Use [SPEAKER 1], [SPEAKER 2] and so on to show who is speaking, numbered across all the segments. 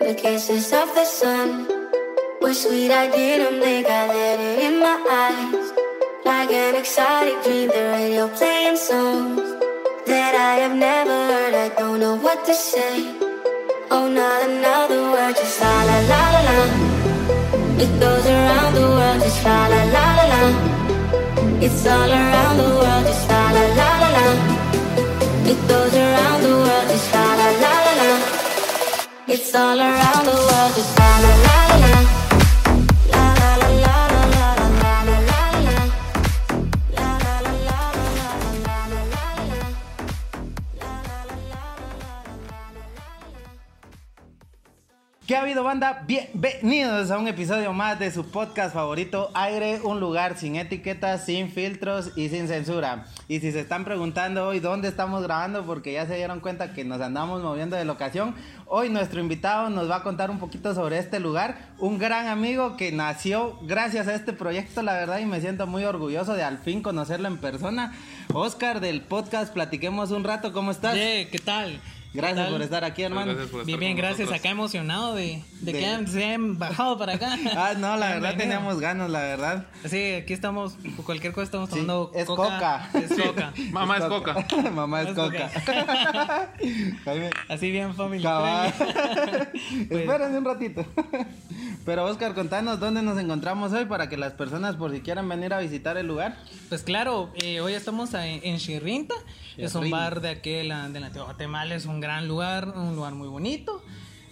[SPEAKER 1] The kisses of the sun were sweet. I didn't think I let it in my eyes. Like an exotic dream, the radio playing songs that I have never heard. I don't know what to say. Oh, not another word, just la la la la la. It goes around the world, just la la la la la. It's all around the world, just la la la la la. It goes around the world, just la la la la la. It's all around the world, just la la la la la. La la la la la la la la la la la. La la la la la la la la la la.
[SPEAKER 2] ¿Qué ha habido, banda? Bienvenidos a un episodio más de su podcast favorito, Aire, un lugar sin etiquetas, sin filtros y sin censura. Y si se están preguntando hoy dónde estamos grabando, porque ya se dieron cuenta que nos andamos moviendo de locación, hoy nuestro invitado nos va a contar un poquito sobre este lugar, un gran amigo que nació gracias a este proyecto, la verdad, y me siento muy orgulloso de al fin conocerlo en persona. Oscar del podcast, platiquemos un rato, ¿cómo estás?
[SPEAKER 3] Ye, ¿qué tal? ¿Qué
[SPEAKER 2] Gracias
[SPEAKER 3] tal?
[SPEAKER 2] por estar aquí, hermano.
[SPEAKER 4] Gracias por estar
[SPEAKER 3] Bien, bien,
[SPEAKER 4] con
[SPEAKER 3] gracias.
[SPEAKER 4] nosotros.
[SPEAKER 3] Acá emocionado de, de
[SPEAKER 2] De-
[SPEAKER 3] que hayan- se hayan bajado para acá.
[SPEAKER 2] Ah, no, la verdad
[SPEAKER 3] Bienvenido.
[SPEAKER 2] teníamos ganas, la verdad.
[SPEAKER 3] Sí, aquí estamos, por cualquier cosa estamos
[SPEAKER 2] Sí,
[SPEAKER 3] tomando
[SPEAKER 2] es coca.
[SPEAKER 3] Es coca.
[SPEAKER 4] Mamá es coca.
[SPEAKER 2] Mamá es
[SPEAKER 3] Es
[SPEAKER 2] coca.
[SPEAKER 3] coca.
[SPEAKER 2] Ahí me-
[SPEAKER 3] Así bien familiar.
[SPEAKER 2] Cabal.
[SPEAKER 4] Pues.
[SPEAKER 2] Espérense un ratito. Pero Oscar, contanos dónde nos encontramos hoy para que las personas por si quieran venir a visitar el lugar.
[SPEAKER 3] Pues claro, eh, hoy estamos a- en Chirrinta, es un
[SPEAKER 2] Chirrinta.
[SPEAKER 3] bar de aquí de la, de la Teotihuacán, es un gran lugar, un lugar muy bonito,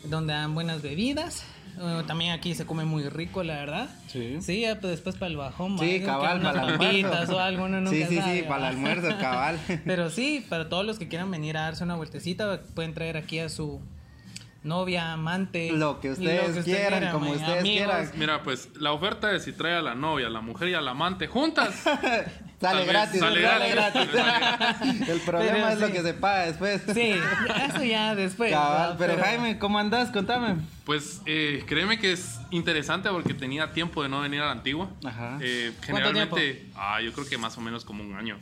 [SPEAKER 3] donde dan buenas bebidas. Eh, también aquí se come muy rico, la verdad.
[SPEAKER 2] Sí.
[SPEAKER 3] Sí, ya, pues, después para el bajón.
[SPEAKER 2] Sí,
[SPEAKER 3] algo,
[SPEAKER 2] cabal,
[SPEAKER 3] que unas
[SPEAKER 2] para el
[SPEAKER 3] papitas
[SPEAKER 2] almuerzo.
[SPEAKER 3] o algo, uno nunca
[SPEAKER 2] Sí, sí, sí,
[SPEAKER 3] sabe,
[SPEAKER 2] para el
[SPEAKER 3] ¿verdad?
[SPEAKER 2] almuerzo, cabal.
[SPEAKER 3] Pero sí, para todos los que quieran venir a darse una vueltecita, pueden traer aquí a su novia, amante.
[SPEAKER 2] Lo que ustedes quieran, como
[SPEAKER 3] mae,
[SPEAKER 2] ustedes quieran.
[SPEAKER 4] Mira, pues la oferta es si trae a la novia, a la mujer y al amante juntas. Tal
[SPEAKER 2] Sale
[SPEAKER 4] vez,
[SPEAKER 2] gratis,
[SPEAKER 4] sale gratis,
[SPEAKER 2] El problema
[SPEAKER 3] Pero
[SPEAKER 2] es lo
[SPEAKER 3] sí.
[SPEAKER 2] que se paga después.
[SPEAKER 3] Sí, eso ya después.
[SPEAKER 2] Cabal,
[SPEAKER 3] ¿verdad?
[SPEAKER 2] pero, Jaime, ¿cómo andás? Contame.
[SPEAKER 4] Pues eh, créeme que es interesante porque tenía tiempo de no venir a la antigua.
[SPEAKER 2] Ajá.
[SPEAKER 4] Eh,
[SPEAKER 3] ¿Cuánto
[SPEAKER 4] generalmente, ah, yo creo que más o menos como un año.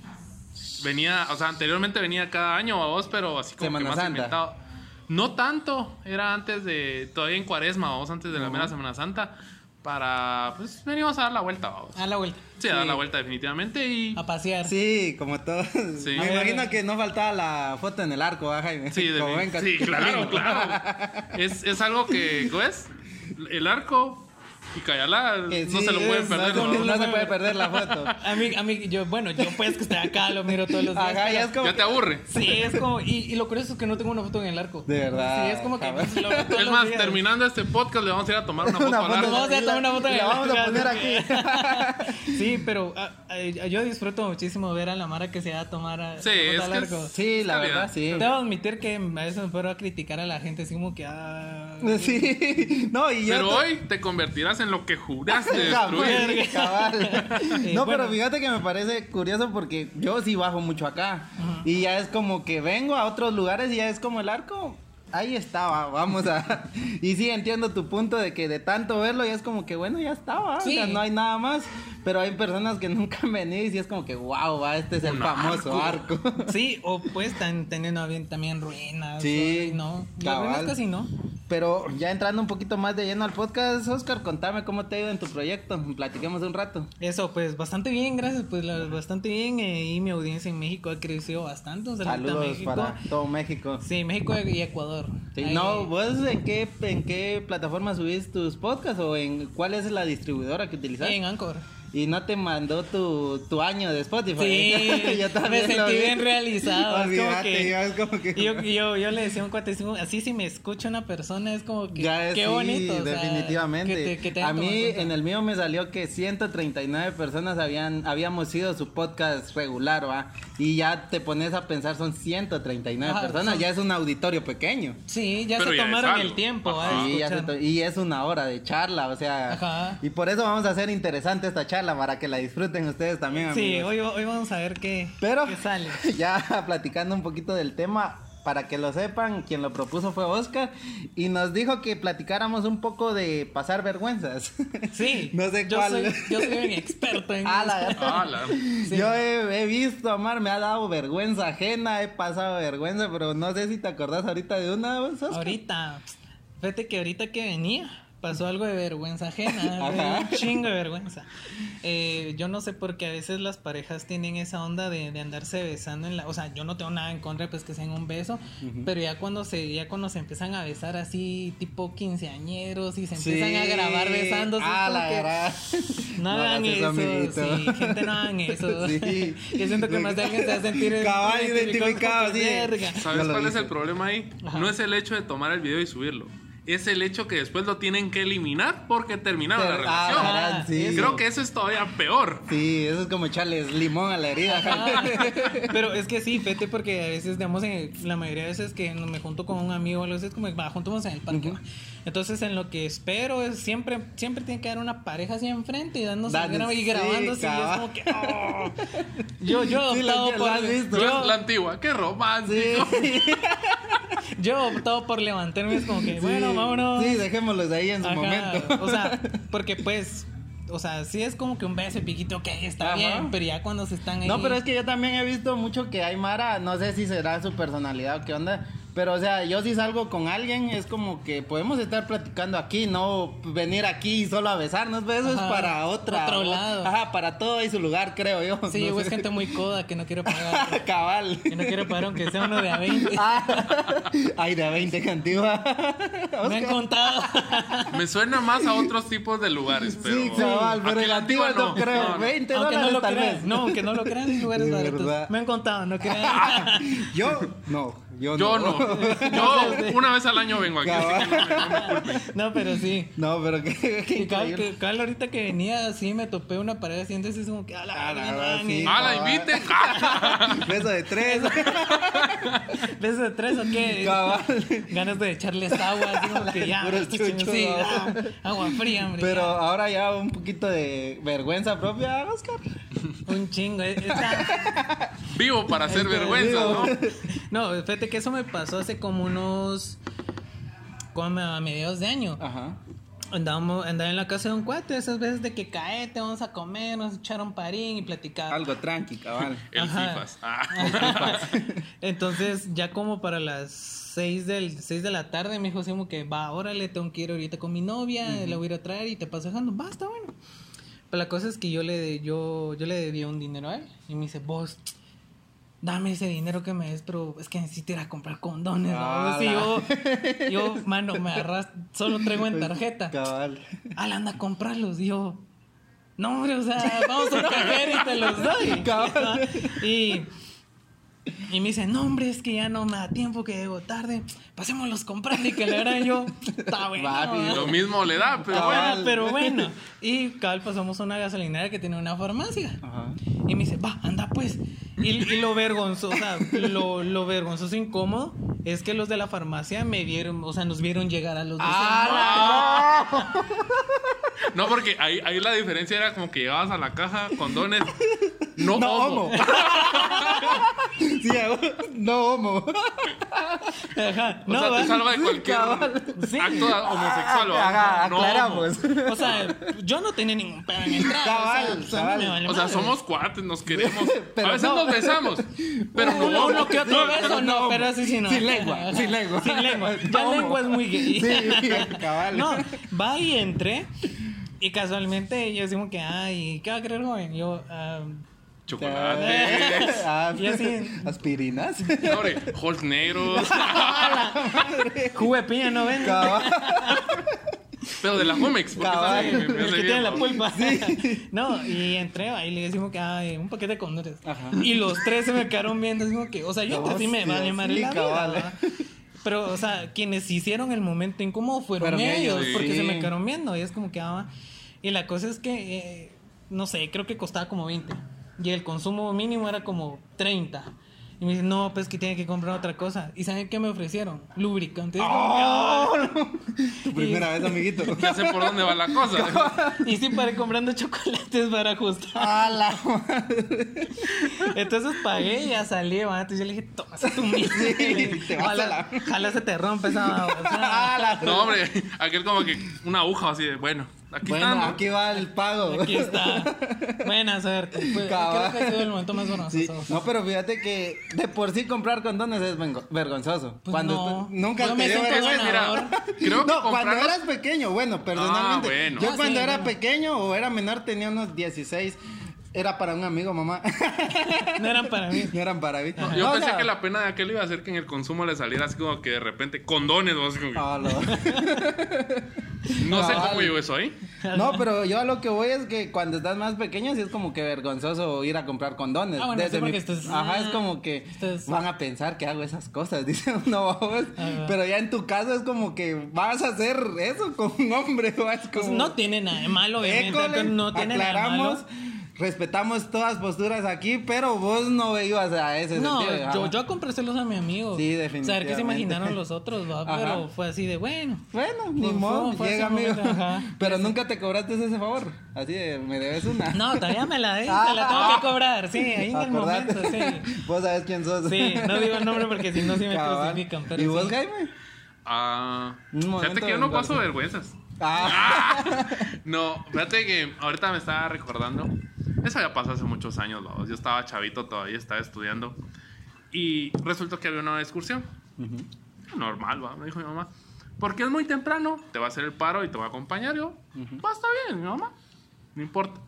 [SPEAKER 4] Venía, o sea, anteriormente venía cada año a vos, pero así como
[SPEAKER 2] Semana
[SPEAKER 4] que más
[SPEAKER 2] Santa.
[SPEAKER 4] inventado. No tanto, era antes de, todavía en cuaresma, vos, antes de la mera Semana Santa, para, pues venimos a dar la vuelta, vos.
[SPEAKER 3] A la vuelta.
[SPEAKER 4] Sí, a dar la vuelta definitivamente y...
[SPEAKER 3] A pasear.
[SPEAKER 2] Sí, como todos.
[SPEAKER 4] Sí.
[SPEAKER 2] Me imagino que no faltaba la foto en el arco, ¿ah, Jaime?
[SPEAKER 4] Sí, de
[SPEAKER 2] Como
[SPEAKER 4] mí.
[SPEAKER 2] en
[SPEAKER 4] Sí,
[SPEAKER 2] Catalina.
[SPEAKER 4] claro, claro. Es, es algo que, ¿cómo es? El arco y Cayala
[SPEAKER 2] Que
[SPEAKER 4] no
[SPEAKER 2] Eh, sí,
[SPEAKER 4] se lo pueden
[SPEAKER 2] es,
[SPEAKER 4] perder.
[SPEAKER 2] No,
[SPEAKER 4] ¿no?
[SPEAKER 2] no se puede perder la foto.
[SPEAKER 3] A mí, a mí, yo, bueno, yo pues que estoy acá, lo miro todos los días.
[SPEAKER 2] Ajá, ya
[SPEAKER 3] pero-
[SPEAKER 2] es como.
[SPEAKER 4] Ya te aburre.
[SPEAKER 3] Sí, es como, y, y lo curioso es que no tengo una foto en el arco.
[SPEAKER 2] De verdad,
[SPEAKER 3] Sí, es como que
[SPEAKER 2] jamás.
[SPEAKER 3] pues, lo veo todos
[SPEAKER 4] Es
[SPEAKER 3] los
[SPEAKER 4] más,
[SPEAKER 3] días.
[SPEAKER 4] terminando este podcast le vamos a ir a tomar una foto
[SPEAKER 2] Una
[SPEAKER 4] al
[SPEAKER 2] foto
[SPEAKER 4] arco.
[SPEAKER 3] Vamos a tomar una foto
[SPEAKER 2] Y la vamos a poner aquí.
[SPEAKER 3] Sí, pero ah, ah, yo disfruto muchísimo ver a la Mara que se va a tomar a,
[SPEAKER 4] Sí,
[SPEAKER 3] la foto
[SPEAKER 4] es
[SPEAKER 3] al
[SPEAKER 4] que
[SPEAKER 3] arco.
[SPEAKER 4] es-
[SPEAKER 2] Sí, la verdad, sí.
[SPEAKER 3] Debo admitir que a veces me puedo criticar a la gente así como que... ah,
[SPEAKER 2] Sí. No, y yo.
[SPEAKER 4] Pero
[SPEAKER 2] to-
[SPEAKER 4] hoy te convertirás en lo que juraste
[SPEAKER 2] Jamás,
[SPEAKER 4] destruir.
[SPEAKER 2] cabal.
[SPEAKER 3] Eh,
[SPEAKER 2] No,
[SPEAKER 3] bueno.
[SPEAKER 2] pero fíjate que me parece curioso porque yo sí bajo mucho acá. Y ya es como que vengo a otros lugares y ya es como el arco. Ahí estaba, vamos a. Y sí entiendo tu punto de que de tanto verlo ya es como que bueno, ya estaba.
[SPEAKER 3] Sí.
[SPEAKER 2] O sea, no hay nada más. Pero hay personas que nunca han venido y sí es como que wow, va, este es el
[SPEAKER 4] Un
[SPEAKER 2] famoso arco.
[SPEAKER 3] Sí, o pues están teniendo bien también ruinas.
[SPEAKER 2] Sí,
[SPEAKER 3] o- no, las
[SPEAKER 2] cabal.
[SPEAKER 3] ruinas casi no.
[SPEAKER 2] Pero ya entrando un poquito más de lleno al podcast, Oscar, contame cómo te ha ido en tu proyecto. Platiquemos un rato.
[SPEAKER 3] Eso, pues bastante bien, gracias, pues la- bastante bien. eh, y mi audiencia en México ha crecido bastante. Un saludo a
[SPEAKER 2] Saludos
[SPEAKER 3] México.
[SPEAKER 2] para todo México.
[SPEAKER 3] Sí, México y Ecuador.
[SPEAKER 2] Sí,
[SPEAKER 3] Ahí-
[SPEAKER 2] no, vos en qué, en qué plataforma subís tus podcasts o en cuál es la distribuidora que utilizas?
[SPEAKER 3] En Anchor.
[SPEAKER 2] Y no te mandó tu, tu año de Spotify.
[SPEAKER 3] Sí,
[SPEAKER 2] yo también
[SPEAKER 3] me
[SPEAKER 2] lo
[SPEAKER 3] sentí
[SPEAKER 2] vi.
[SPEAKER 3] bien realizado. es como
[SPEAKER 2] Olvídate,
[SPEAKER 3] que-
[SPEAKER 2] yo es como que-
[SPEAKER 3] Y Yo, y yo, yo le decía a un cuate, así como- así si me escucha una persona, es como que
[SPEAKER 2] Ya,
[SPEAKER 3] qué
[SPEAKER 2] sí,
[SPEAKER 3] bonito. o sea,
[SPEAKER 2] definitivamente.
[SPEAKER 3] que te- que te
[SPEAKER 2] a
[SPEAKER 3] hayan tomado
[SPEAKER 2] mí,
[SPEAKER 3] en cuenta.
[SPEAKER 2] en el mío me salió que 139 personas habían, habíamos sido su podcast regular, ¿va? Y ya te pones a pensar, son 139
[SPEAKER 3] Ajá,
[SPEAKER 2] personas,
[SPEAKER 3] son-
[SPEAKER 2] ya es un auditorio pequeño.
[SPEAKER 3] Sí, ya
[SPEAKER 4] Pero
[SPEAKER 3] se
[SPEAKER 4] ya es
[SPEAKER 3] tomaron
[SPEAKER 4] algo.
[SPEAKER 3] el tiempo.
[SPEAKER 4] Ajá.
[SPEAKER 3] ah, de
[SPEAKER 2] Sí, ya se
[SPEAKER 3] escuchar.
[SPEAKER 2] to- y es una hora de charla, o sea.
[SPEAKER 3] Ajá.
[SPEAKER 2] Y por eso vamos a hacer interesante esta charla, para que la disfruten ustedes también,
[SPEAKER 3] Sí,
[SPEAKER 2] amigos.
[SPEAKER 3] hoy, hoy vamos a ver qué,
[SPEAKER 2] Pero
[SPEAKER 3] qué sale.
[SPEAKER 2] ya platicando un poquito del tema, para que lo sepan, quien lo propuso fue Oscar y nos dijo que platicáramos un poco de pasar vergüenzas.
[SPEAKER 3] Sí,
[SPEAKER 2] no sé
[SPEAKER 3] yo
[SPEAKER 2] cuál.
[SPEAKER 3] Soy, yo soy un experto en
[SPEAKER 2] Ah, la
[SPEAKER 3] eso.
[SPEAKER 2] verdad.
[SPEAKER 4] Ala.
[SPEAKER 2] Yo he, he visto, Omar, me ha dado vergüenza ajena, he pasado vergüenza, pero no sé si te acordás ahorita de una, ¿vos, Oscar?
[SPEAKER 3] Ahorita, fíjate que ahorita que venía, pasó algo de vergüenza ajena,
[SPEAKER 2] Ajá.
[SPEAKER 3] un chingo de vergüenza. Eh, yo no sé por qué a veces las parejas tienen esa onda de, de andarse besando en la, o sea, yo no tengo nada en contra pues que sean un beso, pero ya cuando se, ya cuando se empiezan a besar así tipo quinceañeros y se empiezan a grabar besándose, es
[SPEAKER 2] Ah,
[SPEAKER 3] como
[SPEAKER 2] la
[SPEAKER 3] que,
[SPEAKER 2] gran.
[SPEAKER 3] No hagan eso,
[SPEAKER 2] amiguito.
[SPEAKER 3] sí, gente, no hagan eso.
[SPEAKER 2] Sí.
[SPEAKER 3] Yo siento que más de alguien se va a sentir
[SPEAKER 2] Cabal
[SPEAKER 3] identificado,
[SPEAKER 2] identificado,
[SPEAKER 3] como
[SPEAKER 2] sí.
[SPEAKER 3] que, "Verga".
[SPEAKER 2] Ya
[SPEAKER 4] ¿Sabes
[SPEAKER 2] lo
[SPEAKER 4] cuál es
[SPEAKER 2] hice.
[SPEAKER 4] el problema ahí? No es el hecho de tomar el video y subirlo. Es el hecho que después lo tienen que eliminar porque terminaron la
[SPEAKER 2] Pero- ah,
[SPEAKER 4] relación.
[SPEAKER 3] la
[SPEAKER 2] gran, sí.
[SPEAKER 4] Creo que eso es todavía peor.
[SPEAKER 2] Sí, eso es como echarles limón a la herida.
[SPEAKER 3] Pero es que sí, fete, porque a veces, digamos, en- la mayoría de veces que me junto con un amigo, a veces como, va, juntémonos en el parque. va". Entonces, en lo que espero es siempre, siempre tiene que haber una pareja así enfrente y dándose el
[SPEAKER 2] Dando-
[SPEAKER 3] grabo y
[SPEAKER 2] sí,
[SPEAKER 3] grabándose. y es
[SPEAKER 2] cabal.
[SPEAKER 3] como que, "Oh". Yo, yo he
[SPEAKER 2] Sí, lo-
[SPEAKER 3] optado
[SPEAKER 2] lo
[SPEAKER 3] por.
[SPEAKER 2] has visto.
[SPEAKER 4] Pero
[SPEAKER 3] Yo,
[SPEAKER 4] es la antigua, qué romántico.
[SPEAKER 3] yo he optado por levantarme, es como que, bueno,
[SPEAKER 2] Sí,
[SPEAKER 3] vámonos.
[SPEAKER 2] Sí, dejémoslos ahí en su
[SPEAKER 3] Ajá,
[SPEAKER 2] momento.
[SPEAKER 3] O sea, porque pues. O sea, sí es como que un beso y piquito, ok, está
[SPEAKER 2] Ajá.
[SPEAKER 3] bien, pero ya cuando se están ahí.
[SPEAKER 2] No, pero es que yo también he visto mucho que hay Mara, no sé si será su personalidad o qué onda, pero o sea, yo si salgo con alguien es como que podemos estar platicando aquí, no venir aquí solo a besarnos, pero eso
[SPEAKER 3] Ajá,
[SPEAKER 2] es para otra.
[SPEAKER 3] otro lado.
[SPEAKER 2] Ajá, para todo y su lugar, creo yo.
[SPEAKER 3] Sí,
[SPEAKER 2] no
[SPEAKER 3] o es
[SPEAKER 2] sé.
[SPEAKER 3] gente muy coda que no quiere pagar.
[SPEAKER 2] Cabal.
[SPEAKER 3] que no quiere pagar aunque sea uno de a 20.
[SPEAKER 2] Ah, Ay, de 20 cantiva.
[SPEAKER 3] Me han contado.
[SPEAKER 4] Me suena más a otros tipos de lugares, pero.
[SPEAKER 2] sí, cabal, pero
[SPEAKER 4] aquel
[SPEAKER 2] el antiguo no, creo.
[SPEAKER 4] no, no.
[SPEAKER 2] 20
[SPEAKER 3] aunque no
[SPEAKER 2] dólares
[SPEAKER 3] lo
[SPEAKER 2] tal
[SPEAKER 3] crean.
[SPEAKER 2] vez.
[SPEAKER 3] No, aunque no lo crean, hay lugares
[SPEAKER 2] De
[SPEAKER 3] baratos.
[SPEAKER 2] verdad.
[SPEAKER 3] Me han contado, no crean.
[SPEAKER 2] Yo no, yo,
[SPEAKER 4] Yo no. Yo una vez al año vengo aquí. así que no me- no me culpen.
[SPEAKER 3] No, pero sí.
[SPEAKER 2] No, pero qué, qué
[SPEAKER 3] Y cabal,
[SPEAKER 2] increíble.
[SPEAKER 3] que- cabal, ahorita que venía así me topé una pared así, entonces es como que a la
[SPEAKER 2] A la
[SPEAKER 3] verga,
[SPEAKER 2] verdad,
[SPEAKER 3] man,
[SPEAKER 2] sí.
[SPEAKER 3] y-
[SPEAKER 4] Ah, la inviten.
[SPEAKER 2] Beso de tres.
[SPEAKER 3] ¿Ves de tres o qué?
[SPEAKER 2] Cabal.
[SPEAKER 3] Ganas de echarles agua, así como que ya. este
[SPEAKER 2] Puro chucho,
[SPEAKER 3] sí,
[SPEAKER 2] va.
[SPEAKER 3] ah, agua fría, hombre.
[SPEAKER 2] Pero ahora ya un poquito de vergüenza propia, Oscar.
[SPEAKER 3] ya. Un chingo. eh, esta-
[SPEAKER 4] Vivo para hacer vergüenza, ¿no?
[SPEAKER 3] No, fíjate que eso me pasó hace como unos. como a mediados de año.
[SPEAKER 2] Ajá.
[SPEAKER 3] Andábamos, andaba en la casa de un cuate, esas veces de que caete, vamos a comer, nos echaron parín y platicar.
[SPEAKER 2] Algo tranqui, cabal.
[SPEAKER 4] El
[SPEAKER 3] Ajá.
[SPEAKER 4] FIFAs. Ah.
[SPEAKER 3] Entonces, ya como para las 6 del, seis de la tarde, me dijo así como que, va, órale, tengo que ir ahorita con mi novia, la voy a ir a traer y te paso dejando. Basta, bueno. Pero la cosa es que yo le, yo, yo le debía un dinero a él y me dice, vos, dame ese dinero que me des, pero es que necesito ir a comprar condones. ¿no? Y yo, yo, mano, me arras solo traigo en tarjeta.
[SPEAKER 2] Cabal.
[SPEAKER 3] Al anda a comprarlos. Y yo, no, hombre, o sea, vamos a un cajero y te los doy.
[SPEAKER 2] Cabal.
[SPEAKER 3] Y, y me dice, no, hombre, es que ya no me da tiempo, que llego tarde. Pasémoslos comprando y que le harán yo. Está bueno.
[SPEAKER 2] Va,
[SPEAKER 3] ¿verdad?".
[SPEAKER 4] Lo mismo le da, pero
[SPEAKER 3] Ah,
[SPEAKER 4] bueno.
[SPEAKER 2] Cabal.
[SPEAKER 3] pero bueno. Y cabal pasamos a una gasolinera que tiene una farmacia.
[SPEAKER 2] Ajá.
[SPEAKER 3] Y me dice, va, anda pues. Y, y lo vergonzoso, o sea, lo, lo vergonzoso e incómodo es que los de la farmacia me vieron, o sea, nos vieron llegar a los dos. Ah.
[SPEAKER 4] No, porque ahí, ahí la diferencia era como que llegabas a la caja con dones. No,
[SPEAKER 2] No
[SPEAKER 4] homo.
[SPEAKER 2] homo. sí, Sí, a vos, no homo.
[SPEAKER 3] Ajá.
[SPEAKER 4] O sea,
[SPEAKER 3] ¿va?
[SPEAKER 4] te salva de cualquier
[SPEAKER 2] cabal.
[SPEAKER 3] Sí.
[SPEAKER 4] acto homosexual. ¿va?
[SPEAKER 2] Ajá,
[SPEAKER 4] No,
[SPEAKER 2] aclaramos.
[SPEAKER 3] O sea, yo no tenía ningún pedo en entrar.
[SPEAKER 2] Cabal,
[SPEAKER 3] Ah, o sea, o sea,
[SPEAKER 2] cabal.
[SPEAKER 3] me vale
[SPEAKER 4] O sea,
[SPEAKER 3] madre.
[SPEAKER 4] somos cuates, nos queremos.
[SPEAKER 2] Pero
[SPEAKER 4] a veces
[SPEAKER 2] no.
[SPEAKER 4] nos besamos. Pero
[SPEAKER 3] Uno-
[SPEAKER 4] no.
[SPEAKER 3] uno que otro beso, no,
[SPEAKER 2] no,
[SPEAKER 3] pero sí, sí, no.
[SPEAKER 2] sin lengua, sin lengua.
[SPEAKER 3] Sin lengua. Ya
[SPEAKER 2] No,
[SPEAKER 3] lengua es muy gay.
[SPEAKER 2] Sí, cabal.
[SPEAKER 3] No, va y entré. Y casualmente yo decimos que, ay, ¿qué va a querer, joven? Yo, ah,
[SPEAKER 4] Chocolate.
[SPEAKER 2] Ah,
[SPEAKER 3] Y así-
[SPEAKER 2] aspirinas.
[SPEAKER 4] Hombre, Hulk negros.
[SPEAKER 3] jugo de piña no vende.
[SPEAKER 2] Cabal.
[SPEAKER 4] Pero de la Comex. porque
[SPEAKER 2] Cabal.
[SPEAKER 4] esa me- me
[SPEAKER 3] El
[SPEAKER 4] hace
[SPEAKER 3] que
[SPEAKER 4] bien,
[SPEAKER 3] tiene la
[SPEAKER 4] ¿no?
[SPEAKER 3] pulpa. No, y entré ahí le decimos que, ay, un paquete de condones.
[SPEAKER 2] Ajá.
[SPEAKER 3] Y los tres se me quedaron viendo, así como que, o sea, yo entré sí me
[SPEAKER 2] Hostias,
[SPEAKER 3] vale madre
[SPEAKER 2] sí,
[SPEAKER 3] la vida,
[SPEAKER 2] cabal.
[SPEAKER 3] ¿verdad? Pero, o sea, quienes hicieron el momento incómodo fueron
[SPEAKER 2] Fueron
[SPEAKER 3] ellos,
[SPEAKER 2] ellos,
[SPEAKER 3] porque
[SPEAKER 2] sí.
[SPEAKER 3] se me quedaron viendo. Y es como que, ah, y la cosa es que, eh, no sé, creo que costaba como 20. Y el consumo mínimo era como 30. Y me dicen, no, pues que tiene que comprar otra cosa. ¿Y saben qué me ofrecieron? Lubricante. Es como que, ah.
[SPEAKER 2] Tu primera vez, amiguito.
[SPEAKER 4] Ya sé por dónde va la cosa.
[SPEAKER 3] ah, Y sí, paré comprando chocolates para ajustar.
[SPEAKER 2] A la madre.
[SPEAKER 3] Entonces pagué y ya salí, ¿va? Entonces yo le dije, toma tu mierda.
[SPEAKER 2] Sí,
[SPEAKER 3] Le dije,
[SPEAKER 2] te vas
[SPEAKER 3] ojalá-
[SPEAKER 2] a la-
[SPEAKER 3] Ojalá se te rompe esa babosada.
[SPEAKER 2] A la
[SPEAKER 4] No, hombre, aquel como que una aguja así de, bueno, aquí
[SPEAKER 2] Bueno,
[SPEAKER 4] estamos.
[SPEAKER 2] aquí va el pago.
[SPEAKER 3] Aquí está. Buena suerte. Fue-
[SPEAKER 2] Cabal.
[SPEAKER 3] Creo que ha sido el momento más
[SPEAKER 2] Sí,
[SPEAKER 3] vergonzoso.
[SPEAKER 2] no, pero fíjate que de por sí comprar condones es vengo- vergonzoso.
[SPEAKER 3] Pues
[SPEAKER 2] cuando
[SPEAKER 3] no.
[SPEAKER 2] usted- nunca
[SPEAKER 3] Yo
[SPEAKER 2] te
[SPEAKER 3] me
[SPEAKER 2] dio
[SPEAKER 3] siento
[SPEAKER 4] Es que
[SPEAKER 2] vergüenza.
[SPEAKER 4] mira, creo que
[SPEAKER 2] no, cuando
[SPEAKER 4] comprarlos-
[SPEAKER 2] eras pequeño, bueno, personalmente.
[SPEAKER 4] Ah, bueno.
[SPEAKER 2] Yo
[SPEAKER 3] Ah,
[SPEAKER 2] cuando
[SPEAKER 3] sí,
[SPEAKER 2] era
[SPEAKER 3] bueno.
[SPEAKER 2] pequeño o era menor tenía unos 16. Era para un amigo, mamá.
[SPEAKER 3] No eran para mí.
[SPEAKER 2] no eran para mí.
[SPEAKER 4] Yo
[SPEAKER 2] No, o
[SPEAKER 4] pensé
[SPEAKER 2] sea,
[SPEAKER 4] que la pena de aquel iba a ser que en el consumo le saliera así como que de repente condones. ¿no? Así como que-
[SPEAKER 2] a lo-
[SPEAKER 4] no sé
[SPEAKER 2] Ah, cabal.
[SPEAKER 4] cómo llegó eso ¿eh? ahí.
[SPEAKER 2] No, pero yo a lo que voy es que cuando estás más pequeño sí es como que vergonzoso ir a comprar condones.
[SPEAKER 3] Ah, bueno, sí, porque estás- ah,
[SPEAKER 2] Ajá, es como que
[SPEAKER 3] estás- Ah,
[SPEAKER 2] van a pensar que hago esas cosas, dice uno, babos.
[SPEAKER 3] Ajá.
[SPEAKER 2] Pero ya en tu caso es como que vas a hacer eso con un hombre, o es como...
[SPEAKER 3] Pues no tiene nada de malo, obviamente.
[SPEAKER 2] École,
[SPEAKER 3] entonces no tiene
[SPEAKER 2] aclaramos,
[SPEAKER 3] nada
[SPEAKER 2] respetamos todas posturas aquí, pero vos no ibas a ese
[SPEAKER 3] de malo.
[SPEAKER 2] sentido.
[SPEAKER 3] No,
[SPEAKER 2] ajá.
[SPEAKER 3] yo, yo comprárselos a mi amigo.
[SPEAKER 2] Sí,
[SPEAKER 3] Saber qué
[SPEAKER 2] definitivamente.
[SPEAKER 3] se imaginaron los otros, ¿va?
[SPEAKER 2] Ajá.
[SPEAKER 3] Pero fue así de bueno.
[SPEAKER 2] Bueno, ni
[SPEAKER 3] Fue-
[SPEAKER 2] modo,
[SPEAKER 3] fue
[SPEAKER 2] llega
[SPEAKER 3] ese
[SPEAKER 2] amigo.
[SPEAKER 3] momento, ajá.
[SPEAKER 2] Pero nunca te cobraste ese favor. Así de, me debes una.
[SPEAKER 3] No, todavía me la debes,
[SPEAKER 2] Ah.
[SPEAKER 3] te la tengo que cobrar. Sí, ahí en el
[SPEAKER 2] Acordate.
[SPEAKER 3] momento, sí.
[SPEAKER 2] Vos sabés quién sos.
[SPEAKER 3] Sí, no digo el nombre porque si no, sí me
[SPEAKER 2] Cabal.
[SPEAKER 3] crucifican. Pero
[SPEAKER 2] ¿Y
[SPEAKER 3] sí.
[SPEAKER 2] vos, Jaime?
[SPEAKER 4] Ah,
[SPEAKER 2] Un
[SPEAKER 4] fíjate
[SPEAKER 2] momento
[SPEAKER 4] que yo
[SPEAKER 2] de
[SPEAKER 4] no paso
[SPEAKER 2] vergüenza.
[SPEAKER 4] vergüenzas.
[SPEAKER 2] Ah,
[SPEAKER 4] No, fíjate que ahorita me estaba recordando. Eso ya pasó hace muchos años, babos. Yo estaba chavito todavía, estaba estudiando. Y resultó que había una excursión. Normal, va, me dijo mi mamá. Porque es muy temprano, te va a hacer el paro y te va a acompañar. Yo, va, está bien, mi mamá. No importa.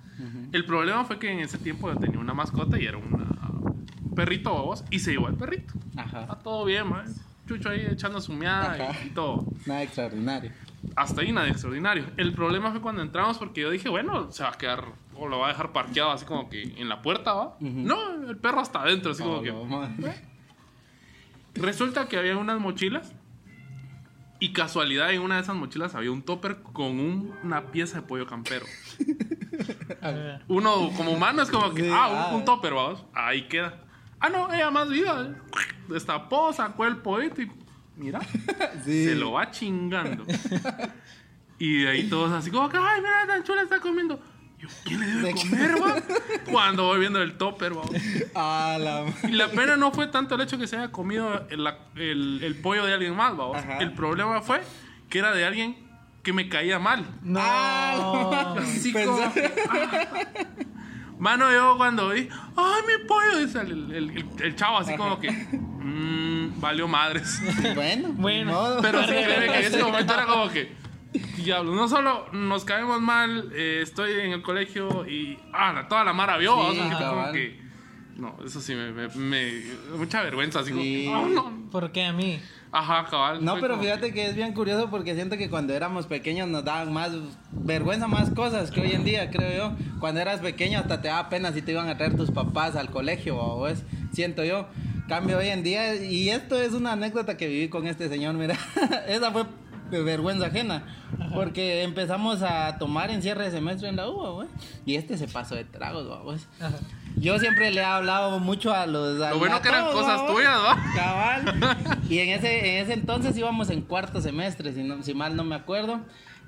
[SPEAKER 4] El problema fue que en ese tiempo yo tenía una mascota y era una- un perrito, babos, y se llevó al perrito.
[SPEAKER 2] Ajá.
[SPEAKER 4] Está todo bien, man. Chucho ahí echando su miada
[SPEAKER 2] Ajá.
[SPEAKER 4] y- y todo
[SPEAKER 2] Nada extraordinario.
[SPEAKER 4] hasta ahí nada de extraordinario. El problema fue cuando entramos porque yo dije, bueno, se va a quedar o lo va a dejar parqueado así como que en la puerta, ¿va? No, el perro hasta adentro, así como
[SPEAKER 2] Oh,
[SPEAKER 4] que...
[SPEAKER 2] no, madre.
[SPEAKER 4] Resulta que había unas mochilas y casualidad en una de esas mochilas había un topper con un- una pieza de pollo campero.
[SPEAKER 3] Ajá.
[SPEAKER 4] Uno como humano es como que,
[SPEAKER 2] Sí,
[SPEAKER 4] ah,
[SPEAKER 2] ah.
[SPEAKER 4] un, un topper, vamos, ahí queda. Ah, no, ella más viva. ¿eh? Destapó, sacó el pollito y mira.
[SPEAKER 2] Sí.
[SPEAKER 4] Se lo va chingando. y de ahí todos así como que, ay, mira, tan chula está comiendo. Yo, ¿quién le debe
[SPEAKER 2] ¿De qué?
[SPEAKER 4] comer, va? Cuando voy viendo el topper, va.
[SPEAKER 2] A la
[SPEAKER 4] Y la pena no fue tanto el hecho que se haya comido el, la- el- el pollo de alguien más, va.
[SPEAKER 2] Ajá.
[SPEAKER 4] El problema fue que era de alguien que me caía mal.
[SPEAKER 3] No.
[SPEAKER 2] Ah,
[SPEAKER 4] Así
[SPEAKER 2] Pensé-
[SPEAKER 4] como- ah. Mano, yo cuando vi, ay, mi pollo, dice el, el- el- el chavo así como que, "Mm, valió madres.
[SPEAKER 2] Bueno,
[SPEAKER 3] Bueno,
[SPEAKER 2] ni modo.
[SPEAKER 4] Pero sí,
[SPEAKER 3] Pero
[SPEAKER 4] créeme que en ese
[SPEAKER 3] sí.
[SPEAKER 4] momento era como que. Diablo, no solo nos caemos mal, eh, estoy en el colegio y. Ah, la- toda la mara vio.
[SPEAKER 2] Sí,
[SPEAKER 4] o sea, que fue como
[SPEAKER 2] cabal.
[SPEAKER 4] que. No, eso sí me. me- me- mucha vergüenza, así como.
[SPEAKER 2] Sí.
[SPEAKER 4] que, "Ah, no".
[SPEAKER 3] ¿Por qué a mí?
[SPEAKER 4] Ajá, cabal.
[SPEAKER 2] No,
[SPEAKER 4] fue
[SPEAKER 2] pero
[SPEAKER 4] como-
[SPEAKER 2] fíjate que es bien curioso porque siento que cuando éramos pequeños nos daban más vergüenza, más cosas que hoy en día, creo yo. Cuando eras pequeño hasta te daba pena si te iban a traer tus papás al colegio, o es, siento yo. Cambio hoy en día, y esto es una anécdota que viví con este señor, mira, esa fue de vergüenza ajena, porque empezamos a tomar en cierre de semestre en la U, güey, y este se pasó de tragos, güey.
[SPEAKER 3] Ajá.
[SPEAKER 2] Yo siempre le he hablado mucho a los... a-
[SPEAKER 4] Lo bueno
[SPEAKER 2] a
[SPEAKER 4] que eran
[SPEAKER 2] todos,
[SPEAKER 4] cosas
[SPEAKER 2] babos.
[SPEAKER 4] tuyas, ¿va?
[SPEAKER 2] Cabal. Y en ese, en ese entonces íbamos en cuarto semestre, si, no- si mal no me acuerdo.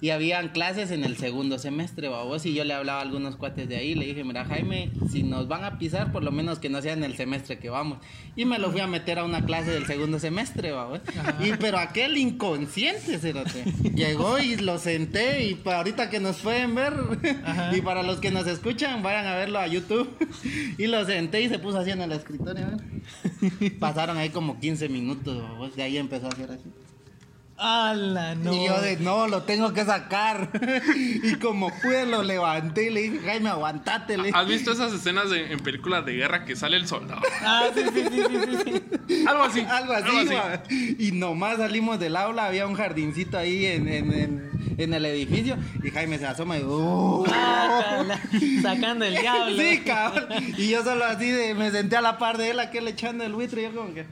[SPEAKER 2] Y habían clases en el segundo semestre, babos, y yo le hablaba a algunos cuates de ahí, le dije, mira Jaime, si nos van a pisar, por lo menos que no sea en el semestre que vamos. Y me lo fui a meter a una clase del segundo semestre, babos. Y pero aquel inconsciente, cerote, llegó y lo senté, y para ahorita que nos pueden ver, y para los que nos escuchan, vayan a verlo a YouTube. Y lo senté y se puso así en el escritorio. ¿ver? Pasaron ahí como 15 minutos, babos, de ahí empezó a hacer así.
[SPEAKER 3] ¡Hala, no!
[SPEAKER 2] Y yo de, no, lo tengo que sacar. y como pude, lo levanté y le dije, Jaime, aguantate. le
[SPEAKER 4] ¿Has visto esas escenas de- en películas de guerra que sale el soldado?
[SPEAKER 3] Ah, sí, sí, sí, sí, sí, sí.
[SPEAKER 4] Algo así.
[SPEAKER 2] Algo así, va. Y nomás salimos del aula, había un jardincito ahí en, en- en- en el edificio. Y Jaime se asoma y, "Oh".
[SPEAKER 3] Ah, la- Sacando el diablo.
[SPEAKER 2] Sí, cabrón. Y yo solo así de, me senté a la par de él, aquel echando el buitre. Y yo como que,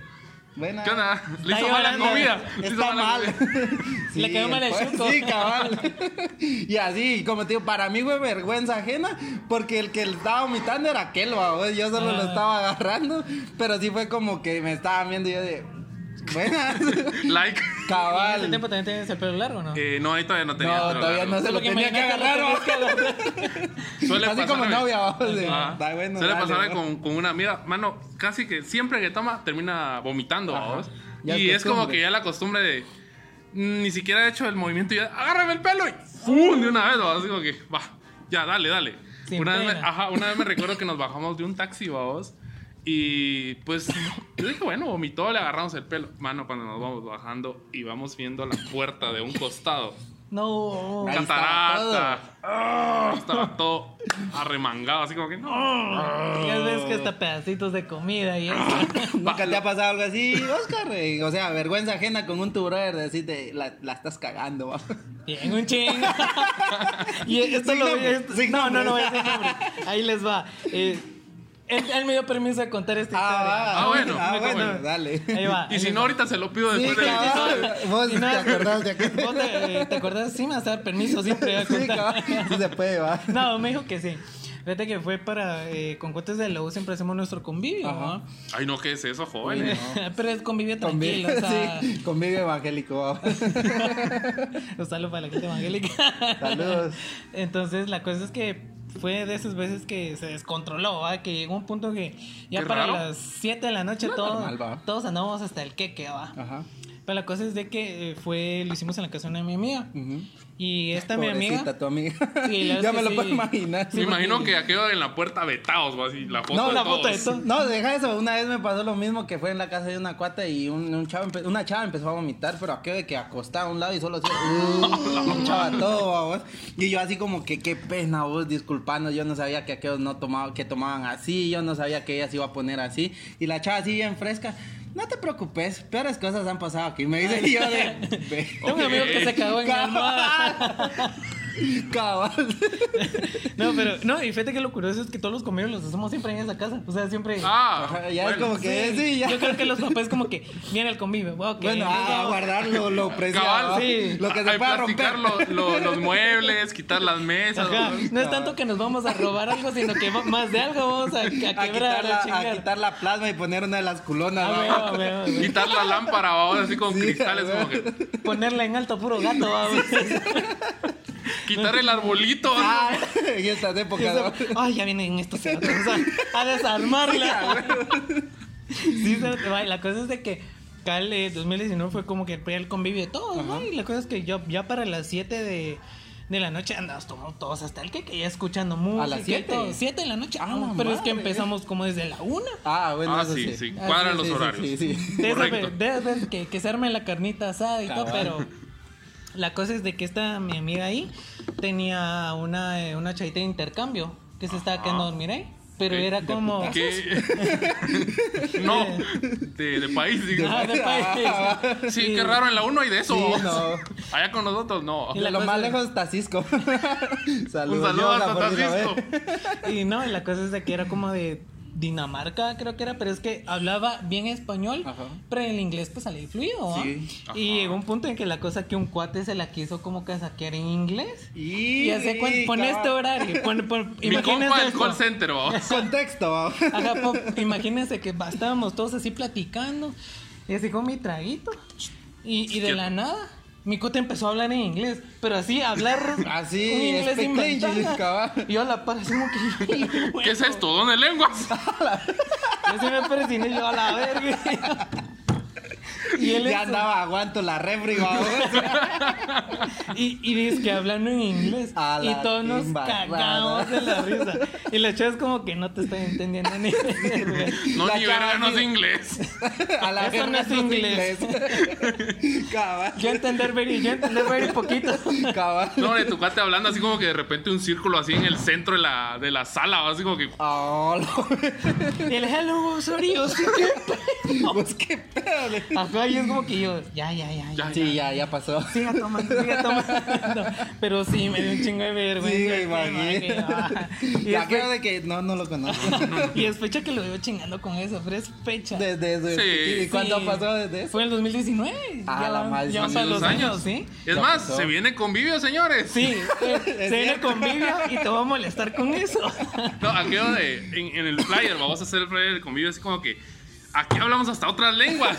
[SPEAKER 2] bueno.
[SPEAKER 4] ¿Qué onda? Le
[SPEAKER 3] Está
[SPEAKER 4] hizo mala
[SPEAKER 3] llorando.
[SPEAKER 4] comida. Le hizo
[SPEAKER 2] Está
[SPEAKER 4] mala
[SPEAKER 2] mal.
[SPEAKER 4] comida.
[SPEAKER 2] Sí,
[SPEAKER 3] Le quedó mal el
[SPEAKER 2] pues,
[SPEAKER 3] chuco.
[SPEAKER 2] Sí, cabal. Y así, como te digo, para mí fue vergüenza ajena, porque el que le estaba vomitando era aquel, babos. Yo solo lo
[SPEAKER 3] Ah.
[SPEAKER 2] estaba agarrando, pero sí fue como que me estaban viendo y yo de. Buenas.
[SPEAKER 4] Like.
[SPEAKER 3] ¿En ese
[SPEAKER 2] cabal.
[SPEAKER 3] tiempo también tienes el pelo largo, no?
[SPEAKER 4] Eh, no, ahí todavía no tenía.
[SPEAKER 2] No,
[SPEAKER 4] pero
[SPEAKER 2] todavía
[SPEAKER 4] claro.
[SPEAKER 2] no se
[SPEAKER 3] Solo
[SPEAKER 2] lo
[SPEAKER 3] que
[SPEAKER 2] tenía que
[SPEAKER 3] imagínate
[SPEAKER 2] agarrar,
[SPEAKER 3] lo
[SPEAKER 2] babos.
[SPEAKER 4] Suele
[SPEAKER 2] Así como
[SPEAKER 4] pasarme.
[SPEAKER 2] novia, babos. de,
[SPEAKER 4] Ajá.
[SPEAKER 2] "Está bueno,
[SPEAKER 4] Suele
[SPEAKER 2] dale,
[SPEAKER 4] pasarme
[SPEAKER 2] va".
[SPEAKER 4] con, con una amiga. Mano, casi que siempre que toma, termina vomitando. ¿vos?
[SPEAKER 2] Ya
[SPEAKER 4] y
[SPEAKER 2] es
[SPEAKER 4] es como
[SPEAKER 2] costumbre.
[SPEAKER 4] que ya la costumbre de. mm, Ni siquiera he hecho el movimiento y ya. Agárrame el pelo y. ¡Fum! De una vez, ¿vos? Así como que. Va, ya, dale, dale.
[SPEAKER 3] Sin
[SPEAKER 4] una, vez me,
[SPEAKER 3] pena.
[SPEAKER 4] ajá, una vez me recuerdo que nos bajamos de un taxi, ¿vos? Y pues. Yo dije, bueno, vomitó, le agarramos el pelo. Mano, cuando nos vamos bajando y vamos viendo la puerta de un costado.
[SPEAKER 3] No.
[SPEAKER 2] Ahí estaba
[SPEAKER 4] Catarata. Ah, Estaba todo arremangado, así como que no.
[SPEAKER 3] Ya ves que hasta pedacitos de comida y eso.
[SPEAKER 2] Nunca te ha pasado algo así, Oscar. Y, O sea, vergüenza ajena con un tu brother decirte, la, la estás cagando, babos.
[SPEAKER 3] Bien, un chingo. y esto
[SPEAKER 2] Sin
[SPEAKER 3] lo
[SPEAKER 2] nombre,
[SPEAKER 3] esto-
[SPEAKER 2] sin
[SPEAKER 3] No,
[SPEAKER 2] nombre.
[SPEAKER 3] no, no, ese es nombre. Ahí les va. Eh, él, él me dio permiso de contar esta
[SPEAKER 2] va.
[SPEAKER 4] Ah, bueno,
[SPEAKER 2] Ah,
[SPEAKER 4] bueno,
[SPEAKER 2] bueno,
[SPEAKER 4] bueno.
[SPEAKER 2] dale.
[SPEAKER 3] historia. Ahí va.
[SPEAKER 4] Y si
[SPEAKER 3] ahí
[SPEAKER 4] no,
[SPEAKER 3] va.
[SPEAKER 4] ahorita se lo pido después
[SPEAKER 2] Ah. Sí,
[SPEAKER 4] del
[SPEAKER 2] cabal.
[SPEAKER 4] episodio.
[SPEAKER 2] Vos
[SPEAKER 3] Si no,
[SPEAKER 2] te acordás de aquel.
[SPEAKER 3] vos te, te acordás, sí me vas a dar permiso siempre voy a
[SPEAKER 2] Sí,
[SPEAKER 3] contar.
[SPEAKER 2] cabrón. Sí se puede, va.
[SPEAKER 3] No, me dijo que sí. Fíjate que fue para eh, con cuates de la U siempre hacemos nuestro convivio, ¿no?
[SPEAKER 4] Ay, no, ¿qué es eso, joven?
[SPEAKER 3] Pero es convivio
[SPEAKER 2] Convive,
[SPEAKER 3] tranquilo, o sea,
[SPEAKER 2] sí, convive evangélico. va.
[SPEAKER 3] un saludo para la gente evangélica.
[SPEAKER 2] Saludos.
[SPEAKER 3] Entonces, la cosa es que fue de esas veces que se descontroló, ¿va? Que llegó un punto que ya
[SPEAKER 4] Qué
[SPEAKER 3] para
[SPEAKER 4] raro.
[SPEAKER 3] las 7 de la noche todo-
[SPEAKER 2] normal, va. Ah.
[SPEAKER 3] todos andábamos hasta el queque, ¿va?
[SPEAKER 2] Ajá.
[SPEAKER 3] Pero la cosa es de que eh, fue, lo hicimos en la casa de una mi amiga. Y esta mi
[SPEAKER 2] Pobrecita
[SPEAKER 3] amiga...
[SPEAKER 2] tu amiga.
[SPEAKER 3] Sí, la verdad
[SPEAKER 2] ya me
[SPEAKER 3] es que
[SPEAKER 2] lo
[SPEAKER 3] sí.
[SPEAKER 2] puedo imaginar.
[SPEAKER 4] Me
[SPEAKER 3] Sí,
[SPEAKER 4] imagino
[SPEAKER 3] porque-
[SPEAKER 4] que aquello en la puerta vetados, o así, la foto
[SPEAKER 3] No,
[SPEAKER 4] de
[SPEAKER 3] la
[SPEAKER 4] todos.
[SPEAKER 3] foto de todos.
[SPEAKER 2] No, deja eso. Una vez me pasó lo mismo que fue en la casa de una cuata y un, un chavo empe- una chava empezó a vomitar, pero aquello de que acostaba a un lado y solo hacía. "Uh", un chava todo, va, vos. Y yo así como que qué pena, vos, disculpando. Yo no sabía que aquellos no tomaban, que tomaban así. Yo no sabía que ella se iba a poner así. Y la chava así bien fresca. No te preocupes, peores cosas han pasado aquí. Me dice y yo de. "Ve".
[SPEAKER 3] Tengo un amigo que se cagó Oh, en la almohada.
[SPEAKER 2] Cabal.
[SPEAKER 3] No, pero, no, y fíjate que lo curioso es que todos los comidos los hacemos siempre en esa casa. O sea, siempre.
[SPEAKER 4] Ah,
[SPEAKER 2] Ajá, ya es
[SPEAKER 4] bueno.
[SPEAKER 2] como que sí, ya.
[SPEAKER 3] Yo creo que los papás, como que viene el convivio. ok,
[SPEAKER 2] bueno, ah,
[SPEAKER 3] nos
[SPEAKER 2] a, a
[SPEAKER 3] vamos.
[SPEAKER 2] guardarlo, lo preciado.
[SPEAKER 4] Cabal,
[SPEAKER 3] sí.
[SPEAKER 2] ah, Lo que
[SPEAKER 4] Hay
[SPEAKER 2] se pueda
[SPEAKER 4] plasticar
[SPEAKER 2] romper.
[SPEAKER 4] lo- lo- los muebles, quitar las mesas.
[SPEAKER 3] Ajá,
[SPEAKER 4] los-
[SPEAKER 3] No es tanto que nos vamos a robar algo, sino que va- más de algo vamos a, a
[SPEAKER 2] A
[SPEAKER 3] quebrar,
[SPEAKER 2] quitar,
[SPEAKER 3] a,
[SPEAKER 2] la, a
[SPEAKER 3] chingar.
[SPEAKER 2] quitar la plasma y poner una de las culonas.
[SPEAKER 3] Ah,
[SPEAKER 2] ¿va?
[SPEAKER 3] huevo, a huevo, a huevo.
[SPEAKER 4] Quitar la lámpara, vamos, así con
[SPEAKER 2] Sí,
[SPEAKER 4] cristales,
[SPEAKER 2] a ver.
[SPEAKER 4] como que
[SPEAKER 3] Ponerla en alto, puro gato. va,
[SPEAKER 4] quitar el arbolito.
[SPEAKER 2] Ah, en estas épocas. ¿va?
[SPEAKER 3] Ay, ya vienen estos cerotes, o sea, a desarmarla. sí, cerote, va, y la cosa es de que Cal eh, 2019 fue como que el primer convivio de todos, ¿no? Y la cosa es que yo ya para las 7 de, de la noche andamos tomando todos hasta el que, que ya escuchando música.
[SPEAKER 2] las
[SPEAKER 3] y
[SPEAKER 2] siete?
[SPEAKER 3] todo. 7 de la noche.
[SPEAKER 2] Ah,
[SPEAKER 3] no,
[SPEAKER 2] la
[SPEAKER 3] pero es que
[SPEAKER 2] madre.
[SPEAKER 3] empezamos como desde la 1.
[SPEAKER 2] Ah, bueno,
[SPEAKER 4] Ah,
[SPEAKER 2] eso
[SPEAKER 4] sí,
[SPEAKER 2] sí.
[SPEAKER 4] sí.
[SPEAKER 3] Ah,
[SPEAKER 4] Cuadran
[SPEAKER 3] sí,
[SPEAKER 4] los
[SPEAKER 2] sí,
[SPEAKER 4] horarios.
[SPEAKER 2] sí, sí.
[SPEAKER 3] De esas
[SPEAKER 4] Correcto.
[SPEAKER 3] ve- de esas veces que, que se arme la carnita asada y todo, pero la cosa es de que esta mi amiga ahí tenía una, eh, una chavita de intercambio que se estaba quedando a dormir ahí. Pero
[SPEAKER 4] Ok,
[SPEAKER 3] era como.
[SPEAKER 4] ¿Qué? no, de, de país, digo.
[SPEAKER 3] Ah, de país.
[SPEAKER 4] Sí,
[SPEAKER 3] Y-
[SPEAKER 4] qué raro, en la 1 hay de eso.
[SPEAKER 2] Sí,
[SPEAKER 4] vos.
[SPEAKER 2] no.
[SPEAKER 4] Allá con nosotros, no.
[SPEAKER 3] Y la
[SPEAKER 2] lo
[SPEAKER 3] cosa-
[SPEAKER 2] más lejos está Cisco. Saludos.
[SPEAKER 4] Un saludo
[SPEAKER 2] Dios, la
[SPEAKER 4] a
[SPEAKER 2] Fortuna, ¿ve?
[SPEAKER 4] Francisco.
[SPEAKER 3] Y no, y la cosa es de que era como de Dinamarca, creo que era, pero es que hablaba bien español,
[SPEAKER 2] Ajá.
[SPEAKER 3] pero el inglés pues salía fluido. ¿va?
[SPEAKER 2] Sí.
[SPEAKER 3] Y llegó un punto en que la cosa que un cuate se la quiso como que saquear en inglés.
[SPEAKER 2] Y,
[SPEAKER 3] Y hace cuenta, pon este horario, pon, pon,
[SPEAKER 4] Mi compa
[SPEAKER 3] imagínense
[SPEAKER 4] del
[SPEAKER 3] esto.
[SPEAKER 4] call center, vamos.
[SPEAKER 2] Contexto, ¿va?
[SPEAKER 3] Ajá, po- imagínense que ba- estábamos todos así platicando y así con mi traguito y, y de la nada mi cuate empezó a hablar en inglés, pero así hablar
[SPEAKER 2] Así,
[SPEAKER 3] un inglés
[SPEAKER 2] speak
[SPEAKER 3] inventado.
[SPEAKER 2] English, cabal.
[SPEAKER 3] Y yo a la par así como que
[SPEAKER 4] ¿Qué es esto? ¿Dónde lenguas?
[SPEAKER 3] Yo se me persiné yo a la verga. Y él
[SPEAKER 2] ya
[SPEAKER 3] es-
[SPEAKER 2] andaba aguanto la refri, babos.
[SPEAKER 3] Y, y dice que hablando en inglés.
[SPEAKER 2] A
[SPEAKER 3] y
[SPEAKER 2] la
[SPEAKER 3] todos nos
[SPEAKER 2] timba,
[SPEAKER 3] cagamos de la risa. Y la chava es como que no te estoy entendiendo ni verga.
[SPEAKER 4] No,
[SPEAKER 2] La
[SPEAKER 4] ni
[SPEAKER 2] chava
[SPEAKER 4] verga, no
[SPEAKER 2] así
[SPEAKER 4] es
[SPEAKER 2] de-
[SPEAKER 4] inglés.
[SPEAKER 2] A la
[SPEAKER 3] Eso no
[SPEAKER 2] verga
[SPEAKER 3] es
[SPEAKER 2] sus
[SPEAKER 3] inglés.
[SPEAKER 2] inglés. cabal.
[SPEAKER 3] Yo entender very, yo entender very poquito.
[SPEAKER 2] Cabal.
[SPEAKER 4] No, de tu cuate hablando así como que de repente un círculo así en el centro de la, de la sala, así como que.
[SPEAKER 2] Ah,
[SPEAKER 3] Y el hello, sorry, yo sí
[SPEAKER 2] lo- pues qué pedo. le-
[SPEAKER 3] que- Ajá, y es como que yo, ya, ya, ya, ya.
[SPEAKER 4] Ah, Ya,
[SPEAKER 2] Sí, ya, ya pasó.
[SPEAKER 3] Siga tomando, siga tomando. Pero sí, me dio un chingo de
[SPEAKER 2] Sí,
[SPEAKER 3] vergüenza.
[SPEAKER 2] me imagino.
[SPEAKER 3] ah. Y
[SPEAKER 2] Ya
[SPEAKER 3] después-
[SPEAKER 2] creo de que no, no lo conozco.
[SPEAKER 3] Y es fecha que lo veo chingando con eso, pero es fecha.
[SPEAKER 2] Desde eso.
[SPEAKER 4] Sí.
[SPEAKER 2] ¿Y cuánto
[SPEAKER 3] Sí.
[SPEAKER 2] pasó desde eso?
[SPEAKER 3] Fue en el 2019.
[SPEAKER 2] Ah,
[SPEAKER 3] ya
[SPEAKER 2] la
[SPEAKER 3] van-
[SPEAKER 2] madre,
[SPEAKER 3] ya van
[SPEAKER 2] sí,
[SPEAKER 3] para
[SPEAKER 4] dos
[SPEAKER 3] los años, ¿sí?
[SPEAKER 4] Es
[SPEAKER 2] Ya
[SPEAKER 4] más,
[SPEAKER 2] pasó.
[SPEAKER 4] se viene convivio, señores.
[SPEAKER 3] Sí, eh, se viene
[SPEAKER 2] cierto.
[SPEAKER 3] el convivio y te voy a molestar con eso.
[SPEAKER 4] No, aquello de. En, en el flyer, vamos a hacer el flyer de convivio, así como que. Aquí hablamos hasta otras lenguas.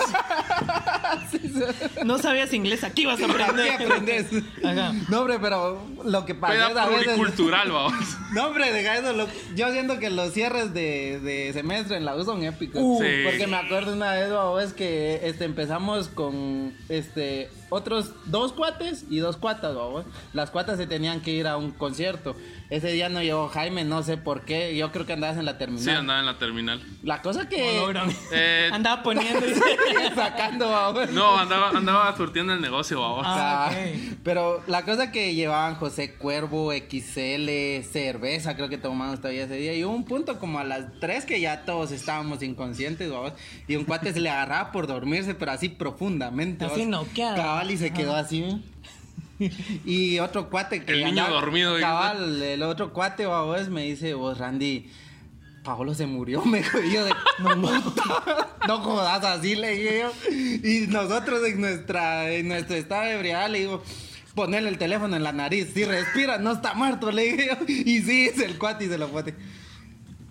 [SPEAKER 3] No sabías inglés, aquí vas a
[SPEAKER 2] ¿Qué
[SPEAKER 3] aprender.
[SPEAKER 2] aprendes?
[SPEAKER 3] Ajá.
[SPEAKER 2] No, hombre, pero lo que pasa es
[SPEAKER 4] Peda
[SPEAKER 2] a veces.
[SPEAKER 4] pluricultural, vamos.
[SPEAKER 2] No, hombre, deja eso. lo- yo siento que los cierres de, de semestre en la U son épicos.
[SPEAKER 4] Uh, Sí.
[SPEAKER 2] Porque me acuerdo una vez, babo, es que este, empezamos con este otros dos cuates y dos cuatas, babo. Las cuatas se tenían que ir a un concierto. Ese día no llegó Jaime, no sé por qué. Yo creo que andabas en la terminal.
[SPEAKER 4] Sí, andaba en la terminal.
[SPEAKER 2] La cosa
[SPEAKER 3] No
[SPEAKER 2] que.
[SPEAKER 3] logran.
[SPEAKER 4] Eh,
[SPEAKER 3] Andaba poniendo y...
[SPEAKER 2] sacando, babo.
[SPEAKER 4] No, andaba, andaba surtiendo el negocio, vamos.
[SPEAKER 3] Ah,
[SPEAKER 2] O sea,
[SPEAKER 3] ok.
[SPEAKER 2] Pero la cosa que llevaban José Cuervo, XL, cerveza, creo que tomamos todavía ese día. Y hubo un punto como a las 3 que ya todos estábamos inconscientes, babos. Y un cuate se le agarraba por dormirse, pero así profundamente.
[SPEAKER 3] Así
[SPEAKER 2] babos.
[SPEAKER 3] noqueado.
[SPEAKER 2] Cabal y se quedó así. ¿eh? Y otro cuate que.
[SPEAKER 4] El niño dormido, dice.
[SPEAKER 2] Cabal, el otro cuate, babos, me dice, vos, Randy. Pablo se murió, me dijo, y yo de, no, puta, no jodas así, le dije yo. Y nosotros en, nuestra, en nuestro estado de ebriedad le digo, ponerle el teléfono en la nariz, si respira, no está muerto, le dije yo. Y sí, es el cuate y se lo pone.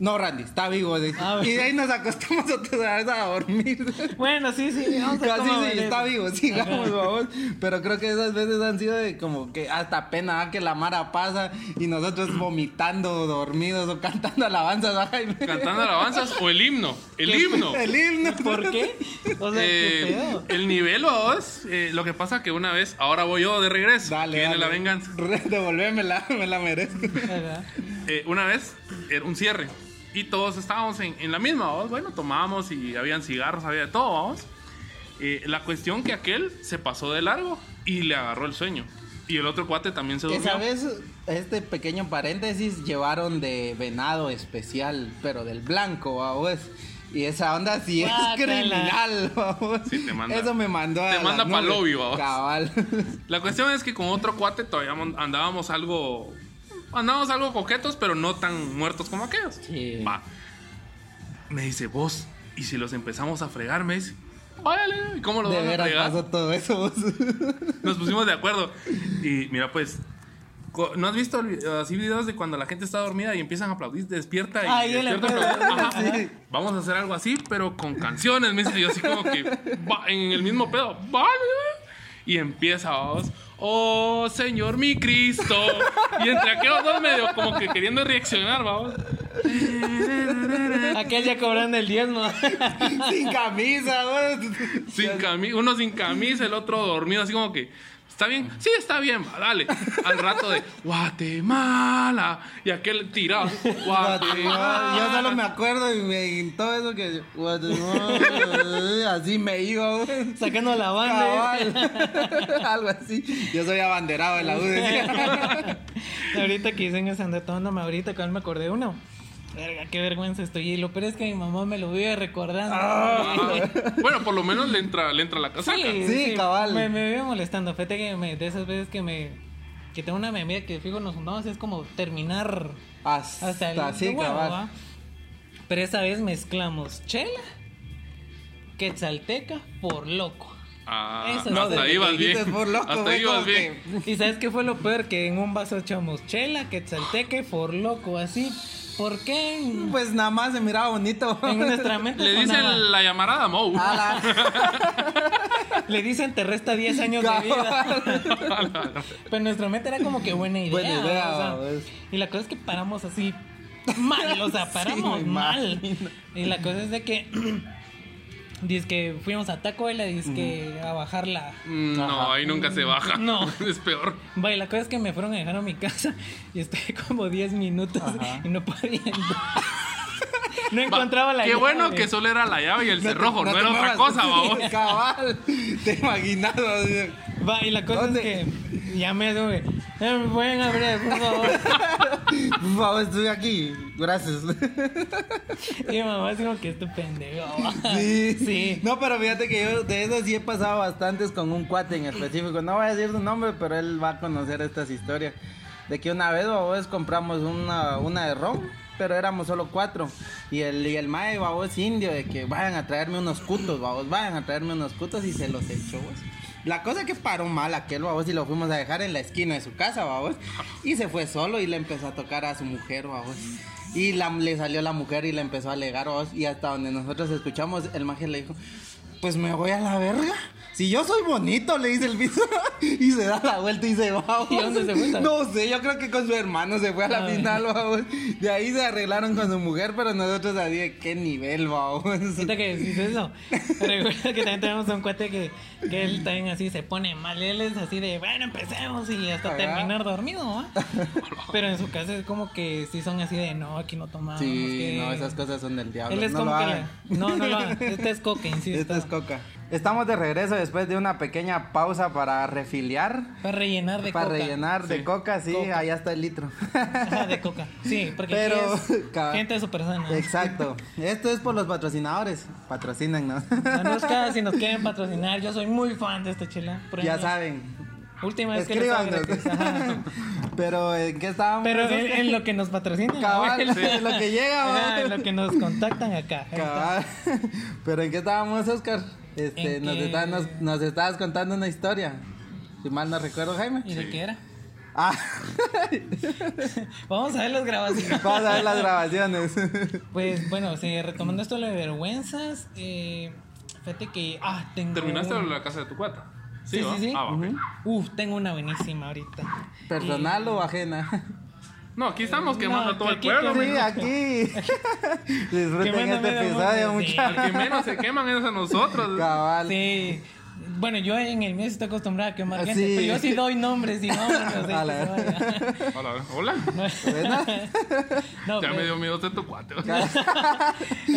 [SPEAKER 2] No, Randy, está vivo. le dije.
[SPEAKER 3] A ver.
[SPEAKER 2] Y de ahí nos acostamos otra vez a dormir.
[SPEAKER 3] Bueno, sí, sí, vamos a
[SPEAKER 2] Casi
[SPEAKER 3] cómo
[SPEAKER 2] sí,
[SPEAKER 3] ver
[SPEAKER 2] está
[SPEAKER 3] eso.
[SPEAKER 2] vivo, sigamos, vamos. Pero creo que esas veces han sido de como que hasta pena ¿ah? que la Mara pasa y nosotros vomitando, dormidos o cantando alabanzas. ¿ah, Jaime?
[SPEAKER 4] Cantando alabanzas o el himno. El himno.
[SPEAKER 2] El himno.
[SPEAKER 3] ¿Por qué? O sea,
[SPEAKER 4] Eh,
[SPEAKER 3] qué pedo.
[SPEAKER 4] el nivel, vamos. eh, lo que pasa que una vez, ahora voy yo de regreso.
[SPEAKER 2] Dale,
[SPEAKER 4] viene
[SPEAKER 2] dale.
[SPEAKER 4] la venganza.
[SPEAKER 2] Re- Devolvémela, me la merezco.
[SPEAKER 3] Ajá.
[SPEAKER 4] Eh, una vez era un cierre y todos estábamos en, en la misma, ¿vamos? bueno, tomábamos y habían cigarros, había de todo, vamos. Eh, la cuestión que aquel se pasó de largo y le agarró el sueño. Y el otro cuate también se
[SPEAKER 2] Que
[SPEAKER 4] durmió.
[SPEAKER 2] sabes, este pequeño paréntesis llevaron de venado especial, pero del blanco, vamos. Y esa onda sí es
[SPEAKER 3] Guácala.
[SPEAKER 2] criminal, vamos.
[SPEAKER 4] Sí, te manda-
[SPEAKER 2] Eso me mandó a
[SPEAKER 4] te
[SPEAKER 2] las
[SPEAKER 4] manda pa'l
[SPEAKER 2] nubes.
[SPEAKER 4] lobby, babos.
[SPEAKER 2] Cabal.
[SPEAKER 4] La cuestión es que con otro cuate todavía mon- andábamos algo. Andábamos algo coquetos, pero no tan muertos como aquellos.
[SPEAKER 2] Sí.
[SPEAKER 4] Va. Me dice, vos, ¿y si los empezamos a fregar? Me dice, váyale, ¿y cómo los
[SPEAKER 2] De
[SPEAKER 4] vamos a
[SPEAKER 2] veras
[SPEAKER 4] fregar?
[SPEAKER 2] pasó todo eso, vos.
[SPEAKER 4] Nos pusimos de acuerdo. Y mira, pues. co- ¿No has visto el vi- así videos de cuando la gente está dormida y empiezan a aplaudir? Despierta y
[SPEAKER 3] Ay, yo la
[SPEAKER 4] despierta
[SPEAKER 3] puedo.
[SPEAKER 4] aplaudiendo? Ajá.
[SPEAKER 2] Sí.
[SPEAKER 4] Vamos a hacer algo así, pero con canciones. Me dice yo así como que va- en el mismo pedo. Vale. Y empieza, vamos. Oh, Señor mi Cristo. Y entre aquellos dos medio como que queriendo reaccionar, vamos.
[SPEAKER 3] Aquel ya cobrando el diezmo.
[SPEAKER 2] Sin camisa, vos.
[SPEAKER 4] Sin cami- uno sin camisa, el otro dormido, así como que. ¿Está bien? Sí, está bien, va, dale. Al rato de Guatemala. Y aquel tirado. Ah,
[SPEAKER 2] Guatemala.
[SPEAKER 4] Guatemala.
[SPEAKER 2] Yo solo me acuerdo y, me, y todo eso que. Guatemala. Así me iba, vos.
[SPEAKER 3] Sacando la banda. ¿eh?
[SPEAKER 2] Cabal. Algo así. Yo soy abanderado de la U. decía.
[SPEAKER 3] ahorita que dicen eso, andar tomándome ahorita, que me acordé de uno. Verga, qué vergüenza estoy. Y lo peor es que mi mamá me lo vive recordando.
[SPEAKER 4] Ah, Bueno, por lo menos le entra, le entra la casaca.
[SPEAKER 2] Sí, cabal.
[SPEAKER 3] Me, me vive molestando. Fíjate que me- de esas veces que me. Que tengo una memoria que fijo nos juntamos es como terminar
[SPEAKER 2] Hasta,
[SPEAKER 3] hasta el
[SPEAKER 2] así,
[SPEAKER 3] huevo,
[SPEAKER 2] cabal.
[SPEAKER 3] ¿va? Pero esa vez mezclamos chela, quetzalteca por loco.
[SPEAKER 4] Ah,
[SPEAKER 3] Eso no,
[SPEAKER 4] hasta
[SPEAKER 3] desde
[SPEAKER 4] ahí
[SPEAKER 3] que
[SPEAKER 4] vas
[SPEAKER 2] dijiste,
[SPEAKER 4] bien.
[SPEAKER 2] por loco,
[SPEAKER 4] hasta
[SPEAKER 2] güey,
[SPEAKER 4] ahí vas
[SPEAKER 2] como
[SPEAKER 4] bien.
[SPEAKER 3] ¿Y sabes qué fue lo peor? Que en un vaso echamos chela, quetzalteca y por loco, así. ¿Por qué?
[SPEAKER 2] Pues nada más se miraba bonito.
[SPEAKER 3] En nuestra mente
[SPEAKER 4] Le
[SPEAKER 3] sonaba.
[SPEAKER 4] dicen la llamarada Mou.
[SPEAKER 3] Le dicen te resta 10 años de vida. Pero nuestra mente era como que buena idea.
[SPEAKER 2] Buena idea, pues.
[SPEAKER 3] y la cosa es que paramos así mal, o sea, paramos
[SPEAKER 2] me
[SPEAKER 3] mal.
[SPEAKER 2] imagino.
[SPEAKER 3] Y la cosa es de que dice que fuimos a Taco Bell, dice que a bajar la
[SPEAKER 4] Mm, No, ahí nunca se baja.
[SPEAKER 3] No.
[SPEAKER 4] Es peor.
[SPEAKER 3] Va, y la cosa es que me fueron a dejar a mi casa y estuve como 10 minutos y no podía entrar. No
[SPEAKER 4] Va,
[SPEAKER 3] encontraba la
[SPEAKER 4] Qué
[SPEAKER 3] llave.
[SPEAKER 4] bueno que solo era la llave y el cerrojo, no, era otra cosa, babón.
[SPEAKER 2] Cabal. Te imaginas. así.
[SPEAKER 3] Va, y la cosa
[SPEAKER 2] ¿Dónde?
[SPEAKER 3] es que llamé a güey. "Eh, ¿Me pueden abrir, por favor?
[SPEAKER 2] Por favor, estoy aquí. Gracias.
[SPEAKER 3] Y mi mamá es como que este pendejo. sí.
[SPEAKER 2] No, pero fíjate que yo de eso sí he pasado bastantes con un cuate en específico. No voy a decir su nombre, pero él va a conocer estas historias. De que una vez, babos, compramos una, una de ron, pero éramos solo cuatro. Y el, y el mae, babos, indio, de que vayan a traerme unos cutos, babos, vayan a traerme unos cutos y se los echó, babos. La cosa que paró mal aquel babos y lo fuimos a dejar en la esquina de su casa, babos. Y se fue solo y le empezó a tocar a su mujer, babos. Y la- le salió la mujer y le empezó a alegar, babos. Y hasta donde nosotros escuchamos, el maje le dijo, pues me voy a la verga. Si yo soy bonito, le dice el piso. y se da la vuelta y se va, babos.
[SPEAKER 3] ¿Y dónde se fue, sabe?
[SPEAKER 2] No sé, yo creo que con su hermano se fue a la
[SPEAKER 3] Ay.
[SPEAKER 2] final, babos. De ahí se arreglaron con su mujer, pero nosotros así de qué nivel, babos.
[SPEAKER 3] Ahorita que decís eso, recuerdo que también tenemos un cuate que, que él también así se pone mal. Él es así de, bueno, empecemos y hasta
[SPEAKER 2] Ajá.
[SPEAKER 3] terminar dormido, ¿va? Pero en su casa es como que sí son así de, no, aquí no tomamos.
[SPEAKER 2] Sí,
[SPEAKER 3] que-
[SPEAKER 2] no, esas cosas son del diablo.
[SPEAKER 3] Él es
[SPEAKER 2] no
[SPEAKER 3] como
[SPEAKER 2] lo
[SPEAKER 3] que.
[SPEAKER 2] hagan.
[SPEAKER 3] la- No, no lo hagan. Este es coca, insisto.
[SPEAKER 2] Esta es coca. Estamos de regreso después de una pequeña pausa para refiliar,
[SPEAKER 3] Para rellenar de
[SPEAKER 2] para
[SPEAKER 3] coca.
[SPEAKER 2] rellenar de coca, sí,
[SPEAKER 3] Coca.
[SPEAKER 2] allá está el litro.
[SPEAKER 3] Ajá, de coca. Sí, porque aquí
[SPEAKER 2] Pero,
[SPEAKER 3] es
[SPEAKER 2] ca-
[SPEAKER 3] gente de su persona.
[SPEAKER 2] Exacto. Esto es por los patrocinadores. Patrocínanos.
[SPEAKER 3] Conozca si nos quieren patrocinar. Yo soy muy fan de esta chela. Por
[SPEAKER 2] ya
[SPEAKER 3] ejemplo,
[SPEAKER 2] saben.
[SPEAKER 3] Última vez que les hago
[SPEAKER 2] Escríbanos.
[SPEAKER 3] gratis. Ajá.
[SPEAKER 2] Pero ¿en qué estábamos?
[SPEAKER 3] Pero en,
[SPEAKER 2] Oscar?
[SPEAKER 3] en lo que nos patrocinan.
[SPEAKER 2] Cabal,
[SPEAKER 3] abuela.
[SPEAKER 2] en lo que llega,
[SPEAKER 3] Ajá,
[SPEAKER 2] va.
[SPEAKER 3] En lo que nos contactan acá.
[SPEAKER 2] Cabal. Pero en qué estábamos, Oscar? Este,
[SPEAKER 3] En
[SPEAKER 2] nos,
[SPEAKER 3] que-
[SPEAKER 2] está- nos- nos estabas contando una historia. Si mal no recuerdo, Jaime.
[SPEAKER 3] ¿Y de qué era?
[SPEAKER 2] Ah,
[SPEAKER 3] Vamos a ver las grabaciones.
[SPEAKER 2] vamos a ver las grabaciones.
[SPEAKER 3] Pues bueno, sí, retomando esto de las vergüenzas, eh, fíjate que. Ah, tengo.
[SPEAKER 4] ¿Terminaste
[SPEAKER 3] una.
[SPEAKER 4] la casa de tu cuata?
[SPEAKER 3] Sí,
[SPEAKER 4] ¿va?
[SPEAKER 3] sí, sí.
[SPEAKER 4] Ah, va, ok.
[SPEAKER 3] Uf, tengo una buenísima ahorita.
[SPEAKER 2] ¿Personal o ajena?
[SPEAKER 4] No, aquí estamos quemando
[SPEAKER 3] No,
[SPEAKER 4] a todo
[SPEAKER 3] que
[SPEAKER 4] el
[SPEAKER 3] aquí
[SPEAKER 4] pueblo.
[SPEAKER 3] quemé-
[SPEAKER 4] men.
[SPEAKER 2] Sí, aquí. Disfruten
[SPEAKER 3] Quemando
[SPEAKER 2] este
[SPEAKER 3] medio
[SPEAKER 2] episodio,
[SPEAKER 3] mundo, sí.
[SPEAKER 4] Al
[SPEAKER 2] muchachos.
[SPEAKER 4] que menos se queman es a nosotros.
[SPEAKER 2] Cabal.
[SPEAKER 3] Sí. Bueno, yo en el mío sí estoy acostumbrada a quemar gente,
[SPEAKER 2] Ah, Sí.
[SPEAKER 3] pero yo sí doy nombres y nombres. No sé,
[SPEAKER 2] A la
[SPEAKER 3] que se vaya.
[SPEAKER 4] Hola, hola.
[SPEAKER 2] ¿Verdad?
[SPEAKER 3] No,
[SPEAKER 4] Ya
[SPEAKER 3] pero-
[SPEAKER 4] me dio miedo de tu cuate.
[SPEAKER 3] Pues,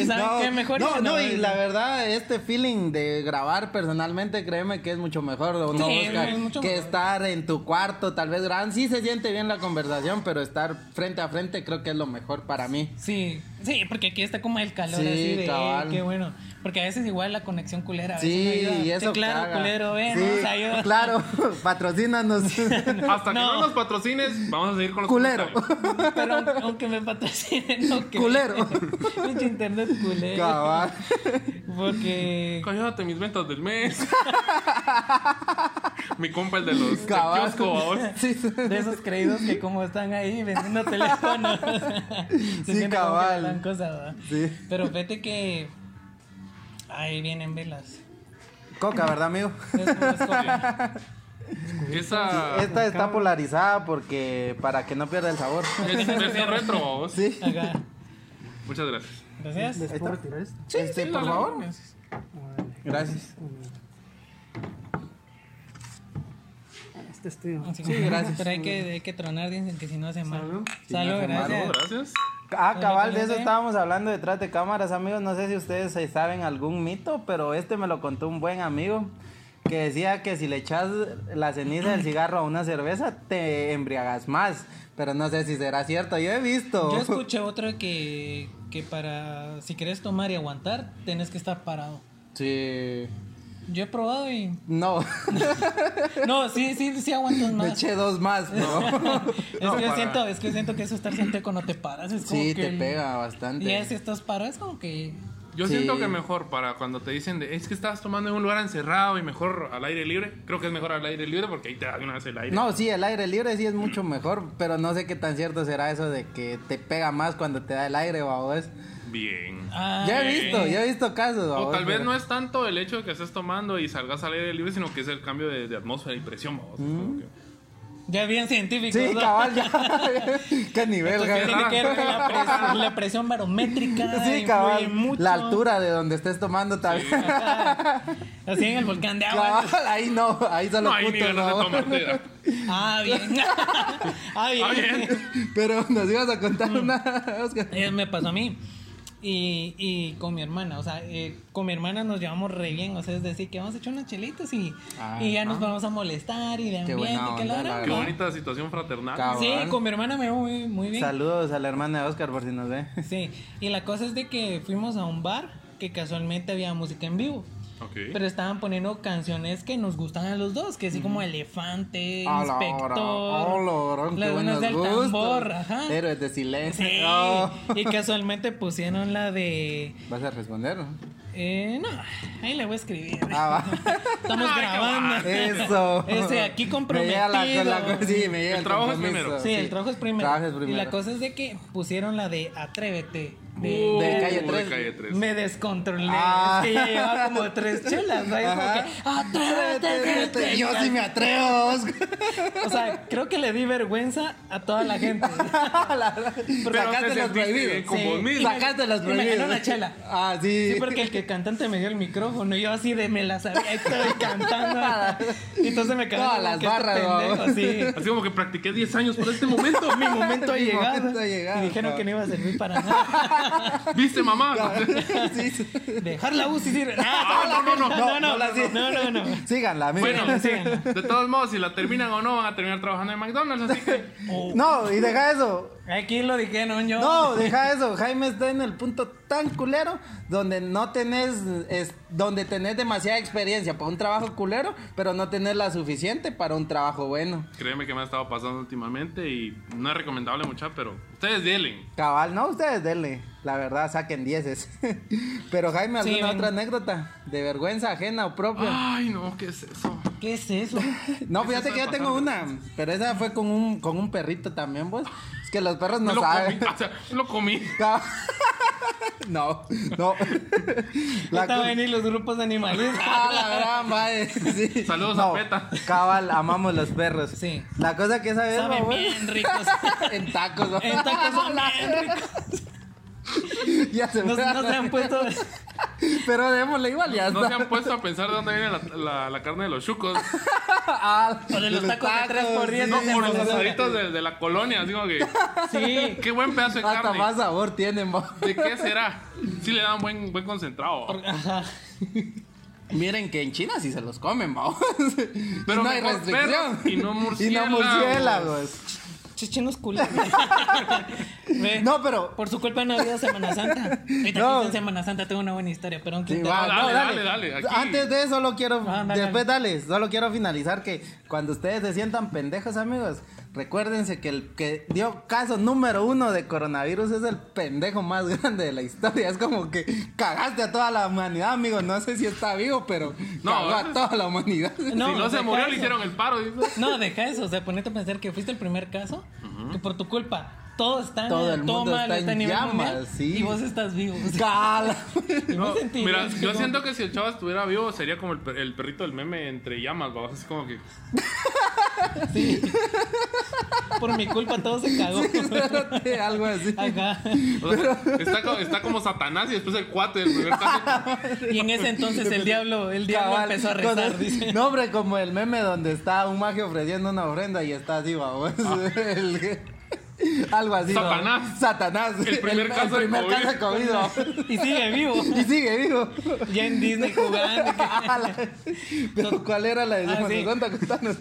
[SPEAKER 3] ¿Saben qué? Mejor
[SPEAKER 2] no,
[SPEAKER 3] ya
[SPEAKER 2] no, y
[SPEAKER 3] es-
[SPEAKER 2] la verdad, este feeling de grabar personalmente, créeme que es mucho mejor, ¿o ¿no,
[SPEAKER 3] Sí,
[SPEAKER 2] Oscar?
[SPEAKER 3] es mucho
[SPEAKER 2] que
[SPEAKER 3] mejor.
[SPEAKER 2] estar en tu cuarto, tal vez gran, sí se siente bien la conversación, pero estar frente a frente creo que es lo mejor para mí.
[SPEAKER 3] Sí, sí, porque aquí está como el calor
[SPEAKER 2] Sí,
[SPEAKER 3] así de, eh,
[SPEAKER 2] cabal.
[SPEAKER 3] qué bueno. Porque a veces igual la conexión culera. a veces no
[SPEAKER 2] Sí,
[SPEAKER 3] ayuda.
[SPEAKER 2] y eso
[SPEAKER 3] claro,
[SPEAKER 2] caga.
[SPEAKER 3] culero, ven,
[SPEAKER 2] Sí,
[SPEAKER 3] nos ayuda.
[SPEAKER 2] claro, patrocínanos.
[SPEAKER 4] Hasta que
[SPEAKER 3] No.
[SPEAKER 4] no nos patrocines, vamos a seguir con los
[SPEAKER 2] Culero.
[SPEAKER 4] comentarios.
[SPEAKER 3] Pero aunque, aunque me patrocinen, no creo.
[SPEAKER 2] Culero.
[SPEAKER 3] Pinche internet culero.
[SPEAKER 2] Cabal.
[SPEAKER 3] Porque.
[SPEAKER 4] Cállate mis ventas del mes. Mi compa el de los del
[SPEAKER 2] Cabal.
[SPEAKER 4] kiosco, babón.
[SPEAKER 2] Sí, sí.
[SPEAKER 3] De esos creídos que como están ahí vendiendo teléfonos.
[SPEAKER 2] Sí,
[SPEAKER 3] siente como que
[SPEAKER 2] cabal.
[SPEAKER 3] dan cosas, ¿verdad?
[SPEAKER 2] Sí.
[SPEAKER 3] Pero vete que. Ahí vienen velas.
[SPEAKER 2] Coca, ¿verdad, amigo?
[SPEAKER 3] Es como escoba.
[SPEAKER 4] Esa
[SPEAKER 2] Esta está polarizada porque para que no pierda el sabor.
[SPEAKER 4] es versión retro, babón.
[SPEAKER 2] Sí.
[SPEAKER 3] Acá.
[SPEAKER 4] Muchas gracias.
[SPEAKER 3] Gracias.
[SPEAKER 2] Ahí está. Este, por
[SPEAKER 4] dale.
[SPEAKER 2] favor. Gracias.
[SPEAKER 5] Este es tuyo.
[SPEAKER 3] Ah, Sí,
[SPEAKER 2] gracias.
[SPEAKER 3] Pero hay que, hay que tronar, dicen que si no hace mal. Salud.
[SPEAKER 2] Si no hace mal,
[SPEAKER 3] gracias.
[SPEAKER 4] No, gracias.
[SPEAKER 2] Ah, cabal, de eso
[SPEAKER 3] Honestamente.
[SPEAKER 2] estábamos hablando detrás de cámaras, amigos. No sé si ustedes se saben algún mito, pero este me lo contó un buen amigo que decía que si le echas la ceniza del cigarro a una cerveza, te embriagas más. Pero no sé si será cierto. Yo he visto.
[SPEAKER 3] Yo escuché otra que, que para, si quieres tomar y aguantar, tenés que estar parado.
[SPEAKER 2] Sí.
[SPEAKER 3] Yo he probado y...
[SPEAKER 2] No,
[SPEAKER 3] No, sí, sí, sí aguantas
[SPEAKER 2] me
[SPEAKER 3] más.
[SPEAKER 2] eché dos más, pero.
[SPEAKER 3] es, que yo siento, es que yo siento que eso estar sentado cuando te paras es como
[SPEAKER 2] sí,
[SPEAKER 3] que
[SPEAKER 2] te
[SPEAKER 3] el-
[SPEAKER 2] pega bastante.
[SPEAKER 3] Y ya si estás parado es como que...
[SPEAKER 4] Yo
[SPEAKER 2] Sí.
[SPEAKER 4] siento que mejor para cuando te dicen de, es que estás tomando en un lugar encerrado y mejor al aire libre. Creo que es mejor al aire libre porque ahí te da de una vez el aire.
[SPEAKER 2] No, sí, el aire libre sí es mucho mejor, pero no sé qué tan cierto será eso de que te pega más cuando te da el aire, babos.
[SPEAKER 4] Bien.
[SPEAKER 3] Ah,
[SPEAKER 2] Ya he
[SPEAKER 4] sí.
[SPEAKER 2] visto, ya he visto casos,
[SPEAKER 4] O
[SPEAKER 2] babos,
[SPEAKER 4] tal vez
[SPEAKER 2] pero-
[SPEAKER 4] no es tanto el hecho de que estés tomando y salgas al aire libre, sino que es el cambio de, de atmósfera y presión. vamos, es como que-
[SPEAKER 3] ya bien científico.
[SPEAKER 2] Sí, cabal, ya. qué nivel,
[SPEAKER 3] Entonces,
[SPEAKER 2] cabrón.
[SPEAKER 3] tiene que ver la, pres- la presión barométrica.
[SPEAKER 2] Sí,
[SPEAKER 3] influye
[SPEAKER 2] cabal.
[SPEAKER 3] mucho.
[SPEAKER 2] La altura de donde estés tomando también.
[SPEAKER 3] Así en el volcán de agua.
[SPEAKER 2] Cabal, ahí no, ahí solo
[SPEAKER 4] No hay
[SPEAKER 2] putos,
[SPEAKER 4] niveles de
[SPEAKER 2] babos.
[SPEAKER 4] tomatera.
[SPEAKER 3] Ah, bien. ah, bien.
[SPEAKER 4] Ah, bien.
[SPEAKER 2] Pero nos ibas a contar
[SPEAKER 3] Mm.
[SPEAKER 2] una, Oscar.
[SPEAKER 3] Eh, me pasó a mí. Y, y con mi hermana, o sea, eh, con mi hermana nos llevamos re bien, o sea, es decir, que vamos a echar unas chelitas y,
[SPEAKER 2] Ah,
[SPEAKER 3] y ya nos
[SPEAKER 2] ah.
[SPEAKER 3] vamos a molestar y de
[SPEAKER 2] Qué buena
[SPEAKER 3] ambiente, que
[SPEAKER 2] onda,
[SPEAKER 3] la
[SPEAKER 2] la
[SPEAKER 3] gran-
[SPEAKER 4] Qué
[SPEAKER 2] Ajá.
[SPEAKER 4] bonita situación fraternal.
[SPEAKER 2] Cab-
[SPEAKER 3] Sí,
[SPEAKER 2] Cabal.
[SPEAKER 3] con mi hermana me voy muy, muy bien.
[SPEAKER 2] Saludos a la hermana de Oscar por si nos ve.
[SPEAKER 3] Sí, y la cosa es de que fuimos a un bar que casualmente había música en vivo.
[SPEAKER 4] Ok.
[SPEAKER 3] Pero estaban poniendo canciones que nos gustan a los dos, que así como Elefante,
[SPEAKER 2] A la hora,
[SPEAKER 3] Inspector,
[SPEAKER 2] a la hora, qué
[SPEAKER 3] Las Dunas
[SPEAKER 2] buenos
[SPEAKER 3] del
[SPEAKER 2] gustos.
[SPEAKER 3] Tambor, ajá.
[SPEAKER 2] Héroes de silencio.
[SPEAKER 3] Sí,
[SPEAKER 2] Oh.
[SPEAKER 3] y casualmente pusieron la de...
[SPEAKER 2] ¿Vas a responder?
[SPEAKER 3] eh, no, ahí le voy a escribir.
[SPEAKER 2] Ah, va.
[SPEAKER 3] Estamos grabando.
[SPEAKER 2] Eso.
[SPEAKER 3] Ese, Este, aquí comprometido.
[SPEAKER 2] Me llega la, la- sí, me llega
[SPEAKER 4] El
[SPEAKER 2] el
[SPEAKER 4] trabajo es
[SPEAKER 2] compromiso.
[SPEAKER 4] primero.
[SPEAKER 3] Sí, el trabajo es primero.
[SPEAKER 2] Trabajo es primero.
[SPEAKER 3] Y la cosa es de que pusieron la de Atrévete. De,
[SPEAKER 4] Uh,
[SPEAKER 2] de Calle
[SPEAKER 4] de
[SPEAKER 2] Tres.
[SPEAKER 4] Calle Tres.
[SPEAKER 3] Me descontrolé.
[SPEAKER 2] Ah.
[SPEAKER 3] Es que ya llevaba como tres chelas. ¿no? Es como
[SPEAKER 2] Ajá.
[SPEAKER 3] que, atrévete, atrévete.
[SPEAKER 2] Yo sí me atrevo, Oscar.
[SPEAKER 3] O sea, creo que le di vergüenza a toda la gente.
[SPEAKER 2] La-
[SPEAKER 4] Pero
[SPEAKER 2] Sacaste
[SPEAKER 4] te
[SPEAKER 2] los
[SPEAKER 4] sentiste bien
[SPEAKER 2] prohibidos.
[SPEAKER 4] con vos
[SPEAKER 3] Sí.
[SPEAKER 4] mismo.
[SPEAKER 2] Sacaste los
[SPEAKER 3] Y me
[SPEAKER 2] prohibidos.
[SPEAKER 3] ganó una chela.
[SPEAKER 2] Ah, sí.
[SPEAKER 3] Sí, porque el que cantante me dio el micrófono y yo así de me la sabía y estaba cantando. Y entonces me quedé
[SPEAKER 2] Todas
[SPEAKER 3] como
[SPEAKER 2] las
[SPEAKER 3] que este
[SPEAKER 2] barras,
[SPEAKER 3] pendejo,
[SPEAKER 2] vamos.
[SPEAKER 3] sí.
[SPEAKER 4] Así como que practiqué 10 años por este momento.
[SPEAKER 3] Mi momento ha
[SPEAKER 2] Mi
[SPEAKER 3] llegado.
[SPEAKER 2] momento ha llegado,
[SPEAKER 3] y dijeron
[SPEAKER 2] pa.
[SPEAKER 3] que no iba a servir para nada.
[SPEAKER 4] ¿Viste, mamá?
[SPEAKER 2] Sí, sí.
[SPEAKER 3] Dejar la UCI sirve.
[SPEAKER 4] Ah, no, no, no.
[SPEAKER 3] no, no,
[SPEAKER 2] No, no, sí.
[SPEAKER 3] no, no, no.
[SPEAKER 2] Síganla, amigos.
[SPEAKER 4] Bueno, de todos modos, si la terminan o no, van a terminar trabajando en McDonald's. Así que
[SPEAKER 2] No, y deja eso.
[SPEAKER 3] Aquí lo dije, no, yo.
[SPEAKER 2] No, deja eso. Jaime está en el punto tan culero donde no tenés, es, donde tenés demasiada experiencia para un trabajo culero, pero no tenés la suficiente para un trabajo bueno.
[SPEAKER 4] créeme que me ha estado pasando últimamente y no es recomendable mucha, pero ustedes dielen.
[SPEAKER 2] Cabal, no, ustedes denle. La verdad, saquen dieces. pero Jaime,
[SPEAKER 3] Sí,
[SPEAKER 2] ¿alguna
[SPEAKER 3] ven.
[SPEAKER 2] otra anécdota de vergüenza ajena o propia?
[SPEAKER 4] Ay, no, ¿qué es eso?
[SPEAKER 3] ¿Qué es eso?
[SPEAKER 2] No,
[SPEAKER 4] ¿qué
[SPEAKER 2] fíjate
[SPEAKER 4] está
[SPEAKER 2] que yo tengo
[SPEAKER 4] pasando?
[SPEAKER 2] una, pero esa fue con un, con un perrito también, vos. Es que los perros no
[SPEAKER 4] lo
[SPEAKER 2] saben.
[SPEAKER 4] comí, o sea, lo comí.
[SPEAKER 2] Ca- No, no. La
[SPEAKER 3] Estaban
[SPEAKER 2] cu-
[SPEAKER 3] en los grupos animalistas.
[SPEAKER 2] Ah, la gran madre. Sí.
[SPEAKER 4] Saludos a
[SPEAKER 2] No,
[SPEAKER 4] Peta.
[SPEAKER 2] Cabal, amamos los perros.
[SPEAKER 3] Sí.
[SPEAKER 2] La cosa que sabes,
[SPEAKER 3] Saben bien ricos.
[SPEAKER 2] En tacos, ¿no?
[SPEAKER 3] En tacos son bien ricos.
[SPEAKER 2] Ya se
[SPEAKER 3] No,
[SPEAKER 2] fue.
[SPEAKER 3] no se han puesto.
[SPEAKER 2] Pero démosle igual, ya
[SPEAKER 4] No
[SPEAKER 2] está.
[SPEAKER 4] se han puesto a pensar de dónde viene la, la- la carne de los chucos.
[SPEAKER 2] Ah,
[SPEAKER 3] O de los tacos de tres por diez,
[SPEAKER 4] No,
[SPEAKER 2] sí.
[SPEAKER 4] por los asaditos de, de la colonia. Así como que,
[SPEAKER 3] Sí.
[SPEAKER 4] qué buen pedazo de
[SPEAKER 2] Hasta más
[SPEAKER 4] carne.
[SPEAKER 2] sabor tienen, mo.
[SPEAKER 4] ¿De qué será? Sí le dan buen, buen concentrado.
[SPEAKER 3] Ajá.
[SPEAKER 2] Miren que en China sí se los comen, mo.
[SPEAKER 4] Pero
[SPEAKER 2] no hay
[SPEAKER 4] mejor
[SPEAKER 2] restricción.
[SPEAKER 4] perros y no murciélagos.
[SPEAKER 2] murciélagos.
[SPEAKER 3] Chichinos culeros. Ve,
[SPEAKER 2] No, pero.
[SPEAKER 3] Por su culpa no ha habido Semana Santa. Ahorita
[SPEAKER 2] No.
[SPEAKER 3] que es en Semana Santa tengo una buena historia, pero aunque
[SPEAKER 2] Sí,
[SPEAKER 3] te-
[SPEAKER 2] va,
[SPEAKER 4] dale,
[SPEAKER 2] no,
[SPEAKER 4] dale, dale, aquí.
[SPEAKER 2] Antes de eso, solo quiero.
[SPEAKER 3] Ah, dale,
[SPEAKER 2] después, dale. Solo quiero finalizar que cuando ustedes se sientan pendejos, amigos, recuérdense que el que dio caso número uno de coronavirus es el pendejo más grande de la historia. Es como que cagaste a toda la humanidad, amigos. No sé si está vivo, pero
[SPEAKER 4] No,
[SPEAKER 2] cagó a
[SPEAKER 4] ¿verdad?
[SPEAKER 2] toda la humanidad.
[SPEAKER 4] si no se
[SPEAKER 3] deja
[SPEAKER 4] murió,
[SPEAKER 3] eso.
[SPEAKER 4] le hicieron el paro. dice.
[SPEAKER 3] No, deja eso. O sea, ponete a pensar que fuiste el primer caso, que por tu culpa todo está en
[SPEAKER 2] Todo el
[SPEAKER 3] toma,
[SPEAKER 2] mundo está
[SPEAKER 3] lo
[SPEAKER 2] en
[SPEAKER 3] a nivel
[SPEAKER 2] llamas,
[SPEAKER 3] mundial,
[SPEAKER 2] sí.
[SPEAKER 3] Y vos estás vivo. O sea,
[SPEAKER 2] Cala.
[SPEAKER 3] y vos sentís,
[SPEAKER 4] Mira,
[SPEAKER 3] es
[SPEAKER 4] yo
[SPEAKER 3] como-
[SPEAKER 4] siento que si el chavo estuviera vivo sería como el, per- el perrito del meme entre llamas, babos. Así como que.
[SPEAKER 3] Por mi culpa todo se cagó.
[SPEAKER 2] Espérate, Algo así.
[SPEAKER 3] Ajá.
[SPEAKER 4] o sea, está, co- está como Satanás y después el cuate del primer caso.
[SPEAKER 3] Y en ese entonces el diablo, el diablo
[SPEAKER 2] Cabal,
[SPEAKER 3] empezó a
[SPEAKER 2] con
[SPEAKER 3] rezar,
[SPEAKER 2] el-
[SPEAKER 3] dice.
[SPEAKER 2] No, hombre, como el meme donde está un mago ofreciendo una ofrenda y está así, babos.
[SPEAKER 3] Ah.
[SPEAKER 2] El- Algo así. babos.
[SPEAKER 4] Satanás.
[SPEAKER 2] Satanás.
[SPEAKER 4] El primer caso de
[SPEAKER 2] primer
[SPEAKER 4] COVID.
[SPEAKER 2] caso de COVID, babos.
[SPEAKER 3] Y sigue vivo.
[SPEAKER 2] Y sigue vivo.
[SPEAKER 3] Ya en Disney jugando. que-
[SPEAKER 2] Ah, la- Pero, ¿cuál era la de
[SPEAKER 3] Ah, sí.
[SPEAKER 2] Contanos, contanos.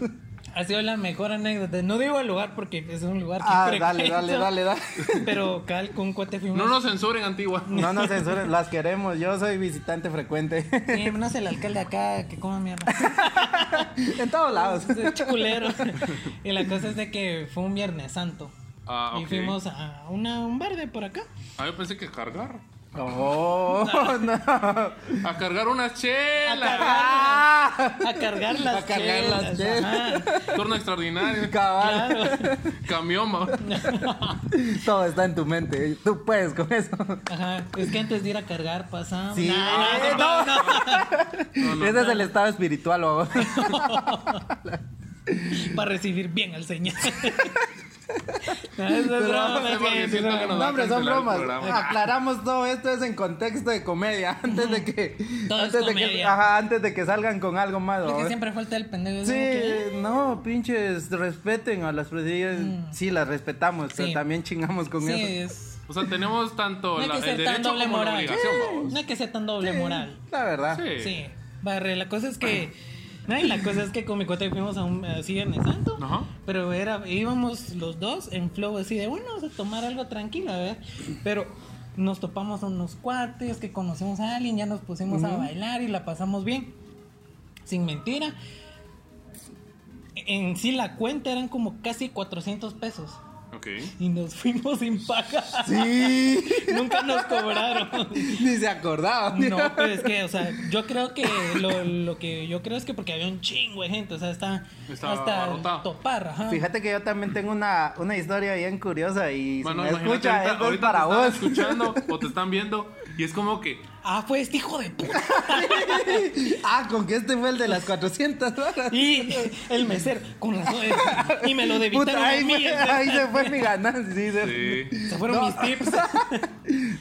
[SPEAKER 3] Ha sido la mejor anécdota. No digo el lugar porque es un lugar que
[SPEAKER 2] Ah,
[SPEAKER 3] frecuento,
[SPEAKER 2] dale, dale, dale, dale.
[SPEAKER 3] Pero cal con un cuate fuimos.
[SPEAKER 4] No nos censuren, Antigua.
[SPEAKER 2] No nos censuren, las queremos. Yo soy visitante frecuente.
[SPEAKER 3] Sí, no es el alcalde acá que coma mierda.
[SPEAKER 2] en todos lados.
[SPEAKER 3] Es Chiculero. Y la cosa es de que fue un Viernes Santo.
[SPEAKER 4] Ah,
[SPEAKER 3] Y
[SPEAKER 4] ok.
[SPEAKER 3] fuimos a una, un bar de por acá.
[SPEAKER 4] Ah, yo pensé que cargar.
[SPEAKER 2] Oh, no.
[SPEAKER 4] A cargar unas chelas.
[SPEAKER 2] Ah,
[SPEAKER 3] A cargar las
[SPEAKER 2] A cargar las
[SPEAKER 3] chelas, ajá.
[SPEAKER 4] Turno extraordinario.
[SPEAKER 2] cabal.
[SPEAKER 3] Claro.
[SPEAKER 4] Camión, ma.
[SPEAKER 2] Todo está en tu mente. Tú puedes con eso.
[SPEAKER 3] Ajá. Es que antes de ir a cargar pasamos.
[SPEAKER 2] Sí.
[SPEAKER 3] No, no, no, no.
[SPEAKER 2] Ese es el estado espiritual, babos.
[SPEAKER 3] Para recibir bien al Señor. No, eso es broma,
[SPEAKER 4] vamos a
[SPEAKER 3] gente,
[SPEAKER 4] hacer
[SPEAKER 3] broma.
[SPEAKER 4] que nos
[SPEAKER 2] No,
[SPEAKER 4] va a
[SPEAKER 2] hombre, son
[SPEAKER 4] cancelar el
[SPEAKER 2] bromas.
[SPEAKER 4] programa.
[SPEAKER 2] Aclaramos todo esto es en contexto de comedia. Antes de que.
[SPEAKER 3] Todo es
[SPEAKER 2] antes de que
[SPEAKER 3] comedia.
[SPEAKER 2] ajá, antes de que salgan con algo más.
[SPEAKER 3] Lo que
[SPEAKER 2] babos.
[SPEAKER 3] siempre falta el pendejo.
[SPEAKER 2] Sí,
[SPEAKER 3] ¿no?
[SPEAKER 2] no, pinches, respeten a las presidillas. Sí, las respetamos, pero
[SPEAKER 3] Mm. Sí.
[SPEAKER 2] también chingamos con
[SPEAKER 3] Sí,
[SPEAKER 2] eso.
[SPEAKER 3] es.
[SPEAKER 4] O sea, tenemos tanto
[SPEAKER 3] No hay
[SPEAKER 4] la-
[SPEAKER 3] que ser
[SPEAKER 4] el
[SPEAKER 3] tan
[SPEAKER 4] derecho
[SPEAKER 3] doble
[SPEAKER 4] como la
[SPEAKER 3] moral.
[SPEAKER 4] obligación, vamos.
[SPEAKER 3] No hay que ser tan doble moral.
[SPEAKER 2] La verdad.
[SPEAKER 4] Sí.
[SPEAKER 3] Sí. Barre, la cosa es que. No, y la cosa es que con mi cuate fuimos a un así en el santo.
[SPEAKER 4] Ajá.
[SPEAKER 3] Pero era, íbamos los dos en flow así de bueno, vamos a tomar algo tranquilo, a ver. Pero nos topamos a unos cuates que conocemos a alguien, ya nos pusimos a bailar y la pasamos bien. Sin mentira. En sí la cuenta eran como casi 400 pesos.
[SPEAKER 4] Ok.
[SPEAKER 3] Y nos fuimos sin pagar.
[SPEAKER 2] Sí.
[SPEAKER 3] Nunca nos cobraron.
[SPEAKER 2] Ni se acordaba.
[SPEAKER 3] No, pues, pero es que, o sea, yo creo que lo, lo que yo creo es que porque había un chingo de gente, o sea, está
[SPEAKER 4] Estaba
[SPEAKER 3] hasta
[SPEAKER 4] abarrotado.
[SPEAKER 3] topar, ajá.
[SPEAKER 2] Fíjate que yo también tengo una, una historia bien curiosa y
[SPEAKER 4] Bueno,
[SPEAKER 2] si me
[SPEAKER 4] imagínate,
[SPEAKER 2] escucha,
[SPEAKER 4] ahorita,
[SPEAKER 2] esto es
[SPEAKER 4] ahorita
[SPEAKER 2] para
[SPEAKER 4] te están
[SPEAKER 2] vos.
[SPEAKER 4] escuchando o te están viendo y es como que
[SPEAKER 3] Ah, fue este hijo de puta.
[SPEAKER 2] ah, con que este fue el de las 400 horas.
[SPEAKER 3] Y el mesero con las y me lo debitaron
[SPEAKER 2] Puta,
[SPEAKER 3] a
[SPEAKER 2] ahí,
[SPEAKER 3] mí. eh.
[SPEAKER 2] me- ahí se fue mi ganancia. sí, se-
[SPEAKER 4] sí,
[SPEAKER 3] Se fueron
[SPEAKER 2] No.
[SPEAKER 3] mis tips.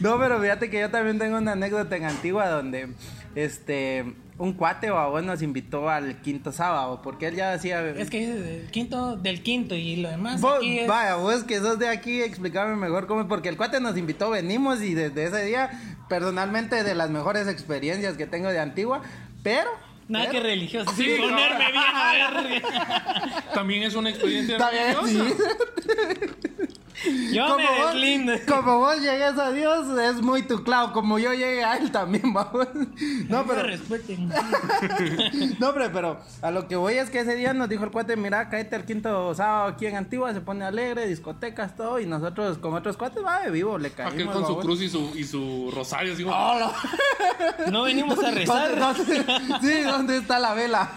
[SPEAKER 2] No, pero fíjate que yo también tengo una anécdota en Antigua donde este un cuate o nos invitó al quinto sábado porque él ya hacía
[SPEAKER 3] Es que el quinto del quinto y lo demás
[SPEAKER 2] Vos-
[SPEAKER 3] aquí es-
[SPEAKER 2] Vaya, vos que sos de aquí, explícame mejor cómo es, porque el cuate nos invitó, venimos y desde ese día, personalmente, de las mejores experiencias que tengo de Antigua, pero...
[SPEAKER 3] nada
[SPEAKER 2] pero-
[SPEAKER 3] que religioso,
[SPEAKER 4] Sí,
[SPEAKER 3] sin
[SPEAKER 4] no.
[SPEAKER 3] ponerme bien verga.
[SPEAKER 4] también es una experiencia
[SPEAKER 2] Está bien,
[SPEAKER 4] religiosa.
[SPEAKER 2] sí.
[SPEAKER 3] Yo me deslindo.
[SPEAKER 2] vos, como vos llegues a Dios, es muy tu clavo, como yo llegué a él también, vamos. No,
[SPEAKER 3] Me
[SPEAKER 2] pero...
[SPEAKER 3] respeten.
[SPEAKER 2] No, hombre, pero a lo que voy es que ese día nos dijo el cuate, mira, cáete el quinto sábado aquí en Antigua, se pone alegre, discotecas, todo, y nosotros con otros cuates, va de vivo, le caímos. Ah,
[SPEAKER 4] Aquel con su
[SPEAKER 2] babos.
[SPEAKER 4] cruz y su, y su rosario, así como,
[SPEAKER 3] No venimos a rezar.
[SPEAKER 2] ¿Dónde- dónde- sí, ¿dónde está la vela?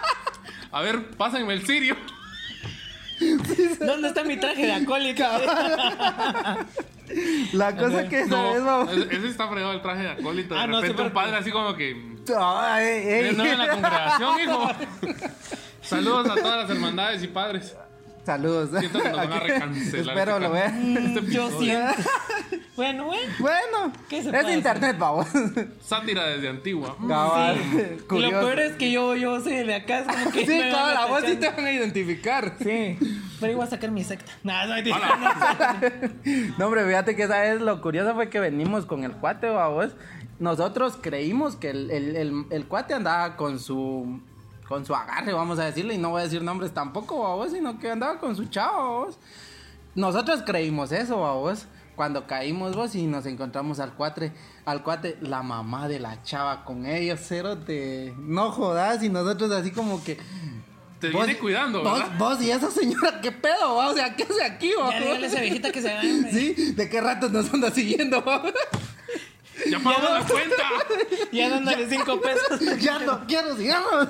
[SPEAKER 4] a ver, pásenme el sirio.
[SPEAKER 3] ¿Dónde está mi traje de acólito?
[SPEAKER 2] La cosa que esa vez,
[SPEAKER 4] No,
[SPEAKER 2] vamos-
[SPEAKER 4] ese ese está fregado el traje de acólito. De
[SPEAKER 3] Ah, no,
[SPEAKER 4] repente
[SPEAKER 3] sí, pero-
[SPEAKER 4] un padre así como que,
[SPEAKER 2] Ay, ey.
[SPEAKER 4] no en la congregación, hijo. Saludos a todas las hermandades y padres.
[SPEAKER 2] Saludos.
[SPEAKER 4] Siento que nos van a recancelar.
[SPEAKER 2] Espero
[SPEAKER 4] este
[SPEAKER 2] lo
[SPEAKER 4] ca-
[SPEAKER 2] vean.
[SPEAKER 4] este
[SPEAKER 3] Mm, Yo
[SPEAKER 4] episodio.
[SPEAKER 3] siento. Bueno, bueno.
[SPEAKER 2] Bueno,
[SPEAKER 3] ¿Qué se
[SPEAKER 2] es
[SPEAKER 3] puede
[SPEAKER 2] internet, vamos.
[SPEAKER 4] Sátira desde antigua.
[SPEAKER 2] Cabal,
[SPEAKER 3] Y lo
[SPEAKER 2] curioso.
[SPEAKER 3] peor es que yo, yo soy de acá. Es como que
[SPEAKER 2] Sí,
[SPEAKER 3] me van
[SPEAKER 2] cabal, a vos sí te
[SPEAKER 3] atacando.
[SPEAKER 2] van a identificar.
[SPEAKER 3] Sí, pero iba a sacar mi secta. Nada, no, mentira,
[SPEAKER 2] No, hombre, fíjate que esa vez lo curioso fue que venimos con el cuate, vamos. Nosotros creímos que el, el- el- el cuate andaba con su con su agarre, vamos a decirle, y no voy a decir nombres tampoco, vamos, sino que andaba con su chavo, vamos. Nosotros creímos eso, vamos. Cuando caímos vos y nos encontramos al cuate, al cuate, la mamá de la chava con ellos, cero de no jodas, y nosotros así como que.
[SPEAKER 4] Te
[SPEAKER 2] vos-
[SPEAKER 4] viene cuidando,
[SPEAKER 2] vos,
[SPEAKER 4] ¿verdad?
[SPEAKER 2] vos y esa señora, ¿qué pedo? va? O sea, ¿qué hace aquí,
[SPEAKER 3] no.
[SPEAKER 2] vamos?
[SPEAKER 3] Ya dígale a esa viejita que se va. hombre.
[SPEAKER 2] ¿Sí? ¿De qué ratos nos anda siguiendo? vamos?
[SPEAKER 4] Ya pagamos la cuenta.
[SPEAKER 3] Ya dándole cinco pesos.
[SPEAKER 2] ya no quiero, sigamos.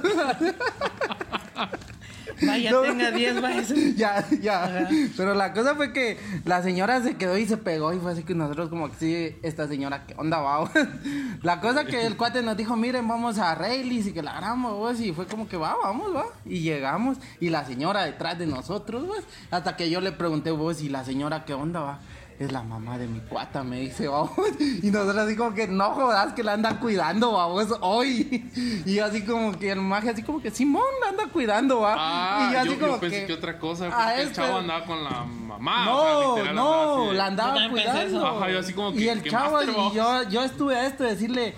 [SPEAKER 3] Vaya,
[SPEAKER 2] No.
[SPEAKER 3] tenga diez, vaya.
[SPEAKER 2] ya, ya. Pero la cosa fue que la señora se quedó y se pegó y fue así que nosotros como que sí, esta señora, ¿qué onda, vamos? la cosa que el cuate nos dijo, miren, vamos a Rayleigh y que la hagamos, vos. Y fue como que va, vamos, va. Y llegamos y la señora detrás de nosotros, vos. Hasta que yo le pregunté, vos, y la señora, ¿qué onda, va? Es la mamá de mi cuata, me dice, vamos. Y nosotros así como que no jodas que la anda cuidando, vamos, hoy. Y yo así como que el maje así como que Simón la anda cuidando, va.
[SPEAKER 4] Ah,
[SPEAKER 2] y
[SPEAKER 4] yo, yo pensé que, otra cosa.
[SPEAKER 2] Ah,
[SPEAKER 4] porque el
[SPEAKER 2] es,
[SPEAKER 4] chavo
[SPEAKER 2] pero-
[SPEAKER 4] andaba con la mamá. o
[SPEAKER 2] no,
[SPEAKER 4] sea, literal, andaba así
[SPEAKER 2] no,
[SPEAKER 4] de-
[SPEAKER 2] la
[SPEAKER 3] Yo
[SPEAKER 2] andaba
[SPEAKER 3] también pensé
[SPEAKER 2] cuidando.
[SPEAKER 4] eso. Ajá, yo así como
[SPEAKER 2] Y
[SPEAKER 4] que-
[SPEAKER 2] el
[SPEAKER 4] que
[SPEAKER 2] chavo,
[SPEAKER 4] master,
[SPEAKER 2] y
[SPEAKER 4] vos.
[SPEAKER 2] yo, yo estuve a esto de decirle,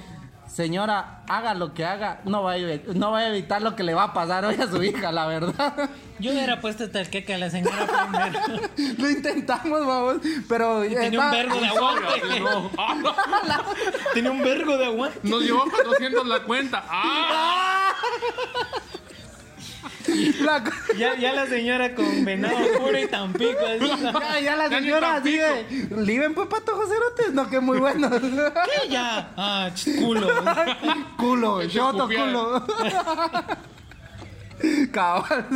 [SPEAKER 2] señora, haga lo que haga, no va, a, evi- no va a evitar lo que le va a pasar hoy a su hija, la verdad.
[SPEAKER 3] Yo hubiera puesto talqueca a la señora primero.
[SPEAKER 2] lo intentamos, vamos, pero...
[SPEAKER 3] Tenía un
[SPEAKER 2] estaba-
[SPEAKER 3] vergo de
[SPEAKER 4] Así,
[SPEAKER 3] aguante.
[SPEAKER 4] no. Ah, no.
[SPEAKER 3] Tenía un vergo de aguante.
[SPEAKER 4] Nos llevó 400 la cuenta. ¡Ah!
[SPEAKER 2] La co-
[SPEAKER 3] Ya, ya la señora con venado puro y tampico. así, ¿no?
[SPEAKER 2] Ya, ya la
[SPEAKER 4] Ya ni
[SPEAKER 2] señora así
[SPEAKER 4] Tampico.
[SPEAKER 2] de. Liven pues patojos cerotes, no que muy buenos.
[SPEAKER 3] ¿Qué ya? Ah, ch- culo.
[SPEAKER 2] culo,
[SPEAKER 4] Que te
[SPEAKER 2] yo to culo.
[SPEAKER 4] escupieran.
[SPEAKER 2] Cabal.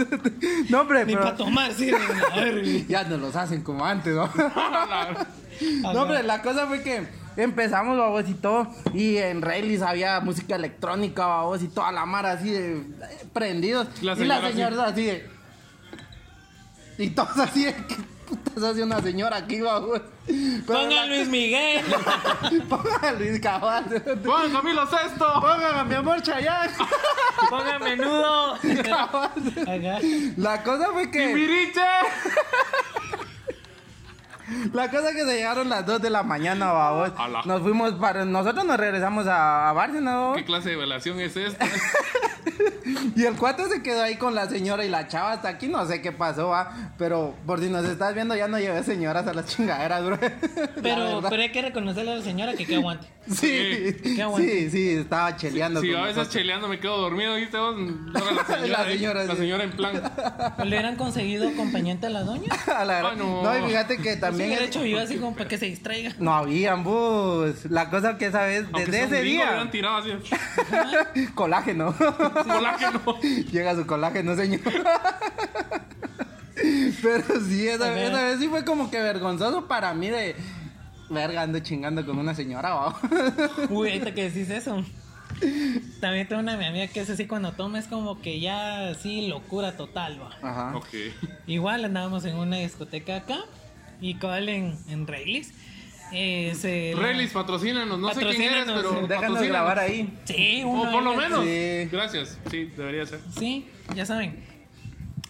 [SPEAKER 2] No, hombre,
[SPEAKER 3] Ni
[SPEAKER 2] pero.
[SPEAKER 3] para tomar sirve. A ver.
[SPEAKER 2] Ya no los hacen como antes, ¿no?
[SPEAKER 3] Ajá.
[SPEAKER 2] No, hombre, la cosa fue que empezamos, babos, y todo. Y en Rayleigh había música electrónica, babos, y toda la mar así de eh, prendidos.
[SPEAKER 4] La
[SPEAKER 2] y la
[SPEAKER 4] señora así.
[SPEAKER 2] señora así de... Y todos así de... ¿Qué putas hace una señora aquí, babos? Pero
[SPEAKER 3] Ponga
[SPEAKER 2] la-
[SPEAKER 3] Luis Miguel.
[SPEAKER 2] Ponga a Luis Cabal.
[SPEAKER 4] ¡Juan Camilo Sexto!
[SPEAKER 2] Pongan a mi amor Chayanne.
[SPEAKER 3] Ponga menudo.
[SPEAKER 2] Cabal.
[SPEAKER 3] Ajá.
[SPEAKER 2] La cosa fue que...
[SPEAKER 4] ¡Miriche!
[SPEAKER 2] La cosa que se llegaron las 2 de la mañana, babos.
[SPEAKER 4] Ala.
[SPEAKER 2] Nos fuimos para... Nosotros nos regresamos a, a Bárcena, babos.
[SPEAKER 4] ¿Qué clase de relación es esta?
[SPEAKER 2] Y el cuate se quedó ahí con la señora y la chava hasta aquí, no sé qué pasó, va. Pero por si nos estás viendo, ya no llevé señoras a las chingaderas, bro. La
[SPEAKER 3] Pero,
[SPEAKER 2] verdad.
[SPEAKER 3] pero hay que reconocerle a la señora que que aguante.
[SPEAKER 2] Sí,
[SPEAKER 3] Qué
[SPEAKER 2] sí,
[SPEAKER 3] aguante.
[SPEAKER 2] sí, estaba cheleando.
[SPEAKER 4] Si
[SPEAKER 2] con
[SPEAKER 4] a veces
[SPEAKER 2] nosotros.
[SPEAKER 4] cheleando me quedo dormido, ¿viste vos? No, La señora,
[SPEAKER 2] La
[SPEAKER 4] ahí,
[SPEAKER 2] señora,
[SPEAKER 4] la
[SPEAKER 2] sí.
[SPEAKER 4] señora en plan.
[SPEAKER 3] ¿Le hubieran conseguido acompañante a la doña?
[SPEAKER 2] A la verdad.
[SPEAKER 4] Ah,
[SPEAKER 2] no.
[SPEAKER 4] no.
[SPEAKER 2] y fíjate que
[SPEAKER 3] También
[SPEAKER 2] también.
[SPEAKER 3] hubiera
[SPEAKER 2] es-
[SPEAKER 3] hecho vivo así como para que se distraiga.
[SPEAKER 2] No habían bus. La cosa que esa vez,
[SPEAKER 4] Aunque
[SPEAKER 2] desde
[SPEAKER 4] sea un
[SPEAKER 2] ese
[SPEAKER 4] gringo, me hubieran
[SPEAKER 2] día,
[SPEAKER 4] tirado así.
[SPEAKER 2] colágeno.
[SPEAKER 4] Colágeno.
[SPEAKER 2] Llega su colágeno, señor. Pero sí, esa,
[SPEAKER 3] Ajá.
[SPEAKER 2] esa vez sí fue como que vergonzoso para mí de. Verga, ando chingando con una señora, va.
[SPEAKER 3] Uy, ahorita que decís eso. También tengo una mi amiga que es así cuando toma es como que ya así locura total, va.
[SPEAKER 2] Ajá.
[SPEAKER 4] Ok.
[SPEAKER 3] Igual andábamos en una discoteca acá y cabal en, en Raylis. Eh, se-
[SPEAKER 4] Relis, patrocínanos. No sé quién eres,
[SPEAKER 3] Patrocínanos.
[SPEAKER 4] pero.
[SPEAKER 2] Déjanos
[SPEAKER 4] patrocínanos.
[SPEAKER 2] grabar ahí.
[SPEAKER 3] Sí,
[SPEAKER 4] O
[SPEAKER 3] uno
[SPEAKER 4] por lo
[SPEAKER 3] ahí-
[SPEAKER 4] menos.
[SPEAKER 2] Sí.
[SPEAKER 4] Gracias. Sí, debería ser.
[SPEAKER 3] Sí, ya saben.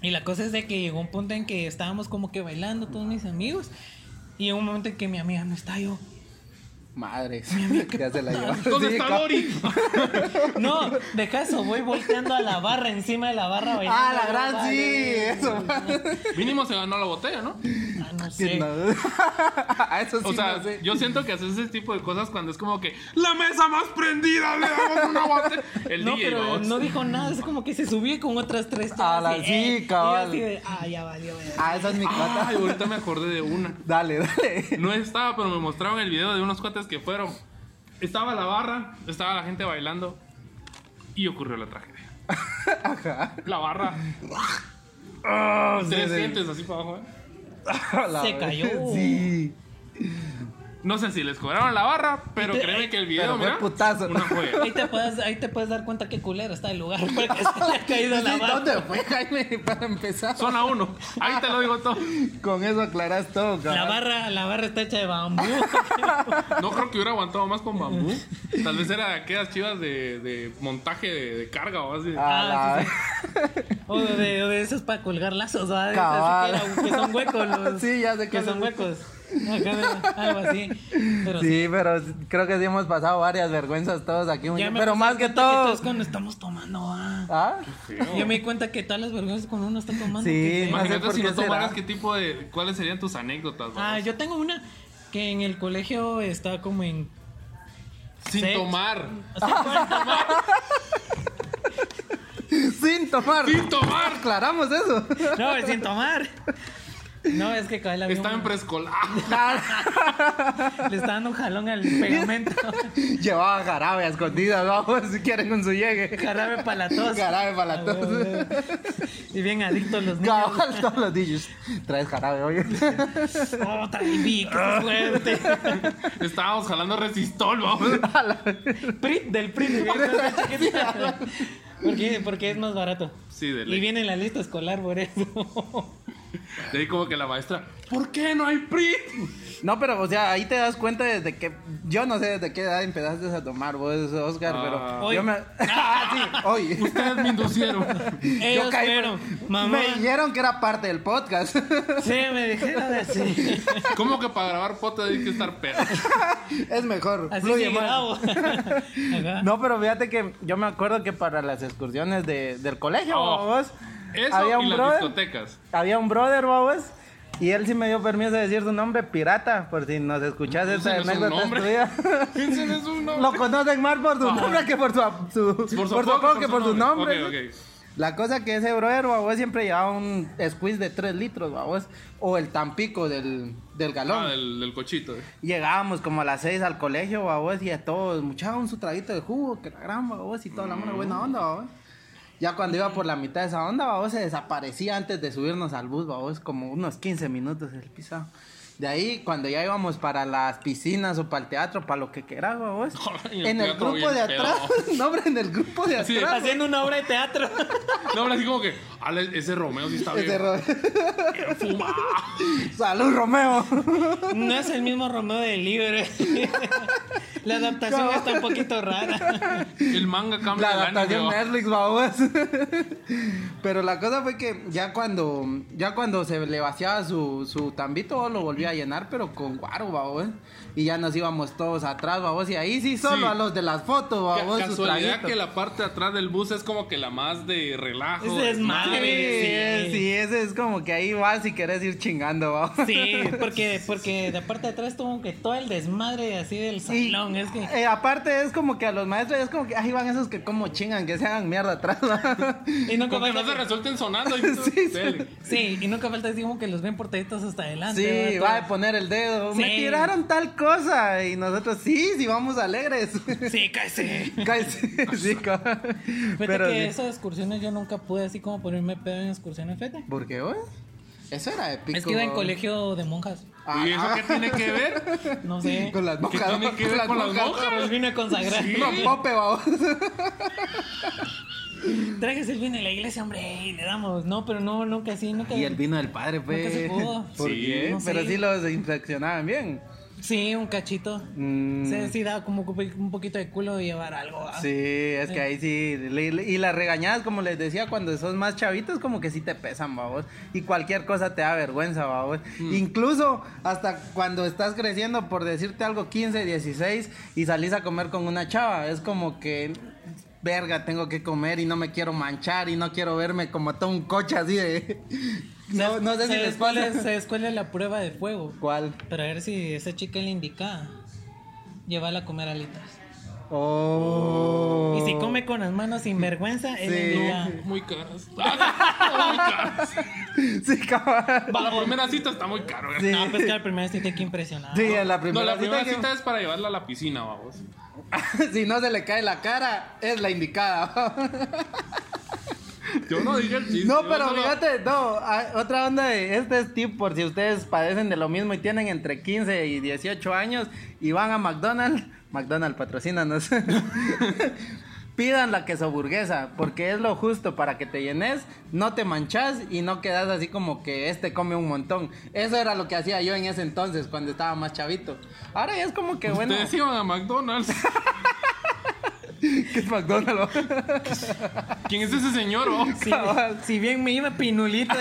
[SPEAKER 3] Y la cosa es de que llegó un punto en que estábamos como que bailando todos mis amigos. Y llegó un momento en que mi amiga no está yo.
[SPEAKER 2] Madre, ya se la llevaron.
[SPEAKER 4] ¿Dónde
[SPEAKER 2] Sí,
[SPEAKER 4] está
[SPEAKER 2] ca-
[SPEAKER 4] Lori?
[SPEAKER 3] No, de caso, voy volteando a la barra, encima de la barra bailando.
[SPEAKER 2] Ah, la gran sí,
[SPEAKER 3] Vale.
[SPEAKER 2] eso.
[SPEAKER 4] Mínimo se ganó la botella, ¿no?
[SPEAKER 3] Ah, no
[SPEAKER 2] Sí,
[SPEAKER 3] sé.
[SPEAKER 2] no. A eso sí
[SPEAKER 4] O sea,
[SPEAKER 2] no sé.
[SPEAKER 4] yo siento que haces ese tipo de cosas cuando es como que la mesa más prendida le damos una botella. El
[SPEAKER 3] No,
[SPEAKER 4] DJ,
[SPEAKER 3] pero
[SPEAKER 4] babos.
[SPEAKER 3] no dijo nada, es como que se subió con otras tres
[SPEAKER 2] A
[SPEAKER 3] chavas
[SPEAKER 2] Ah, la-
[SPEAKER 3] y,
[SPEAKER 2] sí,
[SPEAKER 3] eh, y yo
[SPEAKER 2] cabal.
[SPEAKER 3] así de, ah, ya valió, ya valió".
[SPEAKER 2] Ah, esa es mi cuata.
[SPEAKER 4] Ay, ahorita me acordé de una.
[SPEAKER 2] Dale, dale.
[SPEAKER 4] No estaba, pero me mostraron el video de unos cuates que fueron. Estaba la barra, estaba la gente bailando y ocurrió la tragedia. La barra. Tres
[SPEAKER 2] sí, sí.
[SPEAKER 4] dientes así para abajo. ¿eh?
[SPEAKER 2] La-
[SPEAKER 3] Se cayó.
[SPEAKER 2] Sí.
[SPEAKER 4] No sé si les cobraron la barra, pero créeme que el
[SPEAKER 2] pero
[SPEAKER 4] video,
[SPEAKER 2] fue
[SPEAKER 4] mira,
[SPEAKER 2] putazo.
[SPEAKER 4] una joya.
[SPEAKER 3] Ahí te, puedes, ahí te puedes dar cuenta qué culero está el lugar porque se le ha caído la
[SPEAKER 2] Sí,
[SPEAKER 3] barra.
[SPEAKER 2] ¿Dónde fue Jaime para empezar?
[SPEAKER 4] Zona 1. Ahí te lo digo todo.
[SPEAKER 2] Con eso aclaras todo,
[SPEAKER 3] La
[SPEAKER 2] cabrón.
[SPEAKER 3] barra, la barra está hecha de bambú.
[SPEAKER 4] No creo que hubiera aguantado más con bambú. Tal vez era de aquellas chivas de, de montaje de, de carga o así.
[SPEAKER 2] A
[SPEAKER 3] Ah, O de, o de esos para colgar lazos, ¿va? De
[SPEAKER 2] Cabal.
[SPEAKER 3] esas que, era- que son huecos los-
[SPEAKER 2] Sí, ya sé
[SPEAKER 3] Que
[SPEAKER 2] cuáles.
[SPEAKER 3] son huecos. Ajá, Algo así.
[SPEAKER 2] la-
[SPEAKER 3] Pero sí.
[SPEAKER 2] Sí, pero creo que sí hemos pasado varias vergüenzas todos aquí.
[SPEAKER 3] Ya me
[SPEAKER 2] Pero
[SPEAKER 3] pasé
[SPEAKER 2] más que
[SPEAKER 3] cuenta
[SPEAKER 2] todo.
[SPEAKER 3] todos cuando estamos tomando, ¿va?
[SPEAKER 2] ¿Ah?
[SPEAKER 3] Yo me di cuenta que todas las vergüenzas cuando uno está tomando.
[SPEAKER 2] Sí.
[SPEAKER 3] que se-
[SPEAKER 2] no sé
[SPEAKER 4] Imagínate
[SPEAKER 2] por
[SPEAKER 4] si
[SPEAKER 2] qué
[SPEAKER 4] no tomaras
[SPEAKER 2] será.
[SPEAKER 4] qué tipo de. ¿Cuáles serían tus anécdotas?
[SPEAKER 3] Ah,
[SPEAKER 4] babos?
[SPEAKER 3] yo tengo una que en el colegio está como en.
[SPEAKER 4] Sin
[SPEAKER 3] sí.
[SPEAKER 4] tomar.
[SPEAKER 3] o sea, ¿cuál tomar?
[SPEAKER 2] Sin tomar.
[SPEAKER 4] ¡Sin tomar!
[SPEAKER 2] Aclaramos eso.
[SPEAKER 3] No, sin tomar. No, es que cada la
[SPEAKER 4] Estaba en preescolar.
[SPEAKER 3] Le está dando un jalón al pegamento.
[SPEAKER 2] Llevaba jarabe a escondidas, vamos, si quieren con su llegue.
[SPEAKER 3] Jarabe para la tos.
[SPEAKER 2] Jarabe pa' la
[SPEAKER 3] Ah,
[SPEAKER 2] tos.
[SPEAKER 3] bueno. Y bien adictos los niños.
[SPEAKER 2] Cabal, todos los DJs. Traes jarabe, oye.
[SPEAKER 3] Oh, Talibi, qué fuerte.
[SPEAKER 4] Estábamos jalando resistol, vamos.
[SPEAKER 3] Prit del Prit. bien, bien chiquita. ¿Por qué? Porque es más barato.
[SPEAKER 4] Sí, de
[SPEAKER 3] Y
[SPEAKER 4] ley.
[SPEAKER 3] viene en la lista escolar por eso.
[SPEAKER 4] De ahí como que la maestra, ¿por qué no hay PRI?
[SPEAKER 2] No, pero, o sea, ahí te das cuenta desde que. Yo no sé desde qué edad empezaste a tomar vos, Oscar,
[SPEAKER 4] Ah.
[SPEAKER 2] pero.
[SPEAKER 3] Hoy.
[SPEAKER 2] Yo me. Ah, sí, hoy.
[SPEAKER 4] Ustedes me inducieron.
[SPEAKER 3] Ellos
[SPEAKER 2] caí-
[SPEAKER 3] fueron. Mamá.
[SPEAKER 2] Me dijeron que era parte del podcast.
[SPEAKER 3] Sí, me dijeron así.
[SPEAKER 4] ¿Cómo que para grabar fotos hay que estar pedo?
[SPEAKER 2] es mejor.
[SPEAKER 3] Así
[SPEAKER 2] fluye
[SPEAKER 3] que
[SPEAKER 2] más.
[SPEAKER 3] grabo. Ajá.
[SPEAKER 2] No, pero fíjate que yo me acuerdo que para las excursiones de- del colegio,
[SPEAKER 4] Oh,
[SPEAKER 2] vos.
[SPEAKER 4] Eso
[SPEAKER 2] había un
[SPEAKER 4] y las
[SPEAKER 2] brother.
[SPEAKER 4] discotecas.
[SPEAKER 2] había un brother, babos, y él sí me dio permiso de decir su nombre, Pirata, por si nos escuchás esta
[SPEAKER 4] Ese no es un
[SPEAKER 2] anécdota
[SPEAKER 4] nombre.
[SPEAKER 2] tuya.
[SPEAKER 4] Ese no es un nombre. Ah.
[SPEAKER 2] Lo conocen más por su nombre que por su, su- por su apodo que por su nombre.
[SPEAKER 4] Ok, ok.
[SPEAKER 2] La cosa que ese brother, babos, siempre llevaba un squeeze de 3 litros, babos. O el tampico del, del galón.
[SPEAKER 4] Ah, del, del cochito. eh.
[SPEAKER 2] Llegábamos como a las 6 al colegio, babos, y a todos, muchaban su traguito de jugo, que la gran, babos, y toda la mano buena onda, babos. Ya cuando iba por la mitad de esa onda, babos, se desaparecía antes de subirnos al bus, babos, como unos 15 minutos el pisado. De ahí, cuando ya íbamos para las piscinas o para el teatro, para lo que querás, babos,
[SPEAKER 4] Ay, el
[SPEAKER 2] en el
[SPEAKER 4] teatro
[SPEAKER 2] grupo de
[SPEAKER 4] bien pedo.
[SPEAKER 2] atrás, no, hombre, en el grupo de
[SPEAKER 4] Sí,
[SPEAKER 2] atrás,
[SPEAKER 3] Haciendo una obra de teatro.
[SPEAKER 4] No, pero así como que, "Ala, ese Romeo sí está bien.
[SPEAKER 2] Ese Romeo.
[SPEAKER 4] bien fuma.
[SPEAKER 2] Salud, Romeo.
[SPEAKER 3] No es el mismo Romeo del Libre. La adaptación
[SPEAKER 2] No.
[SPEAKER 3] está un poquito rara.
[SPEAKER 4] El manga cambia
[SPEAKER 2] La
[SPEAKER 4] el
[SPEAKER 2] adaptación
[SPEAKER 4] anime.
[SPEAKER 2] Netflix, babos. Pero la cosa fue que ya cuando ya cuando se le vaciaba su, su tambito, lo volvía a llenar, pero con guaro, babos. Y ya nos íbamos todos atrás, babos. Y ahí sí, solo
[SPEAKER 4] Sí.
[SPEAKER 2] a los de las fotos,
[SPEAKER 4] Ca-
[SPEAKER 2] babos. su
[SPEAKER 4] Casualidad
[SPEAKER 2] traguito.
[SPEAKER 4] que la parte de atrás del bus es como que la más de relajo.
[SPEAKER 3] Es
[SPEAKER 2] Sí,
[SPEAKER 3] desmadre.
[SPEAKER 2] es- sí, ese es como que ahí vas si querés ir chingando, babos.
[SPEAKER 3] Sí, porque, porque de parte de atrás tuvo que todo el desmadre así del
[SPEAKER 2] Y,
[SPEAKER 3] salón. Es que.
[SPEAKER 2] eh, aparte es como que a los maestros es como que ahí van esos que como chingan, que se hagan mierda atrás. ¿va?
[SPEAKER 3] Y nunca
[SPEAKER 4] Como
[SPEAKER 3] falta.
[SPEAKER 4] que no se
[SPEAKER 3] que-
[SPEAKER 4] resulten sonando. Y
[SPEAKER 2] Sí,
[SPEAKER 4] Dele.
[SPEAKER 3] Sí, y nunca falta decir como que los ven portaditos hasta adelante.
[SPEAKER 2] Sí,
[SPEAKER 3] ¿verdad?
[SPEAKER 2] va a poner el dedo. Me
[SPEAKER 3] Sí.
[SPEAKER 2] tiraron tal cosa. Y nosotros, sí, sí, vamos alegres.
[SPEAKER 3] Sí, cállese.
[SPEAKER 2] Cállese, sí, ca-
[SPEAKER 3] Fíjate
[SPEAKER 2] Pero
[SPEAKER 3] que
[SPEAKER 2] sí.
[SPEAKER 3] esas excursiones yo nunca pude así como ponerme pedo en excursiones, fíjate.
[SPEAKER 2] ¿Por qué, güey? Eso era épico.
[SPEAKER 3] Es que iba en
[SPEAKER 2] güey.
[SPEAKER 3] colegio de monjas.
[SPEAKER 2] Ah,
[SPEAKER 4] ¿Y eso
[SPEAKER 2] ah,
[SPEAKER 4] qué tiene que ver?
[SPEAKER 3] No sé.
[SPEAKER 2] Con las monjas.
[SPEAKER 4] tiene que ver con las monjas?
[SPEAKER 3] Con el vino a consagrar.
[SPEAKER 4] Sí.
[SPEAKER 2] No, pope, babos.
[SPEAKER 3] Trajes el vino de la iglesia, hombre, y le damos. No, pero no, nunca así, nunca.
[SPEAKER 2] Y el vino del padre, pues.
[SPEAKER 3] Nunca se pudo.
[SPEAKER 2] ¿Por
[SPEAKER 4] Sí,
[SPEAKER 2] qué?
[SPEAKER 3] no
[SPEAKER 2] Pero
[SPEAKER 3] sé.
[SPEAKER 2] sí los infeccionaban bien.
[SPEAKER 3] Sí, un cachito.
[SPEAKER 2] Mm,
[SPEAKER 3] Sí, sí, da como un poquito de culo llevar algo. ¿va?
[SPEAKER 2] Sí, es que ahí sí. le- le- y las regañadas, como les decía, cuando sos más chavitos, como que sí te pesan, babos. Y cualquier cosa te da vergüenza, babos. Incluso hasta cuando estás creciendo, por decirte algo, 15, 16, y salís a comer con una chava, es como que. Verga, tengo que comer y no me quiero manchar y no quiero verme como todo un coche así de. No, no sé si
[SPEAKER 3] se
[SPEAKER 2] les
[SPEAKER 3] descuela-
[SPEAKER 2] pasa.
[SPEAKER 3] Se descuela la prueba de fuego.
[SPEAKER 2] ¿Cuál?
[SPEAKER 3] Para ver si esa chica es la indicada. Llevarla a comer alitas.
[SPEAKER 2] Oh.
[SPEAKER 3] Y si come con las manos sin vergüenza, es la
[SPEAKER 2] Sí.
[SPEAKER 3] indicada.
[SPEAKER 4] Muy caras. Ah, muy caras.
[SPEAKER 2] Sí, cabrón.
[SPEAKER 4] La primera cita está muy caro. ¿verdad?
[SPEAKER 2] Sí.
[SPEAKER 3] No, pues que la primera vez sí te que impresionado.
[SPEAKER 2] Sí, en la
[SPEAKER 4] No,
[SPEAKER 2] primera
[SPEAKER 4] la primera
[SPEAKER 2] que-
[SPEAKER 4] cita es para llevarla a la piscina, vamos.
[SPEAKER 2] si no se le cae la cara, es la indicada.
[SPEAKER 4] Yo no dije el chiste.
[SPEAKER 2] no,
[SPEAKER 4] yo
[SPEAKER 2] pero
[SPEAKER 4] solo-
[SPEAKER 2] fíjate, no, ah, otra onda de este es tip por si ustedes padecen de lo mismo y tienen entre 15 y 18 años y van a McDonald's, McDonald's patrocínanos. Pidan la queso burguesa, porque es lo justo para que te llenes, no te manchas y no quedas así como que este come un montón. Eso era lo que hacía yo en ese entonces, cuando estaba más chavito. Ahora ya es como que bueno.
[SPEAKER 4] Ustedes iban a McDonald's.
[SPEAKER 2] ¿Qué es McDonald's?
[SPEAKER 4] ¿Quién es ese señor? Oh, vamos?
[SPEAKER 3] Sí, si bien me iba pinulito,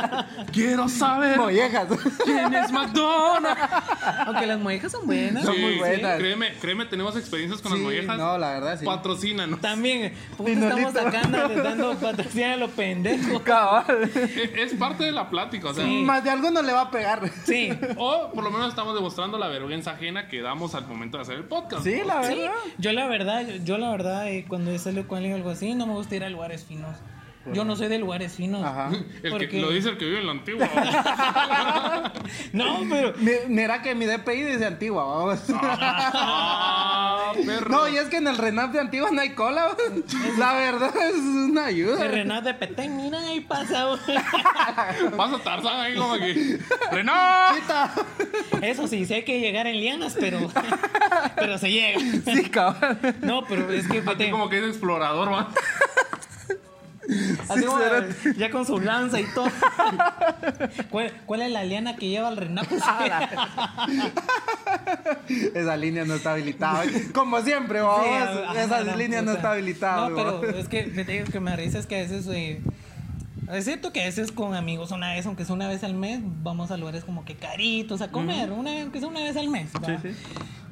[SPEAKER 4] Quiero saber
[SPEAKER 2] Mollejas.
[SPEAKER 4] quién es McDonald's.
[SPEAKER 3] aunque las mollejas son buenas.
[SPEAKER 2] Son
[SPEAKER 4] Sí,
[SPEAKER 2] muy buenas.
[SPEAKER 4] Créeme, créeme, tenemos experiencias con
[SPEAKER 2] Sí,
[SPEAKER 4] las mollejas.
[SPEAKER 2] No, la verdad sí.
[SPEAKER 4] Patrocínanos.
[SPEAKER 3] También, puta,
[SPEAKER 2] Pinolito.
[SPEAKER 3] estamos sacando, les dando patrocinio a los pendejos.
[SPEAKER 2] Cabal.
[SPEAKER 4] Es, es parte de la plática, o sea.
[SPEAKER 2] Más de alguno le va a pegar.
[SPEAKER 3] Sí,
[SPEAKER 4] O por lo menos estamos demostrando la vergüenza ajena que damos al momento de hacer el podcast.
[SPEAKER 2] Sí, la
[SPEAKER 3] sí.
[SPEAKER 2] verdad.
[SPEAKER 3] Yo la verdad, yo la verdad, eh, cuando salgo con alguien o algo así, no me gusta ir a lugares finos. Yo no soy de lugares finos.
[SPEAKER 2] Ajá.
[SPEAKER 4] El
[SPEAKER 3] ¿Por
[SPEAKER 4] que,
[SPEAKER 3] qué?
[SPEAKER 4] lo dice el que vive en la antigua.
[SPEAKER 3] No, pero
[SPEAKER 2] Mi- Mira que mi DPI dice Antigua, vamos.
[SPEAKER 4] Ah, perro.
[SPEAKER 2] No, y es que en el Renap de Antigua no hay cola. vamos. La verdad es una
[SPEAKER 3] el
[SPEAKER 2] ayuda.
[SPEAKER 3] Renato de Petén, mira, ahí pasa. güey.
[SPEAKER 4] Vas a Tarzán ahí como que. ¡Renó!
[SPEAKER 2] Quita.
[SPEAKER 3] Eso sí, sí hay que llegar en lianas, pero, pero se llega.
[SPEAKER 2] Sí, cabrón.
[SPEAKER 3] No, pero es que
[SPEAKER 4] Así
[SPEAKER 3] fíjate,
[SPEAKER 4] como que es explorador, man.
[SPEAKER 3] así
[SPEAKER 2] Sí,
[SPEAKER 3] como-
[SPEAKER 2] cerote.
[SPEAKER 3] ya con su lanza y todo. ¿Cuál, cuál es la liana que lleva el Renato?
[SPEAKER 2] Esa línea no está habilitada. Como siempre, vamos.
[SPEAKER 3] Sí, a- a-
[SPEAKER 2] Esa
[SPEAKER 3] a la
[SPEAKER 2] línea no
[SPEAKER 3] puta.
[SPEAKER 2] está habilitada.
[SPEAKER 3] No,
[SPEAKER 2] vamos.
[SPEAKER 3] pero es que te digo que me risa es que a veces, eh, es cierto que a veces con amigos una vez, aunque sea una vez al mes, vamos a lugares como que caritos a comer, una vez, aunque sea una vez al mes. ¿va?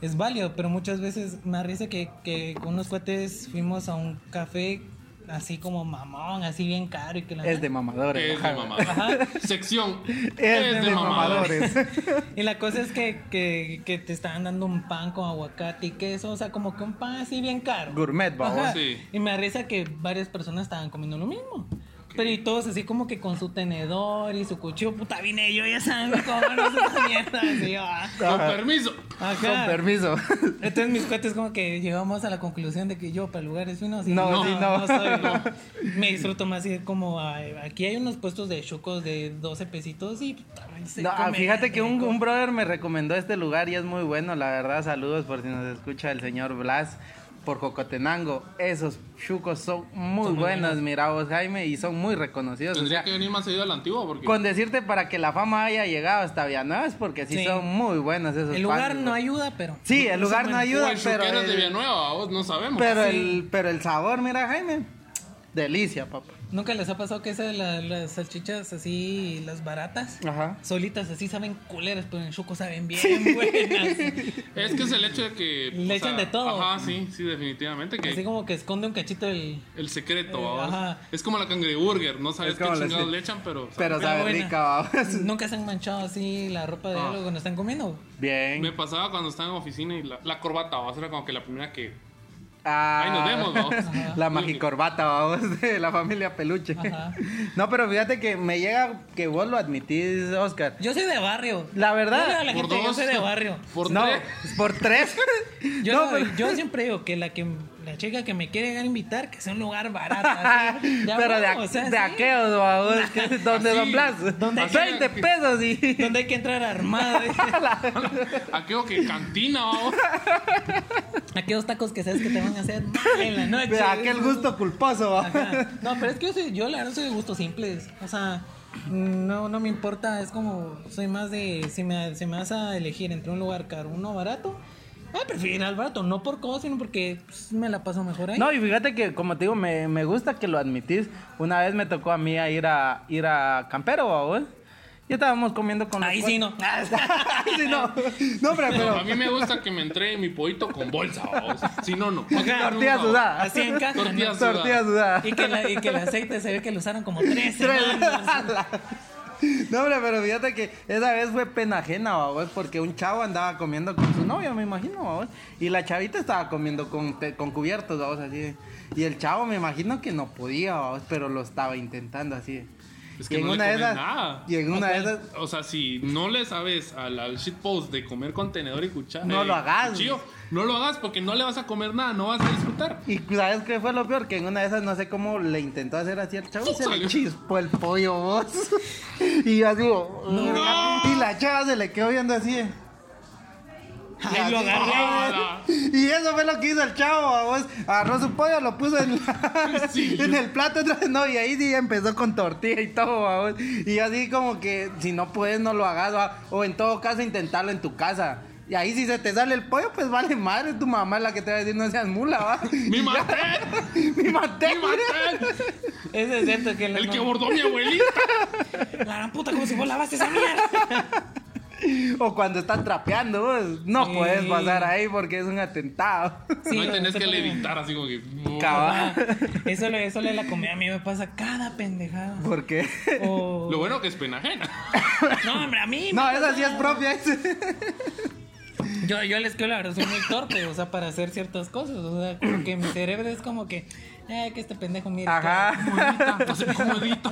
[SPEAKER 3] Es válido, pero muchas veces me da risa que, que con unos cuates fuimos a un café así como mamón, así bien caro y que la
[SPEAKER 2] Es de mamadores.
[SPEAKER 4] Es de
[SPEAKER 2] ajá.
[SPEAKER 4] mamadores.
[SPEAKER 3] Ajá.
[SPEAKER 4] Sección.
[SPEAKER 2] Es de, mamadores.
[SPEAKER 3] Y la cosa es que, que, que te estaban dando un pan con aguacate y queso, o sea, como que un pan así bien caro.
[SPEAKER 2] Gourmet,
[SPEAKER 3] Ajá.
[SPEAKER 2] babos.
[SPEAKER 4] Sí.
[SPEAKER 3] Y me da risa que varias personas estaban comiendo lo mismo. Pero y todos así como que con su tenedor y su cuchillo, puta, vine yo, ya saben cómo no se mierda. Así, ah.
[SPEAKER 4] Con permiso.
[SPEAKER 3] Ajá.
[SPEAKER 2] Con permiso.
[SPEAKER 3] Entonces mis cuates como que llegamos a la conclusión de que yo para lugares finos
[SPEAKER 2] No, sí, no.
[SPEAKER 3] soy, no. me disfruto más ir como a- aquí hay unos puestos de chucos de 12 pesitos y puta, ahí se
[SPEAKER 2] No, ah,
[SPEAKER 3] come
[SPEAKER 2] fíjate que un,
[SPEAKER 3] rico.
[SPEAKER 2] un brother me recomendó este lugar y es muy bueno, la verdad. Saludos por si nos escucha el señor Blas por Cocotenango. Esos chucos son muy
[SPEAKER 3] Son muy
[SPEAKER 2] buenos,
[SPEAKER 3] buenos.
[SPEAKER 2] mira vos, Jaime, y son muy reconocidos. O
[SPEAKER 4] Tendría
[SPEAKER 2] sea,
[SPEAKER 4] que venir más seguido al antiguo porque.
[SPEAKER 2] con decirte para que la fama haya llegado hasta Villanueva es porque sí,
[SPEAKER 3] Sí.
[SPEAKER 2] son muy buenos esos
[SPEAKER 3] el lugar
[SPEAKER 2] panes,
[SPEAKER 3] no
[SPEAKER 2] ¿no?
[SPEAKER 3] ayuda, pero
[SPEAKER 2] Sí, el lugar no
[SPEAKER 3] Bueno,
[SPEAKER 4] o
[SPEAKER 2] ayuda,
[SPEAKER 4] el
[SPEAKER 2] pero
[SPEAKER 4] chuquero de
[SPEAKER 2] el,
[SPEAKER 4] Villanueva, vos no sabemos.
[SPEAKER 2] pero,
[SPEAKER 3] Sí.
[SPEAKER 2] el, pero el sabor, mira, Jaime, delicia, papá.
[SPEAKER 3] nunca les ha pasado que esas la- las salchichas así las baratas
[SPEAKER 2] Ajá.
[SPEAKER 3] solitas así saben culeras, pero en el chuco saben bien buenas.
[SPEAKER 4] Es que es el hecho de que.
[SPEAKER 3] Le
[SPEAKER 4] o
[SPEAKER 3] echan de todo.
[SPEAKER 4] Ajá, sí, sí, definitivamente. Que
[SPEAKER 3] Así como que esconde un cachito del
[SPEAKER 4] El secreto,
[SPEAKER 3] Eh,
[SPEAKER 4] vamos.
[SPEAKER 3] ajá.
[SPEAKER 4] Es como la cangreburger, no sabes
[SPEAKER 2] Es
[SPEAKER 4] qué
[SPEAKER 2] como la-
[SPEAKER 4] chingados le echan, pero.
[SPEAKER 2] Pero
[SPEAKER 3] Está
[SPEAKER 2] sabe
[SPEAKER 3] buena.
[SPEAKER 2] rica, babos.
[SPEAKER 3] nunca se han manchado así la ropa de
[SPEAKER 4] Ah.
[SPEAKER 3] algo cuando están comiendo.
[SPEAKER 4] Me
[SPEAKER 2] Bien.
[SPEAKER 4] pasaba cuando estaba en oficina y la, la corbata, vamos, era como que la primera que.
[SPEAKER 2] Ah.
[SPEAKER 4] Ahí nos vemos, vamos.
[SPEAKER 2] La magicorbata, vamos, de la familia peluche.
[SPEAKER 3] Ajá.
[SPEAKER 2] No, pero fíjate que me llega que vos lo admitís, Oscar.
[SPEAKER 3] Yo soy de barrio.
[SPEAKER 2] La verdad,
[SPEAKER 3] Yo le digo a la gente, yo soy de barrio.
[SPEAKER 4] Por
[SPEAKER 2] no,
[SPEAKER 4] tres.
[SPEAKER 2] por tres.
[SPEAKER 3] Yo,
[SPEAKER 2] no,
[SPEAKER 3] no,
[SPEAKER 2] pero,
[SPEAKER 3] yo siempre digo que la que la chica que me quiere llegar a invitar, que sea un lugar barato. así. Ah, Ya
[SPEAKER 2] pero de,
[SPEAKER 3] huevo, o sea,
[SPEAKER 2] de
[SPEAKER 3] sí.
[SPEAKER 2] aquellos, babos, que- donde
[SPEAKER 4] Así,
[SPEAKER 2] Don Blas,
[SPEAKER 4] donde-
[SPEAKER 2] 20 pesos y...
[SPEAKER 3] Donde hay que entrar armado. ¿eh?
[SPEAKER 4] Aquello que cantina, vamos.
[SPEAKER 3] Aquellos tacos que sabes que te van a hacer mal en la noche.
[SPEAKER 2] de aquel gusto culposo, babos.
[SPEAKER 3] Ajá. No, pero es que yo, soy, yo la verdad soy de gustos simples. O sea, no, no me importa. Es como, soy más de. Si me, si me vas a elegir entre un lugar caro, uno barato. Ah, prefiero ir al barato. No por cosas, sino porque pues, me la paso mejor ahí.
[SPEAKER 2] No, y fíjate que, como te digo, me, me gusta que lo admitís. Una vez me tocó a mí a ir a, ir a Campero, babos. Y estábamos comiendo con... los
[SPEAKER 3] Ahí
[SPEAKER 2] cuates.
[SPEAKER 3] sí no.
[SPEAKER 2] Ahí sí, no. No, pero...
[SPEAKER 4] Pero a mí me gusta que me entregue mi pollito con bolsa, vamos. Si no, no.
[SPEAKER 2] Tortilla sudada.
[SPEAKER 3] Así encaja, ¿no?
[SPEAKER 4] Tortilla sudada.
[SPEAKER 2] Tortilla sudada.
[SPEAKER 3] Y que, la- y que el aceite se ve que lo usaron como tres
[SPEAKER 2] Tres.
[SPEAKER 3] semanas.
[SPEAKER 2] No, hombre, pero fíjate que esa vez fue pena ajena, babos, porque un chavo andaba comiendo con su novia, me imagino, babos, y la chavita estaba comiendo con, te- con cubiertos, babos, así. de- Y el chavo me imagino que no podía, babos, pero lo estaba intentando así. de.
[SPEAKER 4] Es que
[SPEAKER 2] y en
[SPEAKER 4] no
[SPEAKER 2] una
[SPEAKER 4] le
[SPEAKER 2] de
[SPEAKER 4] comen
[SPEAKER 2] esas,
[SPEAKER 4] nada.
[SPEAKER 2] y en una de esas,
[SPEAKER 4] O sea, si no le sabes al, al shitpost de comer contenedor y cuchara. eh,
[SPEAKER 2] No lo hagas.
[SPEAKER 4] cuchillo, no lo hagas porque no le vas a comer nada, no vas a disfrutar.
[SPEAKER 2] y sabes qué fue lo peor, que en una de esas no sé cómo le intentó hacer así al chavo y se le
[SPEAKER 4] Salió.
[SPEAKER 2] chispó el pollo, vos. y yo digo, y la chava se le quedó viendo así. de-
[SPEAKER 3] Ahí lo agarré.
[SPEAKER 4] Ah,
[SPEAKER 2] Y eso fue lo que hizo el chavo, babos. Agarró su pollo, lo puso en, la-
[SPEAKER 4] Sí.
[SPEAKER 2] en el plato otra vez, no, y ahí sí empezó con tortilla y todo, babos. Y así como que si no puedes, no lo hagas, va. o en todo caso intentarlo en tu casa. Y ahí si se te sale el pollo, pues vale madre, tu mamá es la que te va a decir no seas mula, va.
[SPEAKER 4] ¡Mi maté!
[SPEAKER 2] Mi maté,
[SPEAKER 4] ¡Mi maté!
[SPEAKER 3] Eso es cierto que la,
[SPEAKER 4] El que
[SPEAKER 3] no-
[SPEAKER 4] bordó mi abuelita.
[SPEAKER 3] la gran puta como si vos lavaste esa mierda.
[SPEAKER 2] O cuando estás trapeando, vos, no
[SPEAKER 3] Sí.
[SPEAKER 2] puedes pasar ahí porque es un atentado.
[SPEAKER 3] Sí,
[SPEAKER 4] no ahí tenés
[SPEAKER 3] se
[SPEAKER 4] que
[SPEAKER 3] pone-
[SPEAKER 4] editar así como que.
[SPEAKER 2] Cabal.
[SPEAKER 3] Eso le, eso le la comida a mí me pasa cada pendejada.
[SPEAKER 2] Porque.
[SPEAKER 3] O-
[SPEAKER 4] Lo bueno que es pena ajena.
[SPEAKER 3] No, hombre, a mí. me
[SPEAKER 2] No,
[SPEAKER 3] pasa-
[SPEAKER 2] esa sí es ¿eh? propia. ese.
[SPEAKER 3] Yo, yo les creo, la verdad, soy muy torpe, o sea, para hacer ciertas cosas. O sea, como que mi cerebro es como que, ay, que este pendejo mira.
[SPEAKER 2] Ajá.
[SPEAKER 4] Así como edito.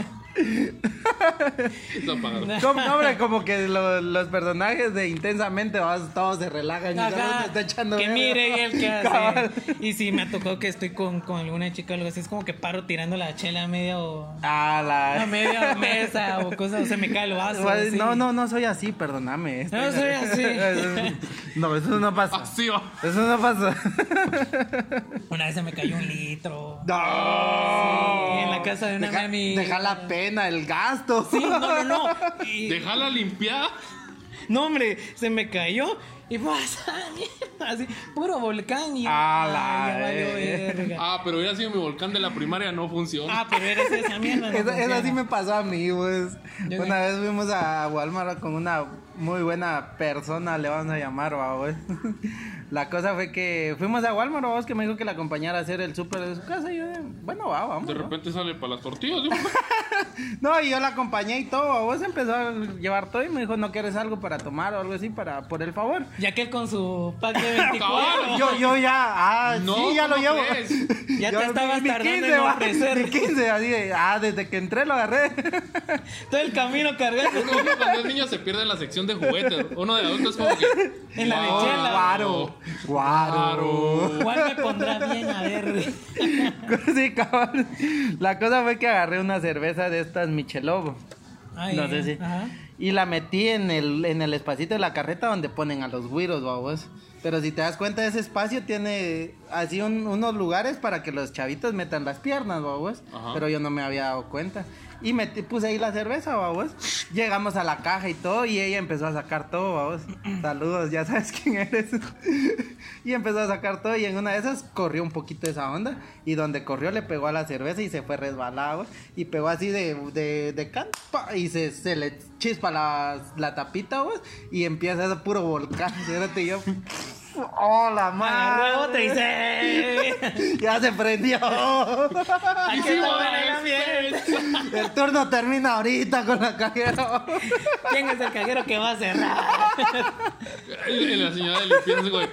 [SPEAKER 4] Lo apagaron.
[SPEAKER 2] Como, no, hombre, como que lo- los personajes de intensamente vas, todos se relajan y solo se está echando
[SPEAKER 3] que
[SPEAKER 2] verga.
[SPEAKER 3] mire y el que
[SPEAKER 2] Cabal.
[SPEAKER 3] hace. Y si me ha tocado que estoy con, con alguna chica o algo así, es como que paro tirando la chela a media o
[SPEAKER 2] A Ah, la-
[SPEAKER 3] a media mesa o cosas, o se me cae el vaso.
[SPEAKER 2] Vas,
[SPEAKER 3] así.
[SPEAKER 2] No, no, no soy así, perdóname. este, Estoy-
[SPEAKER 3] No soy así.
[SPEAKER 2] no, eso no pasa.
[SPEAKER 4] Así va.
[SPEAKER 2] Eso no pasa.
[SPEAKER 3] Una vez se me cayó un litro.
[SPEAKER 2] No.
[SPEAKER 3] Sí, en la casa de una
[SPEAKER 2] Deja-
[SPEAKER 3] mami.
[SPEAKER 2] Deja la pena, el gasto.
[SPEAKER 3] Sí, no, no, no. Y-
[SPEAKER 4] Déjala limpiada.
[SPEAKER 3] No, hombre, se me cayó Y pues, así, puro volcán. Y,
[SPEAKER 2] A la
[SPEAKER 3] Ay, ya valió
[SPEAKER 2] vez.
[SPEAKER 3] verga.
[SPEAKER 4] Ah, pero hubiera sido mi volcán de la primaria, no funciona.
[SPEAKER 3] Ah, pero eres esa mierda. no
[SPEAKER 2] Esa, esa
[SPEAKER 3] funciona.
[SPEAKER 2] sí me pasó a mí, pues.
[SPEAKER 3] Yo
[SPEAKER 2] Una
[SPEAKER 3] no.
[SPEAKER 2] vez fuimos a Walmart con una muy buena persona, le vamos a llamar, va, pues. La cosa fue que fuimos a Walmart, vos que me dijo que la acompañara a hacer el súper de su casa. Y yo, de, bueno, va, vamos.
[SPEAKER 4] De
[SPEAKER 2] va.
[SPEAKER 4] repente sale para las tortillas. digo,
[SPEAKER 2] No, y yo la acompañé y todo, va, vos empezó a llevar todo y me dijo, ¿no quieres algo para tomar o algo así para por el favor?
[SPEAKER 3] Ya que con su pack de 24.
[SPEAKER 4] Cabrón.
[SPEAKER 2] Yo, yo ya, ah,
[SPEAKER 4] No,
[SPEAKER 2] sí, ya lo
[SPEAKER 4] ¿cómo
[SPEAKER 2] llevo.
[SPEAKER 4] crees?
[SPEAKER 3] Ya
[SPEAKER 2] Yo
[SPEAKER 3] te estabas
[SPEAKER 2] mi
[SPEAKER 3] tardando en ofrecer.
[SPEAKER 2] mi 15, así de, ah, desde que entré lo agarré.
[SPEAKER 3] Todo el camino cargando.
[SPEAKER 4] Uno, uno cuando es niño se pierde en la sección de juguetes. Uno de adultos como que...
[SPEAKER 3] En la
[SPEAKER 4] "Guau,
[SPEAKER 3] lechera.
[SPEAKER 2] Guaro, guaro.
[SPEAKER 3] ¿Cuál me pondrá bien a ver?
[SPEAKER 2] Sí, cabrón. La cosa fue que agarré una cerveza de estas Michelob.
[SPEAKER 3] Ay,
[SPEAKER 2] no sé si.
[SPEAKER 3] ajá.
[SPEAKER 2] Y la metí en el, en el espacito de la carreta donde ponen a los güiros, babos. Pero si te das cuenta, ese espacio tiene así un- unos lugares para que los chavitos metan las piernas, babos.
[SPEAKER 4] Ajá.
[SPEAKER 2] Pero yo no me había dado cuenta. Y metí, puse ahí la cerveza, babos. Llegamos a la caja y todo, y ella empezó a sacar todo, babos. Saludos, ya sabes quién eres. y empezó a sacar todo, y en una de esas corrió un poquito esa onda. Y donde corrió le pegó a la cerveza y se fue resbalado. Y pegó así de, de, de can, pa, y se, se le chispa la, la tapita, babos. Y empieza ese puro volcán. Fíjate, y yo. ¡Hola,
[SPEAKER 3] Agarró
[SPEAKER 2] madre!
[SPEAKER 3] otra y se.
[SPEAKER 2] Ya se prendió.
[SPEAKER 3] Aquí
[SPEAKER 4] Sí,
[SPEAKER 3] está
[SPEAKER 4] va,
[SPEAKER 3] buena la mierda.
[SPEAKER 2] El turno termina ahorita con la cajera.
[SPEAKER 3] ¿Quién es el cajero que va a cerrar?
[SPEAKER 4] En la señora de limpieza, güey.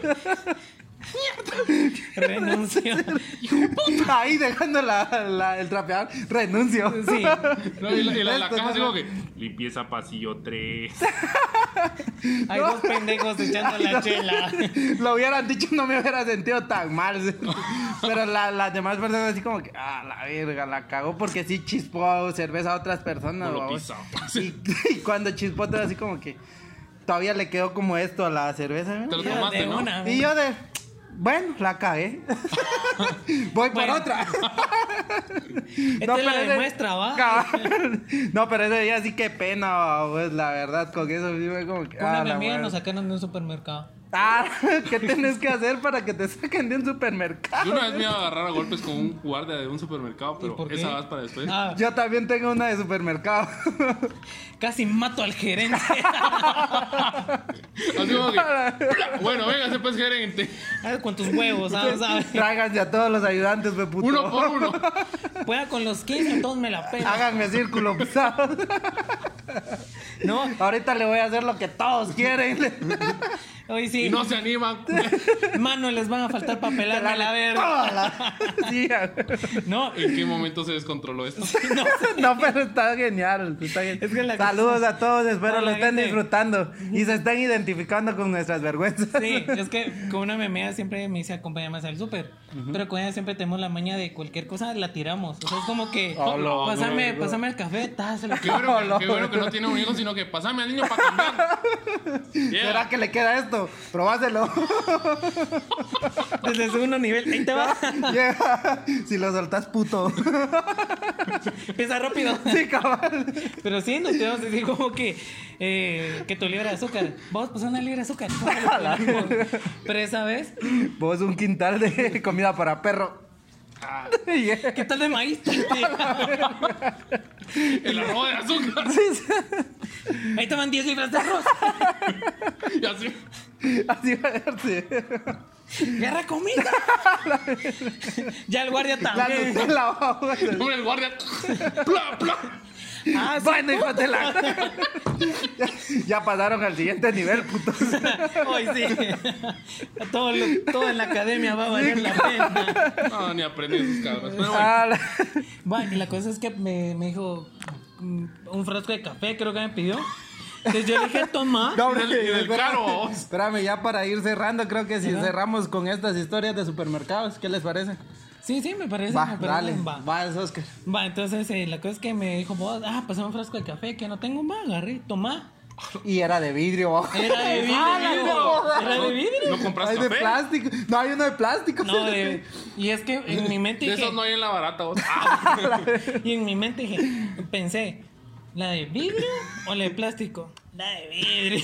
[SPEAKER 3] Renuncio.
[SPEAKER 2] Ahí dejando la- la- el trapeador. Renuncio.
[SPEAKER 3] Sí.
[SPEAKER 4] No, y la, y la- la caja así como que... Limpieza pasillo 3.
[SPEAKER 3] Hay dos pendejos echando la chela.
[SPEAKER 2] Lo hubieran dicho, no me hubiera sentido tan mal. Pero la- las demás personas así como que, ah, la verga, la cagó porque sí chispó cerveza a otras personas.
[SPEAKER 4] No lo
[SPEAKER 2] babos.
[SPEAKER 4] pisa.
[SPEAKER 2] Y, y cuando chispó todo así como que todavía le quedó como esto a la cerveza. ¿no?
[SPEAKER 4] Te lo
[SPEAKER 3] Ya,
[SPEAKER 4] tomaste,
[SPEAKER 3] de
[SPEAKER 4] ¿no?
[SPEAKER 3] una.
[SPEAKER 2] Y yo de, bueno, la cagué. Voy
[SPEAKER 3] Bueno.
[SPEAKER 2] por otra.
[SPEAKER 3] Este
[SPEAKER 2] No,
[SPEAKER 3] lo
[SPEAKER 2] pero ese-
[SPEAKER 3] demuestra, ¿va?
[SPEAKER 2] Cabal. No, pero ese día sí que pena, pues la verdad, con eso sí fue como que.
[SPEAKER 3] Una
[SPEAKER 2] ah,
[SPEAKER 3] mi
[SPEAKER 2] la
[SPEAKER 3] amiga
[SPEAKER 2] madre.
[SPEAKER 3] nos sacaron de un supermercado.
[SPEAKER 2] Ah, ¿qué tienes que hacer para que te saquen de un supermercado?
[SPEAKER 4] Yo una vez me iba a agarrar a golpes con un guardia de un supermercado,
[SPEAKER 3] ¿Y por
[SPEAKER 4] pero
[SPEAKER 3] qué?
[SPEAKER 4] esa vas para después.
[SPEAKER 3] Ah,
[SPEAKER 2] Yo también tengo una de supermercado.
[SPEAKER 3] casi mato al gerente.
[SPEAKER 4] Así como que... "Pla". Bueno, véngase pues, gerente.
[SPEAKER 3] Ah, con tus huevos, ¿sabes? ¿sabes?
[SPEAKER 2] Tráiganse a todos los ayudantes, me puto.
[SPEAKER 4] Uno por uno.
[SPEAKER 3] Pueda con los 15, entonces me la pela.
[SPEAKER 2] Háganme círculo pisado.
[SPEAKER 3] No,
[SPEAKER 2] Ahorita le voy a hacer lo que todos quieren.
[SPEAKER 3] hoy sí.
[SPEAKER 4] Y no se animan.
[SPEAKER 3] Mano, les van a faltar para pelarme la verga.
[SPEAKER 4] Ah.
[SPEAKER 2] Toda la- Sí, a-
[SPEAKER 3] No,
[SPEAKER 4] ¿En qué momento se descontroló esto?
[SPEAKER 3] no.
[SPEAKER 2] No, pero está genial. está gen-
[SPEAKER 3] Es que la-
[SPEAKER 2] Saludos a todos, espero
[SPEAKER 3] Hola,
[SPEAKER 2] lo estén
[SPEAKER 3] gente.
[SPEAKER 2] disfrutando y se estén identificando con nuestras vergüenzas.
[SPEAKER 3] Sí, es que con una memea siempre me dice acompáñame al súper. Pero con ella siempre tenemos la maña de cualquier cosa, la tiramos. O sea, es como que
[SPEAKER 4] Oh,
[SPEAKER 2] Hola,
[SPEAKER 3] pásame,
[SPEAKER 2] verga.
[SPEAKER 3] pásame el café, tás, se lo
[SPEAKER 4] Qué bueno, que-
[SPEAKER 2] No,
[SPEAKER 4] qué
[SPEAKER 2] no.
[SPEAKER 4] bueno que no tiene un hijo, sino que pasame al niño para cambiar. Yeah.
[SPEAKER 2] ¿Será que le queda esto? Probáselo.
[SPEAKER 3] Desde el segundo nivel, ahí te va.
[SPEAKER 4] Ah.
[SPEAKER 2] Llega. Si lo soltas, puto.
[SPEAKER 3] Empieza rápido.
[SPEAKER 2] Sí, cabal.
[SPEAKER 3] Pero sí, nos tenemos que decir como que, eh, que tu libra de azúcar. Vamos, pues una libra de azúcar. pues, Pero esa vez,
[SPEAKER 2] Vos Pues un quintal de comida para perro.
[SPEAKER 3] Ah.
[SPEAKER 2] Yeah.
[SPEAKER 3] ¿qué tal de maíz?
[SPEAKER 4] El arroz de azúcar.
[SPEAKER 3] Ahí te van 10 libras de arroz.
[SPEAKER 4] Y así.
[SPEAKER 2] Así va a verse.
[SPEAKER 3] Guerra comida. ya el guardia
[SPEAKER 2] La
[SPEAKER 3] también.
[SPEAKER 2] Nutella, vamos.
[SPEAKER 4] Hombre, el guardia. Pla, pla.
[SPEAKER 3] Ah, sí.
[SPEAKER 2] Bueno, hijos de la. Ya, ya pasaron al siguiente nivel, putos.
[SPEAKER 3] Hoy sí. Todo, lo- todo en la academia va a valer la pena.
[SPEAKER 4] No, ni aprendí esos cabros. Pero bueno.
[SPEAKER 2] Ah, la-
[SPEAKER 3] Va, y la cosa es que me, me dijo mm, un frasco de café, creo que me pidió. Entonces yo le dije, toma.
[SPEAKER 2] No,
[SPEAKER 4] Y del- y del
[SPEAKER 2] espérame.
[SPEAKER 4] caro, vos.
[SPEAKER 2] Espérame, ya para ir cerrando, creo que si cerramos con estas historias de supermercados, ¿qué les parece?
[SPEAKER 3] Sí, sí, me parece.
[SPEAKER 2] Va,
[SPEAKER 3] me parece,
[SPEAKER 2] dale.
[SPEAKER 3] va.
[SPEAKER 2] Vas, Oscar.
[SPEAKER 3] Va, entonces eh, la cosa es que me dijo, vos, ah, pasame un frasco de café que no tengo, va, agarré, toma.
[SPEAKER 2] Y era de vidrio, vamos.
[SPEAKER 3] Era de
[SPEAKER 2] Ah, la
[SPEAKER 3] vidrio.
[SPEAKER 2] mierda.
[SPEAKER 3] Era de vidrio.
[SPEAKER 4] ¿No compras
[SPEAKER 2] Hay de
[SPEAKER 4] café?
[SPEAKER 2] plástico. No, hay uno de plástico.
[SPEAKER 3] No, de- y es que en mi mente
[SPEAKER 4] De
[SPEAKER 3] dije,
[SPEAKER 4] esos no hay en la barata, vos. Ah,
[SPEAKER 3] y en mi mente dije, pensé, ¿la de vidrio o la de plástico? la de vidrio.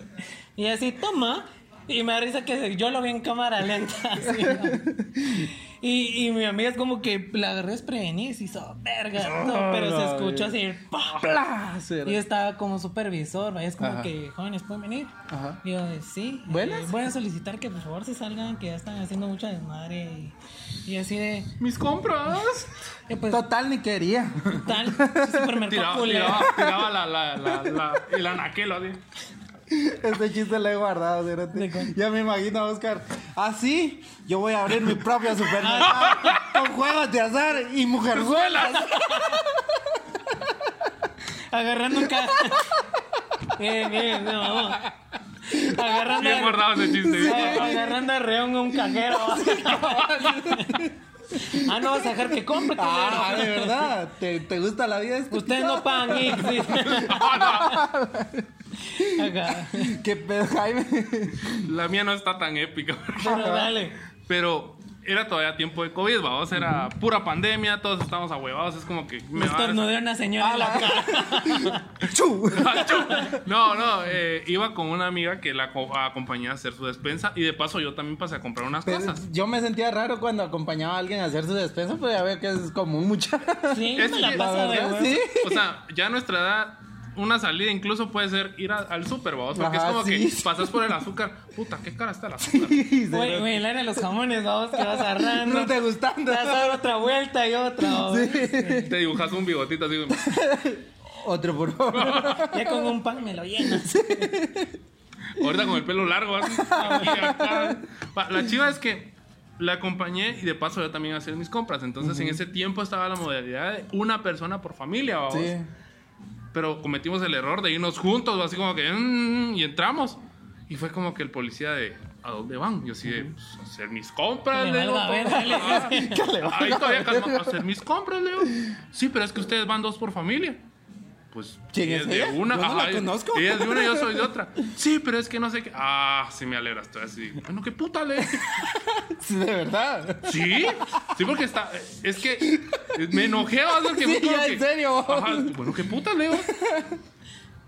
[SPEAKER 3] y así, toma. Y me da risa que se- yo lo vi en cámara lenta. así, ¿no? y, y mi amiga es como que la agarré desprevenida y se hizo
[SPEAKER 2] Ah,
[SPEAKER 3] verga. No, pero se escuchó así. ¡pa! Y estaba como supervisor, ¿va? es como
[SPEAKER 2] Ajá.
[SPEAKER 3] que jóvenes pueden venir.
[SPEAKER 2] Ajá.
[SPEAKER 3] Y yo, eh, sí. eh,
[SPEAKER 2] ¿Buenas?
[SPEAKER 3] voy a solicitar que por favor se salgan, que ya están haciendo mucha desmadre. Y, y así de.
[SPEAKER 4] Mis compras.
[SPEAKER 3] eh, pues,
[SPEAKER 2] Total, ni quería.
[SPEAKER 3] tal, supermercado
[SPEAKER 4] Tiraba,
[SPEAKER 3] culero.
[SPEAKER 4] tiraba, tiraba la, la, la, la- el anaquelo así.
[SPEAKER 2] Este chiste lo he guardado, cerote.
[SPEAKER 3] ¿De cuál?
[SPEAKER 2] Ya me imagino a Oscar. Así, yo voy a abrir mi propio supermercado con juegos de azar y mujerzuelas.
[SPEAKER 3] Agarrando un ca... bien, bien, no, vamos. Agarrando,
[SPEAKER 4] Bien guardado ese chiste.
[SPEAKER 3] a- agarrando a reón a un cajero. ah, no vas a dejar que compre, culero.
[SPEAKER 2] Ah, de verdad. ¿Te, te gusta la vida? este?
[SPEAKER 3] Ustedes no pagan X. Acá.
[SPEAKER 2] ¿Qué pedo, Jaime?
[SPEAKER 4] La mía no está tan épica.
[SPEAKER 3] Pero dale.
[SPEAKER 4] Pero era todavía tiempo de COVID, vamos. Era pura pandemia, todos estábamos ahuevados. Es como que
[SPEAKER 3] Me
[SPEAKER 4] me va a dar-
[SPEAKER 3] estornudé a una señora en la cara.
[SPEAKER 2] ¡Chu!
[SPEAKER 4] No, no, eh, iba con una amiga que la co- acompañaba a hacer su despensa y de paso yo también pasé a comprar unas
[SPEAKER 2] Pero
[SPEAKER 4] cosas.
[SPEAKER 2] yo me sentía raro cuando acompañaba a alguien a hacer su despensa, pero ya veo que es común mucha.
[SPEAKER 3] Sí,
[SPEAKER 4] Es
[SPEAKER 3] me la
[SPEAKER 4] que-
[SPEAKER 2] La
[SPEAKER 3] paso de
[SPEAKER 2] verdad,
[SPEAKER 3] huevo.
[SPEAKER 2] sí.
[SPEAKER 4] O sea, ya a nuestra edad, una salida incluso puede ser ir a- al súper, vamos, porque
[SPEAKER 2] Ajá,
[SPEAKER 4] es como
[SPEAKER 2] sí.
[SPEAKER 4] que pasas por el azúcar. Puta, qué cara está el azúcar.
[SPEAKER 3] Güey, güey, el área de los jamones, vamos, que vas agarrando.
[SPEAKER 2] No te gustando.
[SPEAKER 3] Te vas a dar otra vuelta y otra. vamos.
[SPEAKER 4] Te dibujas un bigotito así.
[SPEAKER 2] Otro, por favor.
[SPEAKER 3] Ya con un pan me lo llenas.
[SPEAKER 4] Ahorita con el pelo largo. así, aquí, acá. Va, La chiva es que la acompañé y de paso yo también iba a hacer mis compras. Entonces en ese tiempo estaba la modalidad de una persona por familia, vamos.
[SPEAKER 2] Sí.
[SPEAKER 4] Pero cometimos el error de irnos juntos, así como que. "Mm", y entramos. Y fue como que el policía de. ¿A dónde van? Yo así de. "Pues, a hacer mis compras,
[SPEAKER 3] Que le
[SPEAKER 4] Leo.
[SPEAKER 3] valga verga, le dice.
[SPEAKER 4] Ahí todavía calma. "A hacer mis compras, Leo. Sí, pero es que ustedes van dos por familia. Pues.
[SPEAKER 2] ¿Quién
[SPEAKER 4] ella
[SPEAKER 2] es
[SPEAKER 4] de
[SPEAKER 2] ella?
[SPEAKER 4] una.
[SPEAKER 2] Yo no la
[SPEAKER 4] ajá,
[SPEAKER 2] conozco.
[SPEAKER 4] Ella es de una y yo soy de otra. Sí, pero es que no sé qué. Ah, sí me alegra. Estoy así. Bueno, qué puta, Leo.
[SPEAKER 2] Sí, de verdad.
[SPEAKER 4] Sí, sí, porque está. Es que me enojé, o sea, que
[SPEAKER 2] Sí,
[SPEAKER 4] fue como
[SPEAKER 2] ya, en
[SPEAKER 4] que-
[SPEAKER 2] serio.
[SPEAKER 4] Ajá, bueno, qué puta, Leo.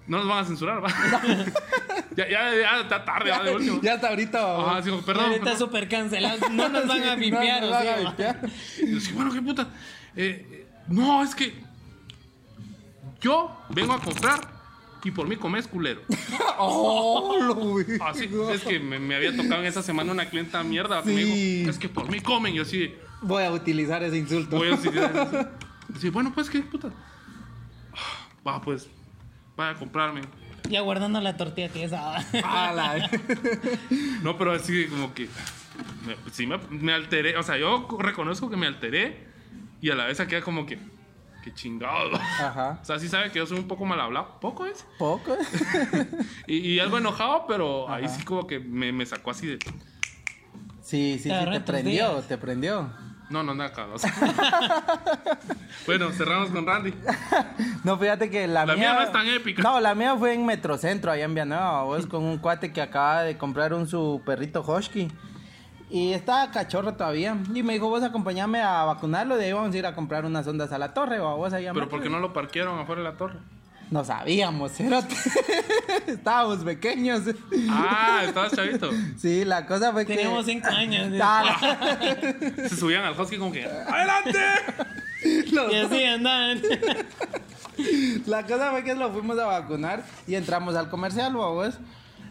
[SPEAKER 4] No nos van a censurar, va. ya, ya, ya está tarde, va, de último.
[SPEAKER 2] Ya hasta ahorita.
[SPEAKER 4] Ajá, sí, perdón.
[SPEAKER 3] Ahorita
[SPEAKER 4] perdón.
[SPEAKER 3] súper cancelados. No nos van a vipiar,
[SPEAKER 2] No,
[SPEAKER 3] o
[SPEAKER 2] no
[SPEAKER 3] sea,
[SPEAKER 2] van a
[SPEAKER 3] va.
[SPEAKER 2] vipear.
[SPEAKER 4] Y yo, sí, bueno, qué puta. Eh, eh, no, es que. Yo vengo a comprar y por mí comes culero.
[SPEAKER 2] Oh, lo vi.
[SPEAKER 4] Así, es que me, me había tocado en esa semana una clienta mierda. que Me
[SPEAKER 2] Sí.
[SPEAKER 4] dijo, es que por mí comen. Yo así, de,
[SPEAKER 2] Voy a utilizar ese insulto.
[SPEAKER 4] voy a decir- decir, bueno, pues qué puta. Va, pues, vaya a comprarme.
[SPEAKER 3] Ya guardando la tortilla tiesa. va.
[SPEAKER 2] A la-
[SPEAKER 4] No, pero así como que. me- sí, me, me alteré. O sea, yo reconozco que me alteré. Y a la vez queda como que. Que chingado.
[SPEAKER 2] Ajá.
[SPEAKER 4] O sea, sí sabe que yo soy un poco mal hablado. Poco es.
[SPEAKER 2] Poco.
[SPEAKER 4] Y, y algo enojado, pero ahí sí como que me, me sacó así de.
[SPEAKER 2] Sí, sí, sí,
[SPEAKER 3] Te agarró
[SPEAKER 2] te
[SPEAKER 3] en tus
[SPEAKER 2] prendió,
[SPEAKER 3] días.
[SPEAKER 2] te prendió.
[SPEAKER 4] No, no, nada, cabrón. bueno, cerramos con Randy.
[SPEAKER 2] No, fíjate que la,
[SPEAKER 4] La mía no es tan épica.
[SPEAKER 2] No, la mía fue en Metrocentro, allá en Villanueva, vos, con un cuate que acaba de comprar un su perrito Husky. Y estaba cachorro todavía. Y me dijo, vos acompañame a vacunarlo, de ahí vamos a ir a comprar unas ondas a la torre, o a vos allá.
[SPEAKER 4] Pero ¿por qué
[SPEAKER 2] porque
[SPEAKER 4] no lo parquearon afuera de la torre?
[SPEAKER 2] No sabíamos, cerote. Estábamos pequeños.
[SPEAKER 4] Ah, estabas chavito.
[SPEAKER 2] Sí, la cosa fue
[SPEAKER 3] Teníamos
[SPEAKER 2] que...
[SPEAKER 3] cinco años.
[SPEAKER 2] Ah,
[SPEAKER 4] Se subían al husky como que.
[SPEAKER 2] los-
[SPEAKER 3] Y así andaban.
[SPEAKER 4] Pues
[SPEAKER 2] La cosa fue que lo fuimos a vacunar y entramos al comercial, babos.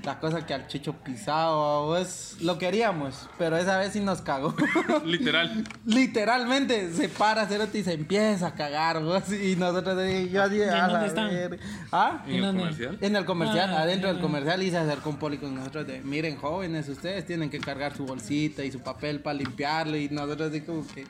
[SPEAKER 2] La cosa que al chicho pisado, babos. Lo queríamos, pero esa vez sí nos cagó.
[SPEAKER 4] Literal.
[SPEAKER 2] Literalmente se para Cerote y se empieza a cagar, babos. Y nosotros ahí, yo así,
[SPEAKER 3] ¿Y en
[SPEAKER 2] a la
[SPEAKER 3] dónde están?
[SPEAKER 2] verga. ¿Ah?
[SPEAKER 4] En el
[SPEAKER 3] dónde?
[SPEAKER 4] comercial.
[SPEAKER 2] En el comercial,
[SPEAKER 3] Ah,
[SPEAKER 2] adentro del
[SPEAKER 3] ok.
[SPEAKER 2] comercial, y se acercó un poli con nosotros de, miren jóvenes, ustedes tienen que cargar su bolsita y su papel para limpiarlo, y nosotros así como que,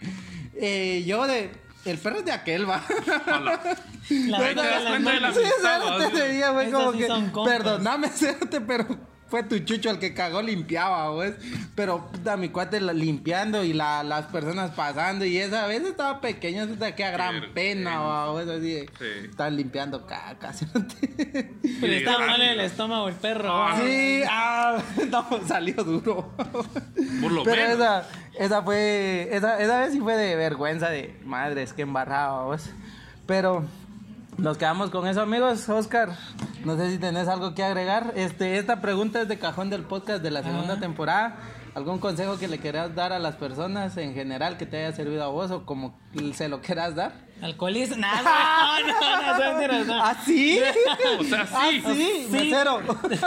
[SPEAKER 2] "Eh, yo de, el perro es de aquel, va.
[SPEAKER 3] La
[SPEAKER 4] Ahí Pues, te
[SPEAKER 3] verdad,
[SPEAKER 4] das
[SPEAKER 3] la
[SPEAKER 4] cuenta de la
[SPEAKER 3] mano.
[SPEAKER 2] Sí,
[SPEAKER 4] amistad,
[SPEAKER 2] Cerote,
[SPEAKER 4] ¿no?
[SPEAKER 2] ese día fue
[SPEAKER 3] Esas
[SPEAKER 2] como
[SPEAKER 3] sí
[SPEAKER 2] que,
[SPEAKER 3] son compas.
[SPEAKER 2] perdóname, Cerote, pero fue tu chucho el que cagó limpiaba, pues. Pero puta, mi cuate la- limpiando y la- las personas pasando y esa vez estaba pequeño, hasta que a gran
[SPEAKER 4] Vergüenza.
[SPEAKER 2] pena, va, pues, así de,
[SPEAKER 4] Sí.
[SPEAKER 2] están limpiando caca, Cerote.
[SPEAKER 3] Pero estaba mal en el estómago el perro.
[SPEAKER 4] Ah.
[SPEAKER 3] va.
[SPEAKER 2] Sí, ah, no, salió duro.
[SPEAKER 4] Por lo
[SPEAKER 2] Pero
[SPEAKER 4] menos.
[SPEAKER 2] esa, esa fue, esa, esa vez sí fue de vergüenza de madres que embarraba, vos. Pero Nos quedamos con eso, amigos. Oscar, no sé si tenés algo que agregar. Este, esta pregunta es de cajón del podcast de la segunda
[SPEAKER 3] Ajá.
[SPEAKER 2] temporada. ¿Algún consejo que le quieras dar a las personas en general que te haya servido a vos o como se lo quieras dar? ¿Ah,
[SPEAKER 3] Alcoholismo. Nada, no, no, no, no, mentiras, no.
[SPEAKER 2] sí?
[SPEAKER 4] O sea, sí.
[SPEAKER 2] ¿Ah, sí?
[SPEAKER 3] Sí.
[SPEAKER 2] Mesero.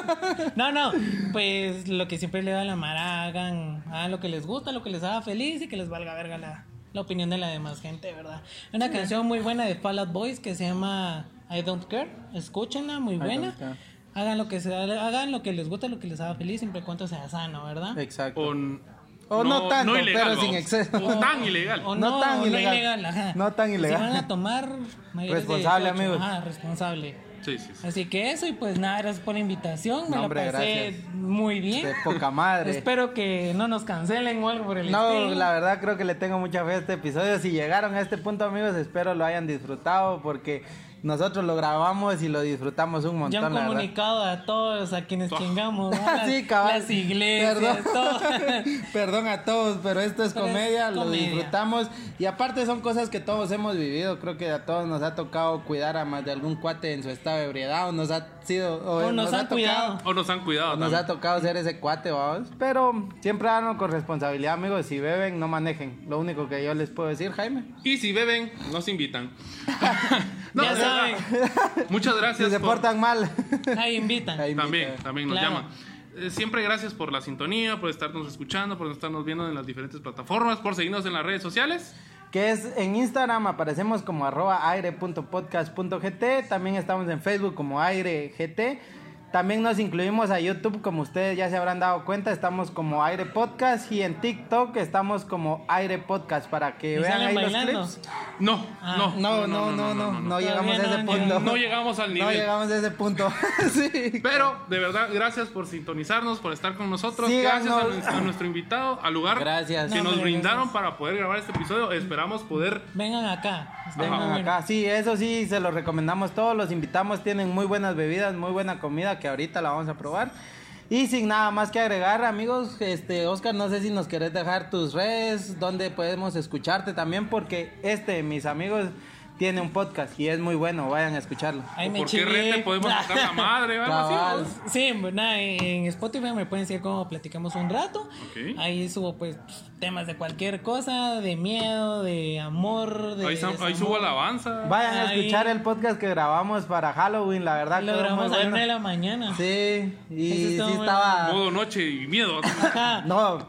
[SPEAKER 3] No, no, pues lo que siempre le da a la Mara, hagan ah, lo que les gusta, lo que les haga feliz y que les valga verga la, la opinión de la demás gente, ¿verdad? Hay Una canción muy buena de Fall Out Boys que se llama I Don't Care, escúchenla, muy
[SPEAKER 2] don't care.
[SPEAKER 3] buena. Hagan lo, que se, hagan lo que les gusta, lo que les haga feliz, siempre y cuando sea sano, ¿verdad?
[SPEAKER 2] Exacto.
[SPEAKER 4] O, n-
[SPEAKER 2] O no tanto, pero
[SPEAKER 4] vamos.
[SPEAKER 2] sin exceso.
[SPEAKER 4] O tan ilegal.
[SPEAKER 3] O
[SPEAKER 2] No
[SPEAKER 3] no,
[SPEAKER 2] tan
[SPEAKER 3] o no
[SPEAKER 2] ilegal.
[SPEAKER 3] ajá.
[SPEAKER 2] No tan ilegal.
[SPEAKER 3] Si van a tomar... mayores de
[SPEAKER 2] Responsable,
[SPEAKER 3] 18,
[SPEAKER 2] amigos.
[SPEAKER 3] Ajá, responsable.
[SPEAKER 4] Sí, sí, sí.
[SPEAKER 3] Así que eso, y pues nada, gracias por la invitación. Me
[SPEAKER 2] No, hombre,
[SPEAKER 3] la pasé
[SPEAKER 2] gracias.
[SPEAKER 3] muy bien.
[SPEAKER 2] De poca madre.
[SPEAKER 3] Espero que no nos cancelen o algo por el
[SPEAKER 2] No,
[SPEAKER 3] estilo.
[SPEAKER 2] la verdad creo que le tengo mucha fe a este episodio. Si llegaron a este punto, amigos, espero lo hayan disfrutado porque nosotros lo grabamos y lo disfrutamos un
[SPEAKER 3] Ya
[SPEAKER 2] montón,
[SPEAKER 3] han
[SPEAKER 2] la verdad.
[SPEAKER 3] comunicado a todos, a
[SPEAKER 4] Ah.
[SPEAKER 3] quienes chingamos, ¿no? Las-
[SPEAKER 2] Sí, cabal.
[SPEAKER 3] las iglesias,
[SPEAKER 2] Perdón.
[SPEAKER 3] todo.
[SPEAKER 2] Perdón a todos, pero esto es
[SPEAKER 3] Pero es
[SPEAKER 2] comedia, lo
[SPEAKER 3] comedia.
[SPEAKER 2] disfrutamos. Y aparte son cosas que todos hemos vivido. Creo que a todos nos ha tocado cuidar a más de algún cuate en su estado de ebriedad o nos ha sido... O,
[SPEAKER 3] O nos han
[SPEAKER 2] tocado-
[SPEAKER 3] cuidado.
[SPEAKER 4] O nos han cuidado
[SPEAKER 2] Nos
[SPEAKER 4] también.
[SPEAKER 2] ha tocado ser ese cuate, vamos. Pero siempre háganlo con responsabilidad, amigos. Si beben, no manejen. Lo único que yo les puedo decir, Jaime.
[SPEAKER 4] Y si beben, nos invitan. No,
[SPEAKER 3] ya
[SPEAKER 4] de verdad.
[SPEAKER 3] saben,
[SPEAKER 4] Muchas
[SPEAKER 2] Si
[SPEAKER 4] gracias.
[SPEAKER 2] se
[SPEAKER 4] por-
[SPEAKER 2] portan mal.
[SPEAKER 3] ahí invitan.
[SPEAKER 2] Ahí
[SPEAKER 4] También,
[SPEAKER 2] invita.
[SPEAKER 4] también nos
[SPEAKER 3] Claro.
[SPEAKER 4] llaman. Eh, Siempre gracias por la sintonía, por estarnos escuchando, por estarnos viendo en las diferentes plataformas, por seguirnos en las redes sociales.
[SPEAKER 2] Que es en Instagram, aparecemos como arroba aire.podcast.gt. También estamos en Facebook como airegt. También nos incluimos a YouTube, como ustedes ya se habrán dado cuenta, estamos como Aire Podcast y en TikTok estamos como Aire Podcast para que
[SPEAKER 3] Y
[SPEAKER 2] vean
[SPEAKER 3] salen
[SPEAKER 2] ahí
[SPEAKER 3] bailando.
[SPEAKER 2] los clips.
[SPEAKER 4] No,
[SPEAKER 3] Ah,
[SPEAKER 4] no,
[SPEAKER 2] No, no, no, no, no, llegamos a
[SPEAKER 3] Todavía
[SPEAKER 2] ese
[SPEAKER 3] no,
[SPEAKER 2] punto.
[SPEAKER 4] no llegamos al
[SPEAKER 2] No
[SPEAKER 4] nivel.
[SPEAKER 2] llegamos a ese punto. sí.
[SPEAKER 4] Pero de verdad, gracias por sintonizarnos, por estar con nosotros.
[SPEAKER 2] Síganos.
[SPEAKER 4] Gracias a nuestro, a nuestro invitado, al lugar
[SPEAKER 2] Gracias.
[SPEAKER 4] que
[SPEAKER 3] No,
[SPEAKER 4] nos
[SPEAKER 3] hombre,
[SPEAKER 4] brindaron para poder grabar este episodio. Esperamos poder.
[SPEAKER 3] Vengan acá. está
[SPEAKER 2] Vengan
[SPEAKER 3] muy bueno.
[SPEAKER 2] acá, sí, eso sí, se los recomendamos todos, los invitamos, tienen muy buenas bebidas, muy buena comida que ahorita la vamos a probar. Y sin nada más que agregar, amigos, este Oscar, no sé si nos querés dejar tus redes, donde podemos escucharte también, porque este, mis amigos, tiene un podcast y es muy bueno, vayan a escucharlo.
[SPEAKER 3] Ahí
[SPEAKER 4] ¿o
[SPEAKER 3] me
[SPEAKER 4] ¿Por qué
[SPEAKER 3] chingué.
[SPEAKER 4] red te podemos sacar la madre? o algo así,
[SPEAKER 2] Cabal.
[SPEAKER 4] vos?
[SPEAKER 3] Sí, nada, en Spotify me pueden seguir como platicamos un rato.
[SPEAKER 4] Ok.
[SPEAKER 3] Ahí subo pues temas de cualquier cosa, de miedo, de amor, de
[SPEAKER 4] Ahí, sam- ahí
[SPEAKER 3] desamor.
[SPEAKER 4] subo alabanza.
[SPEAKER 2] Vayan a
[SPEAKER 3] Ahí.
[SPEAKER 2] escuchar el podcast que grabamos para Halloween, la verdad. quedó
[SPEAKER 3] Lo
[SPEAKER 2] muy
[SPEAKER 3] grabamos a la
[SPEAKER 2] bueno.
[SPEAKER 3] una de la mañana.
[SPEAKER 2] Sí, y
[SPEAKER 3] Ese
[SPEAKER 2] sí
[SPEAKER 3] estuvo muy
[SPEAKER 2] estaba...
[SPEAKER 4] Modo noche y miedo.
[SPEAKER 3] Ajá.
[SPEAKER 2] No, sí.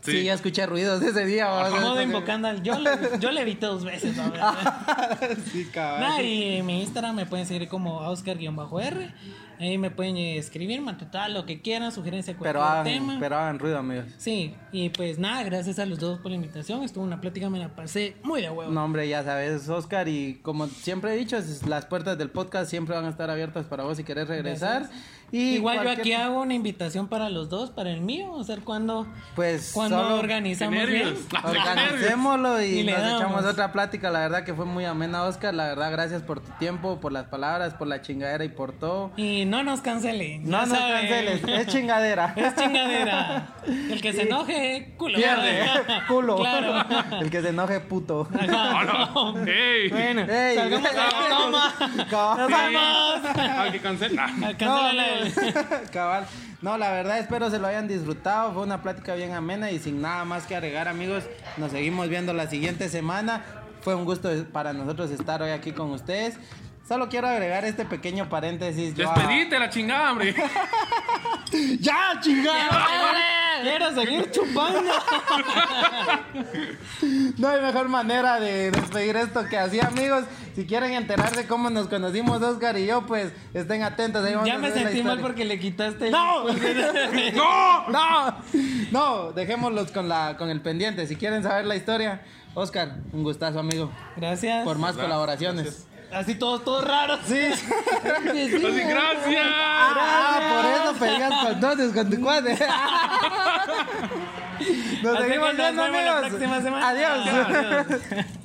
[SPEAKER 4] Sí.
[SPEAKER 2] ya escuché ruidos ese día. vamos.
[SPEAKER 3] Modo invocando al. Yo le, yo le evité dos veces, la verdad.
[SPEAKER 2] Ah, sí, cabal.
[SPEAKER 3] Nah, y en mi Instagram me pueden seguir como Oscar-R. Ahí me pueden escribir, matutar lo que quieran, sugerencia, cualquier
[SPEAKER 2] Pero hagan,
[SPEAKER 3] tema.
[SPEAKER 2] pero hagan ruido, amigos.
[SPEAKER 3] Sí, y pues nada, gracias a los dos por la invitación. Estuvo una plática, me la pasé muy de huevo.
[SPEAKER 2] No, hombre, ya sabes, Oscar, y como siempre he dicho, es- las puertas del podcast siempre van a estar abiertas para vos si querés regresar. Y
[SPEAKER 3] Igual yo
[SPEAKER 2] cualquier-
[SPEAKER 3] aquí hago una invitación para los dos, para el mío, o sea, cuando,
[SPEAKER 2] Pues
[SPEAKER 3] cuando
[SPEAKER 2] solo
[SPEAKER 3] organizamos
[SPEAKER 4] Qué
[SPEAKER 3] bien.
[SPEAKER 4] nervios.
[SPEAKER 2] organicémoslo y,
[SPEAKER 3] Y le
[SPEAKER 2] nos
[SPEAKER 3] damos.
[SPEAKER 2] echamos otra plática. La verdad que fue muy amena, Oscar. La verdad, gracias por tu tiempo, por las palabras, por la chingadera y por todo.
[SPEAKER 3] Y no nos cancelen.
[SPEAKER 2] No
[SPEAKER 3] ya
[SPEAKER 2] nos
[SPEAKER 3] saben.
[SPEAKER 2] canceles, es chingadera.
[SPEAKER 3] Es chingadera. El que se enoje, culo.
[SPEAKER 2] Pierde, culo.
[SPEAKER 3] Claro.
[SPEAKER 2] El que se enoje, puto.
[SPEAKER 4] Hola. Ah, Ey. Ah,
[SPEAKER 3] Bueno,
[SPEAKER 2] Ey,
[SPEAKER 3] salgamos a la toma.
[SPEAKER 2] Cabal.
[SPEAKER 3] Nos vamos.
[SPEAKER 4] Al que Ah, cancela.
[SPEAKER 3] Alcanzar
[SPEAKER 2] No, no,
[SPEAKER 3] el-
[SPEAKER 2] cabal. No, la verdad espero se lo hayan disfrutado. Fue una plática bien amena y sin nada más que agregar, amigos. Nos seguimos viendo la siguiente semana. Fue un gusto para nosotros estar hoy aquí con ustedes. Solo quiero agregar este pequeño paréntesis. yo ah, a-
[SPEAKER 4] Despedite la chingada, hombre.
[SPEAKER 2] ¡Ya, chingada!
[SPEAKER 3] Quiero seguir chupando.
[SPEAKER 2] No hay mejor manera de despedir esto que así, amigos. Si quieren enterarse cómo nos conocimos, Oscar y yo, pues estén atentos. ahí vamos
[SPEAKER 3] Ya
[SPEAKER 2] a
[SPEAKER 3] me
[SPEAKER 2] subir la
[SPEAKER 3] sentí mal
[SPEAKER 2] historia.
[SPEAKER 3] porque le quitaste el-
[SPEAKER 2] ¡No! ¡No! ¡No! No, dejémoslos con, la, con el pendiente. Si quieren saber la historia, Oscar, un gustazo, amigo.
[SPEAKER 3] Gracias.
[SPEAKER 2] Por más colaboraciones.
[SPEAKER 3] Así todos, todos raros.
[SPEAKER 2] Sí.
[SPEAKER 4] Así, Pues, gracias.
[SPEAKER 2] Ah, por eso pedías con entonces con tu cuate. Nos
[SPEAKER 3] Así que
[SPEAKER 2] seguimos
[SPEAKER 3] nos
[SPEAKER 2] viendo,
[SPEAKER 3] vemos la
[SPEAKER 2] amigos.
[SPEAKER 3] próxima semana.
[SPEAKER 2] Adiós.
[SPEAKER 3] Adiós.